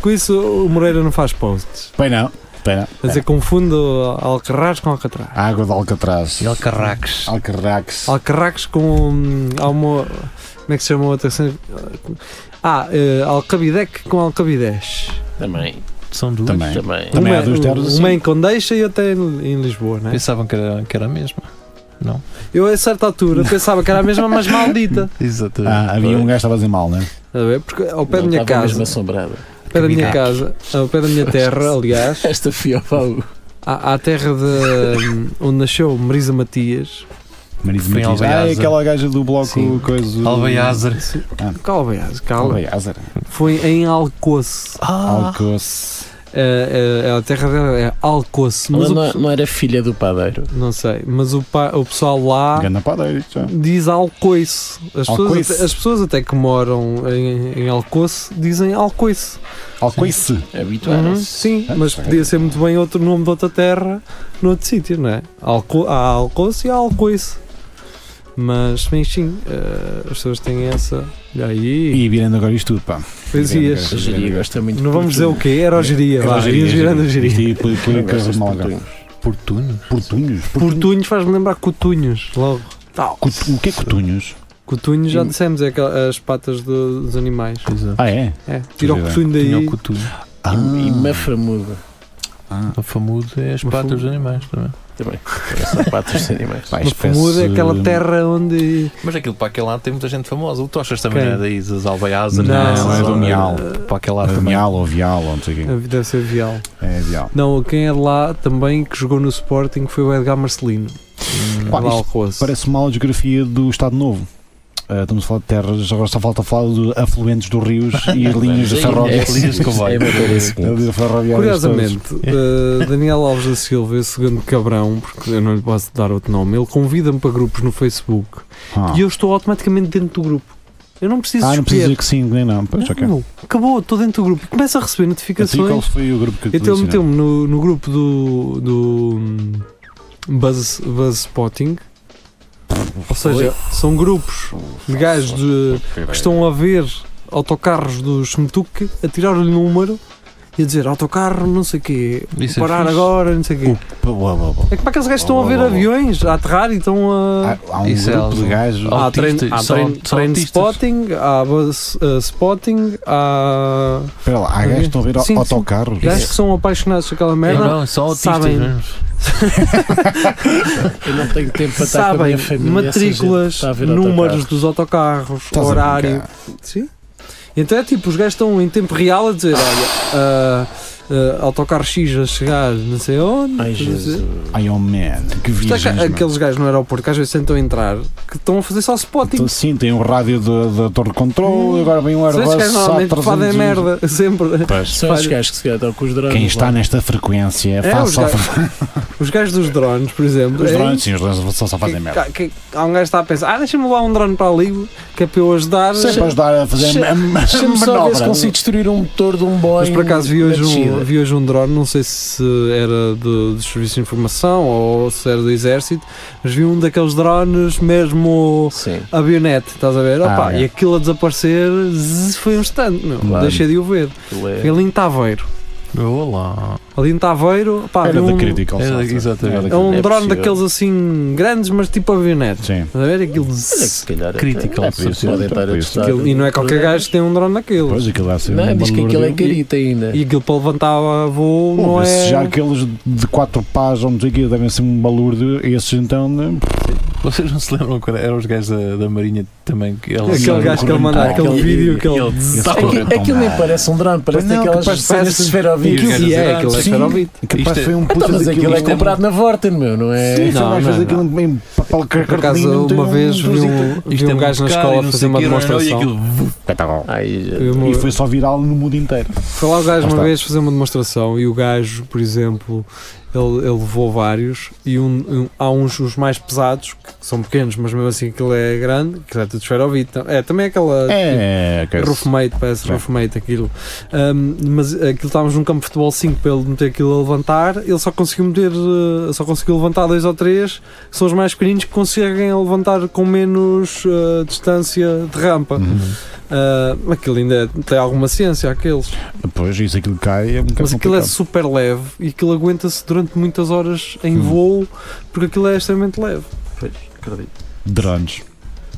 Speaker 3: com isso o Moreira não faz posts.
Speaker 2: Bem não, bem não.
Speaker 3: Quer dizer, confundo Alcarraz com Alcatraz.
Speaker 2: A água de Alcatraz.
Speaker 5: E Alcarraques.
Speaker 2: Alcarrax.
Speaker 3: Alcarraques com. hum, Há uma. Como é que se chama a outra? cena? Ah, eh, Alcabidec com Alcabidez.
Speaker 4: Também.
Speaker 5: São duas.
Speaker 2: Também.
Speaker 4: Também.
Speaker 2: Também
Speaker 3: uma,
Speaker 2: há dois teatros assim.
Speaker 3: uma em Condeixa e outra em, em Lisboa, né?
Speaker 5: Pensavam que era, que era a mesma.
Speaker 3: Eu a certa altura pensava que era a mesma, mas maldita.
Speaker 5: Exatamente.
Speaker 2: Ah, havia um gajo que estava a dizer mal, né?
Speaker 3: Estás a ver? Porque ao pé da
Speaker 4: Não
Speaker 3: minha
Speaker 4: estava
Speaker 3: casa,
Speaker 4: mesmo assombrada.
Speaker 3: ao pé da minha casa, ao pé da minha terra, aliás,
Speaker 4: Esta fiofa.
Speaker 3: à, à terra de hum, onde nasceu Marisa Matias,
Speaker 2: Marisa
Speaker 5: Foi em
Speaker 2: Matias. Ah, é
Speaker 5: Alveiaza.
Speaker 2: aquela gaja do bloco
Speaker 5: Sim.
Speaker 2: coisa.
Speaker 5: Ah, Alveiazer.
Speaker 3: calma, aliás, calma,
Speaker 2: Alveiazer.
Speaker 3: foi em Alcoce.
Speaker 5: Ah.
Speaker 2: Alcoce.
Speaker 3: É, é, é, a terra dela é Alcoce, mas
Speaker 4: Ela
Speaker 3: o,
Speaker 4: não, é-
Speaker 3: pesso-
Speaker 4: não era filha do padeiro.
Speaker 3: não sei, mas o, pa- o pessoal lá
Speaker 2: Ganda padeiro, isto é.
Speaker 3: diz Alcoice. As pessoas,
Speaker 2: Alcoice.
Speaker 3: Até, as pessoas até que moram em, em Alcoce dizem Alcoice.
Speaker 2: Alcoice.
Speaker 3: Uhum,
Speaker 4: Habituaram-se.
Speaker 3: sim,
Speaker 2: Ah,
Speaker 3: mas
Speaker 2: sim.
Speaker 3: podia ser muito bem outro nome de outra terra, noutro sítio, não é? Alco há Alcoice e há Alcoice. Mas, bem, sim, eh, as pessoas têm essa. E aí,
Speaker 2: E virando agora isto tudo, pá.
Speaker 3: poesias.
Speaker 4: A Jeria gosta muito
Speaker 3: Não vamos dizer o quê? Era o geria, vá, ia
Speaker 2: é
Speaker 3: girando o geria.
Speaker 2: E por
Speaker 4: Não
Speaker 2: coisas
Speaker 4: gostas de
Speaker 2: mal
Speaker 4: portunhos.
Speaker 5: Portuno.
Speaker 2: Portunhos?
Speaker 3: Portunhos faz-me lembrar cotunhos, logo.
Speaker 2: Cotu- O que é cotunhos?
Speaker 3: Cotunhos, já dissemos, é aquela- as patas do- dos animais.
Speaker 5: Exato.
Speaker 2: Ah, é?
Speaker 3: É, tira o
Speaker 2: Pois é.
Speaker 3: cotunho
Speaker 5: Tinha o
Speaker 3: daí.
Speaker 5: cotuno.
Speaker 2: Ah,
Speaker 4: E mafamuda.
Speaker 5: O famudo é as patas
Speaker 3: famudo.
Speaker 5: dos animais também.
Speaker 4: Também. Para sapatos de animais.
Speaker 2: pá,
Speaker 3: Mas Famuda é
Speaker 2: espécie-
Speaker 3: aquela terra onde.
Speaker 5: Mas aquilo para aquele lado tem muita gente famosa. O Tochas também
Speaker 3: Quem?
Speaker 5: não é daí das Alveiazer.
Speaker 3: Não,
Speaker 5: dessa
Speaker 3: não é do
Speaker 5: zona.
Speaker 2: Mial.
Speaker 5: Para aquele lado
Speaker 2: É
Speaker 5: também.
Speaker 2: Vial ou Vial ou não sei o quê.
Speaker 3: Deve ser Vial.
Speaker 2: É Vial.
Speaker 3: Não, quem é de lá também que jogou no Sporting foi o Edgar Marcelino.
Speaker 5: Hum.
Speaker 2: Pá,
Speaker 3: lá
Speaker 2: isto
Speaker 3: ao Rosso.
Speaker 2: Parece uma aula de geografia do Estado Novo. Ah, estamos a falar de terras, agora só falta falar de afluentes dos rios e as linhas da ferrovia.
Speaker 5: É, linhas de comboio.
Speaker 4: É matéria seguinte.
Speaker 2: Ali da ferrovia.
Speaker 3: Curiosamente,
Speaker 2: É.
Speaker 3: eh, Daniel Alves da Silva, esse segundo cabrão, porque eu não lhe posso dar outro nome, ele convida-me para grupos no Facebook
Speaker 2: Ah,
Speaker 3: e eu estou automaticamente dentro do grupo. Eu não preciso
Speaker 2: Ah, não
Speaker 3: escolher.
Speaker 2: precisa dizer que sim, nem não. Pois, ok.
Speaker 3: Não, acabou, estou dentro do grupo. E começo a receber
Speaker 2: A ti, qual
Speaker 3: notificações.
Speaker 2: foi o grupo que
Speaker 3: Então ele
Speaker 2: te né? ensinou?
Speaker 3: meteu-me no, no grupo do, do hum, Buzz, Buzz Spotting. Ou seja, são grupos de gajos de, que estão a ver autocarros do Smetuk a tirar-lhe número e a dizer autocarro, não sei o quê,
Speaker 5: Isso é
Speaker 3: parar
Speaker 5: fixe. Uh. Oh,
Speaker 3: agora, não sei o quê.
Speaker 2: Pô, pô, pô, pô.
Speaker 3: É que para aqueles gajos que estão a ver aviões a aterrar e estão a.
Speaker 2: Há, há um
Speaker 5: Isso é
Speaker 2: grupo de
Speaker 5: algo.
Speaker 2: gajos.
Speaker 5: Ah,
Speaker 3: Há
Speaker 5: autistas,
Speaker 3: train, há
Speaker 5: são-
Speaker 3: train,
Speaker 5: são
Speaker 3: train
Speaker 5: autistas.
Speaker 3: spotting, há bus uh, spotting, há
Speaker 2: Espera lá, há gajos que estão a ver
Speaker 3: Sim, sim.
Speaker 2: autocarros.
Speaker 3: gajos que são apaixonados por aquela merda.
Speaker 5: Não, não, são autistas
Speaker 3: sabem-
Speaker 5: mesmo.
Speaker 4: Eu não tenho tempo para estar com
Speaker 3: sabem
Speaker 4: a minha família. essa gente
Speaker 3: matrículas,
Speaker 4: está a ver
Speaker 3: números
Speaker 4: autocarros.
Speaker 3: dos autocarros,
Speaker 2: Estás a
Speaker 3: horário.
Speaker 2: brincar.
Speaker 3: Sim. Então é tipo, os gajos estão em tempo real a dizer: olha, ah, eh, autocarro X a chegar, não sei onde. Ai,
Speaker 2: Ai, oh man, que viagens, mano.
Speaker 3: é aqueles gajos no aeroporto que às vezes tentam entrar, que estão a fazer só spotting.
Speaker 2: Então, sim, tem um rádio da da torre de controle, agora vem um
Speaker 3: Esses
Speaker 2: Airbus
Speaker 3: gajos Hum. normalmente
Speaker 2: A320.
Speaker 3: fazem merda, sempre.
Speaker 4: São esses gajos que se calhar estão com os drones.
Speaker 2: Quem
Speaker 4: lá.
Speaker 2: está nesta frequência é,
Speaker 3: É, os
Speaker 2: fácil.
Speaker 3: gajos- Os gajos dos drones, por exemplo.
Speaker 2: Os
Speaker 3: é-
Speaker 2: drones, sim, os drones só, só fazem merda.
Speaker 3: Cá- que- há um gajo que está a pensar, ah, deixa-me levar um drone para ali, que é para eu ajudar.
Speaker 2: Sim, para ajudar a fazer
Speaker 3: Che-
Speaker 2: a- a- a
Speaker 4: Deixa-me só ver se
Speaker 2: manobra.
Speaker 4: consigo destruir um motor de um
Speaker 3: Mas
Speaker 4: Boeing.
Speaker 3: por acaso vi
Speaker 4: na
Speaker 3: hoje, um,
Speaker 4: descida.
Speaker 3: vi hoje um drone, não sei se era de- dos serviços de informação ou se era do exército, mas vi um daqueles drones mesmo avionete, estás a ver?
Speaker 4: Ah,
Speaker 3: Opa,
Speaker 4: é.
Speaker 3: E aquilo a desaparecer zzz, foi um instante, meu.
Speaker 4: Claro.
Speaker 3: deixei de o ver.
Speaker 4: Aquilo é-
Speaker 3: Foi ali em Taveiro.
Speaker 5: Olá.
Speaker 3: Ali em Taveiro, pá,
Speaker 5: Era
Speaker 3: vi
Speaker 5: da
Speaker 3: um-
Speaker 5: Critical
Speaker 4: Ah,
Speaker 5: Era da- Software. exatamente.
Speaker 3: É um drone
Speaker 5: É possível.
Speaker 3: daqueles assim grandes, mas tipo avionete. Sim. Estás a ver? Aquilo zzz.
Speaker 4: calhar é-
Speaker 5: Critical
Speaker 4: é por isso,
Speaker 5: Software.
Speaker 4: podem estar a
Speaker 5: É por isso.
Speaker 4: testar.
Speaker 3: Aquilo- e não é qualquer gajo que tem um drone daquele. Pois,
Speaker 2: aquilo um lá
Speaker 4: Não, diz que aquilo é carita ainda.
Speaker 3: E aquilo para levantar a voo
Speaker 2: Pô,
Speaker 3: não
Speaker 2: mas se
Speaker 3: é.
Speaker 2: já aqueles de 4 pás ou não sei o quê devem ser um balúrdio, esses então. né?
Speaker 5: Vocês não se lembram quando eram os gajos da, da Marinha também? Que eles
Speaker 3: Aquele gajo que ele manda, aquele vídeo que ele-
Speaker 4: Aquilo, aquilo nem parece um drone, parece
Speaker 3: Pois não, que
Speaker 4: daquelas
Speaker 3: parece-
Speaker 4: cenas de esferovite.
Speaker 3: Aquilo- E é, aquilo é esferovite.
Speaker 2: Aquilo parece foi um puta
Speaker 4: Então, mas
Speaker 2: daquilo.
Speaker 4: aquilo é
Speaker 2: Isto é
Speaker 4: comprado na Vorten, meu, não é?
Speaker 2: Sim, foi mais fazer aquilo em- em papel
Speaker 3: Por acaso, uma vez vi um, vi
Speaker 5: é
Speaker 3: um gajo na escola fazer uma demonstração.
Speaker 2: Espetáculo.
Speaker 3: Eu não-
Speaker 2: E foi só viral no mundo inteiro.
Speaker 3: Foi lá o gajo
Speaker 2: Lá
Speaker 3: uma
Speaker 2: está.
Speaker 3: vez fazer uma demonstração e o gajo, por exemplo, ele, ele levou vários e um- um- há uns os mais pesados, que são pequenos, mas mesmo assim aquilo é grande, que é tudo esferovite. É, também é aquela.
Speaker 2: É,
Speaker 3: tipo,
Speaker 2: que é isso.
Speaker 3: Roofmate, parece
Speaker 2: É.
Speaker 3: roofmate aquilo. Ahm, mas aquilo estávamos num campo de futebol 5 para ele meter aquilo a levantar, ele só conseguiu meter, eh, só conseguiu levantar dois ou três, que são os mais pequeninos que conseguem levantar com menos eh, distância de rampa. Ah, aquilo ainda é- tem alguma ciência, aqueles.
Speaker 2: Pois, isso aquilo cai é um bocado
Speaker 3: Mas aquilo é
Speaker 2: complicado.
Speaker 3: super leve e aquilo aguenta-se durante muitas horas em voo porque aquilo é extremamente leve.
Speaker 2: Drones.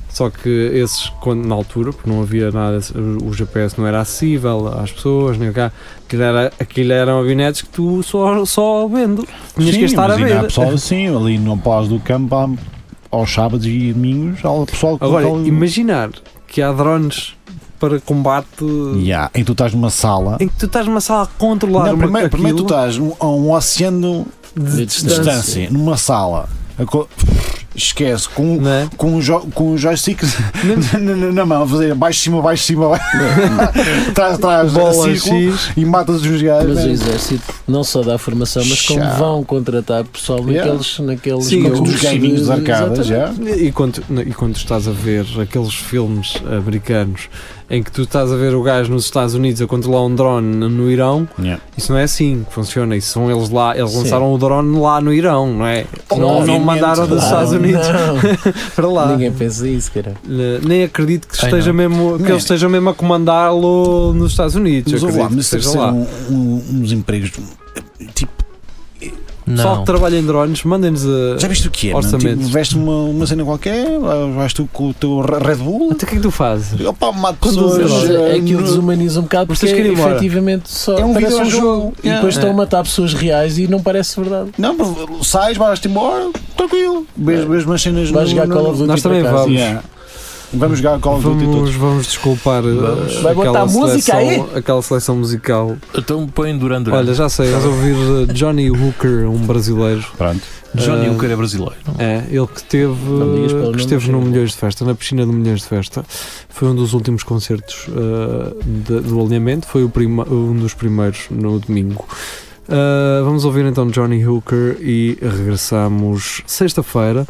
Speaker 3: Só que esses, quando, na altura, porque não havia nada, o GPS não era acessível às pessoas, nem cá, aquilo, era, aquilo eram avionetes que tu só, só vendo. Tinhas
Speaker 2: Sim,
Speaker 3: que estar a
Speaker 2: mas ainda há
Speaker 3: ver.
Speaker 2: pessoal assim, ali no pós do campo, há- aos sábados e domingos, há o pessoal que
Speaker 3: Agora,
Speaker 2: coloca-
Speaker 3: imaginar que há drones para combate
Speaker 2: Yeah, em que tu estás numa sala.
Speaker 3: em que tu estás numa sala controlada.
Speaker 2: Não, primeiro, primeiro tu estás num- a um oceano
Speaker 3: De
Speaker 2: de
Speaker 3: distância.
Speaker 2: distância, numa sala. A co- Esquece, com,
Speaker 3: é?
Speaker 2: com, um jo- com um joystick na, na- na mão, a fazer baixo, cima, baixo, cima, baixo. Traz, traz,
Speaker 4: Bola
Speaker 2: círculo
Speaker 4: X.
Speaker 2: e matas os gajos.
Speaker 4: Mas o
Speaker 2: né?
Speaker 4: exército não só dá formação, mas como
Speaker 2: Chá.
Speaker 4: vão contratar pessoal
Speaker 2: Yeah.
Speaker 4: naqueles, naqueles
Speaker 3: Sim,
Speaker 4: grupos
Speaker 3: dos gaminhos
Speaker 4: de-
Speaker 3: de arcadas,
Speaker 4: Exatamente.
Speaker 3: E quando, e quando estás a ver aqueles filmes americanos em que tu estás a ver o gajo nos Estados Unidos a controlar um drone no Irão,
Speaker 2: Yeah.
Speaker 3: isso não é assim que funciona. Isso são eles lá, eles
Speaker 4: Sim.
Speaker 3: lançaram o drone lá no Irão, não é? Não, não
Speaker 4: Obviamente,
Speaker 3: mandaram dos
Speaker 4: claro,
Speaker 3: Estados Unidos
Speaker 4: Ah, não.
Speaker 3: para lá.
Speaker 4: Ninguém pensa isso, cara.
Speaker 3: Ne- Nem acredito que,
Speaker 4: Ai,
Speaker 3: esteja
Speaker 4: não.
Speaker 3: mesmo, que
Speaker 4: Nem.
Speaker 3: ele esteja mesmo a comandá-lo nos Estados Unidos.
Speaker 2: Mas, ouve
Speaker 3: acredito
Speaker 2: lá,
Speaker 3: que
Speaker 2: mas deve
Speaker 3: esteja
Speaker 2: ser
Speaker 3: lá.
Speaker 2: um- um- uns empregos
Speaker 5: um,
Speaker 2: tipo.
Speaker 3: Pessoal que trabalha em drones, mandem-nos a
Speaker 2: Já viste o que é? mano?
Speaker 3: orçamentos.
Speaker 2: Tipo, veste uma, uma cena qualquer, vais tu com o teu Red Bull.
Speaker 3: Até o que é que tu fazes?
Speaker 2: Opa, mato
Speaker 4: Conduz,
Speaker 2: pessoas.
Speaker 4: mas é-
Speaker 2: eh,
Speaker 4: é que o
Speaker 2: no-
Speaker 4: desumaniza um bocado porque
Speaker 2: Vocês querem ir embora.
Speaker 4: efetivamente só
Speaker 2: É um
Speaker 4: parece um
Speaker 2: videojogo.
Speaker 4: jogo e
Speaker 2: Yeah.
Speaker 4: depois estão
Speaker 2: É.
Speaker 4: a matar pessoas reais e não parece verdade.
Speaker 2: Não, mas sais, vais-te embora, tranquilo. Vês vês umas cenas
Speaker 4: É. Vais
Speaker 2: no-
Speaker 4: jogar
Speaker 2: no-
Speaker 4: Call of Duty
Speaker 3: Nós também
Speaker 4: para casa.
Speaker 3: vamos.
Speaker 2: Yeah. Vamos jogar Call of Duty
Speaker 3: Vamos,
Speaker 2: todos.
Speaker 3: vamos desculpar uh,
Speaker 4: Vai botar
Speaker 3: aquela,
Speaker 4: música
Speaker 3: seleção, aquela seleção musical.
Speaker 5: Então põe Duran Duran.
Speaker 3: Olha, já sei, vamos ouvir uh, Johnny Hooker, um brasileiro.
Speaker 2: Pronto.
Speaker 5: Johnny
Speaker 3: Eh,
Speaker 5: Hooker é brasileiro.
Speaker 3: É, ele que teve,
Speaker 5: Não digas
Speaker 3: uh,
Speaker 5: pelo
Speaker 3: que
Speaker 5: nome,
Speaker 3: esteve
Speaker 5: chega.
Speaker 3: no Milhões de Festa, na piscina do Milhões de Festa. Foi um dos últimos concertos uh, de- do alinhamento, foi o prima- um dos primeiros no domingo. Uh, vamos ouvir então Johnny Hooker e regressamos sexta-feira.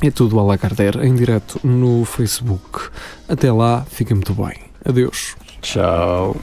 Speaker 3: É tudo à la Carter, em direto no Facebook. Até lá, fiquem muito bem. Adeus.
Speaker 4: Tchau.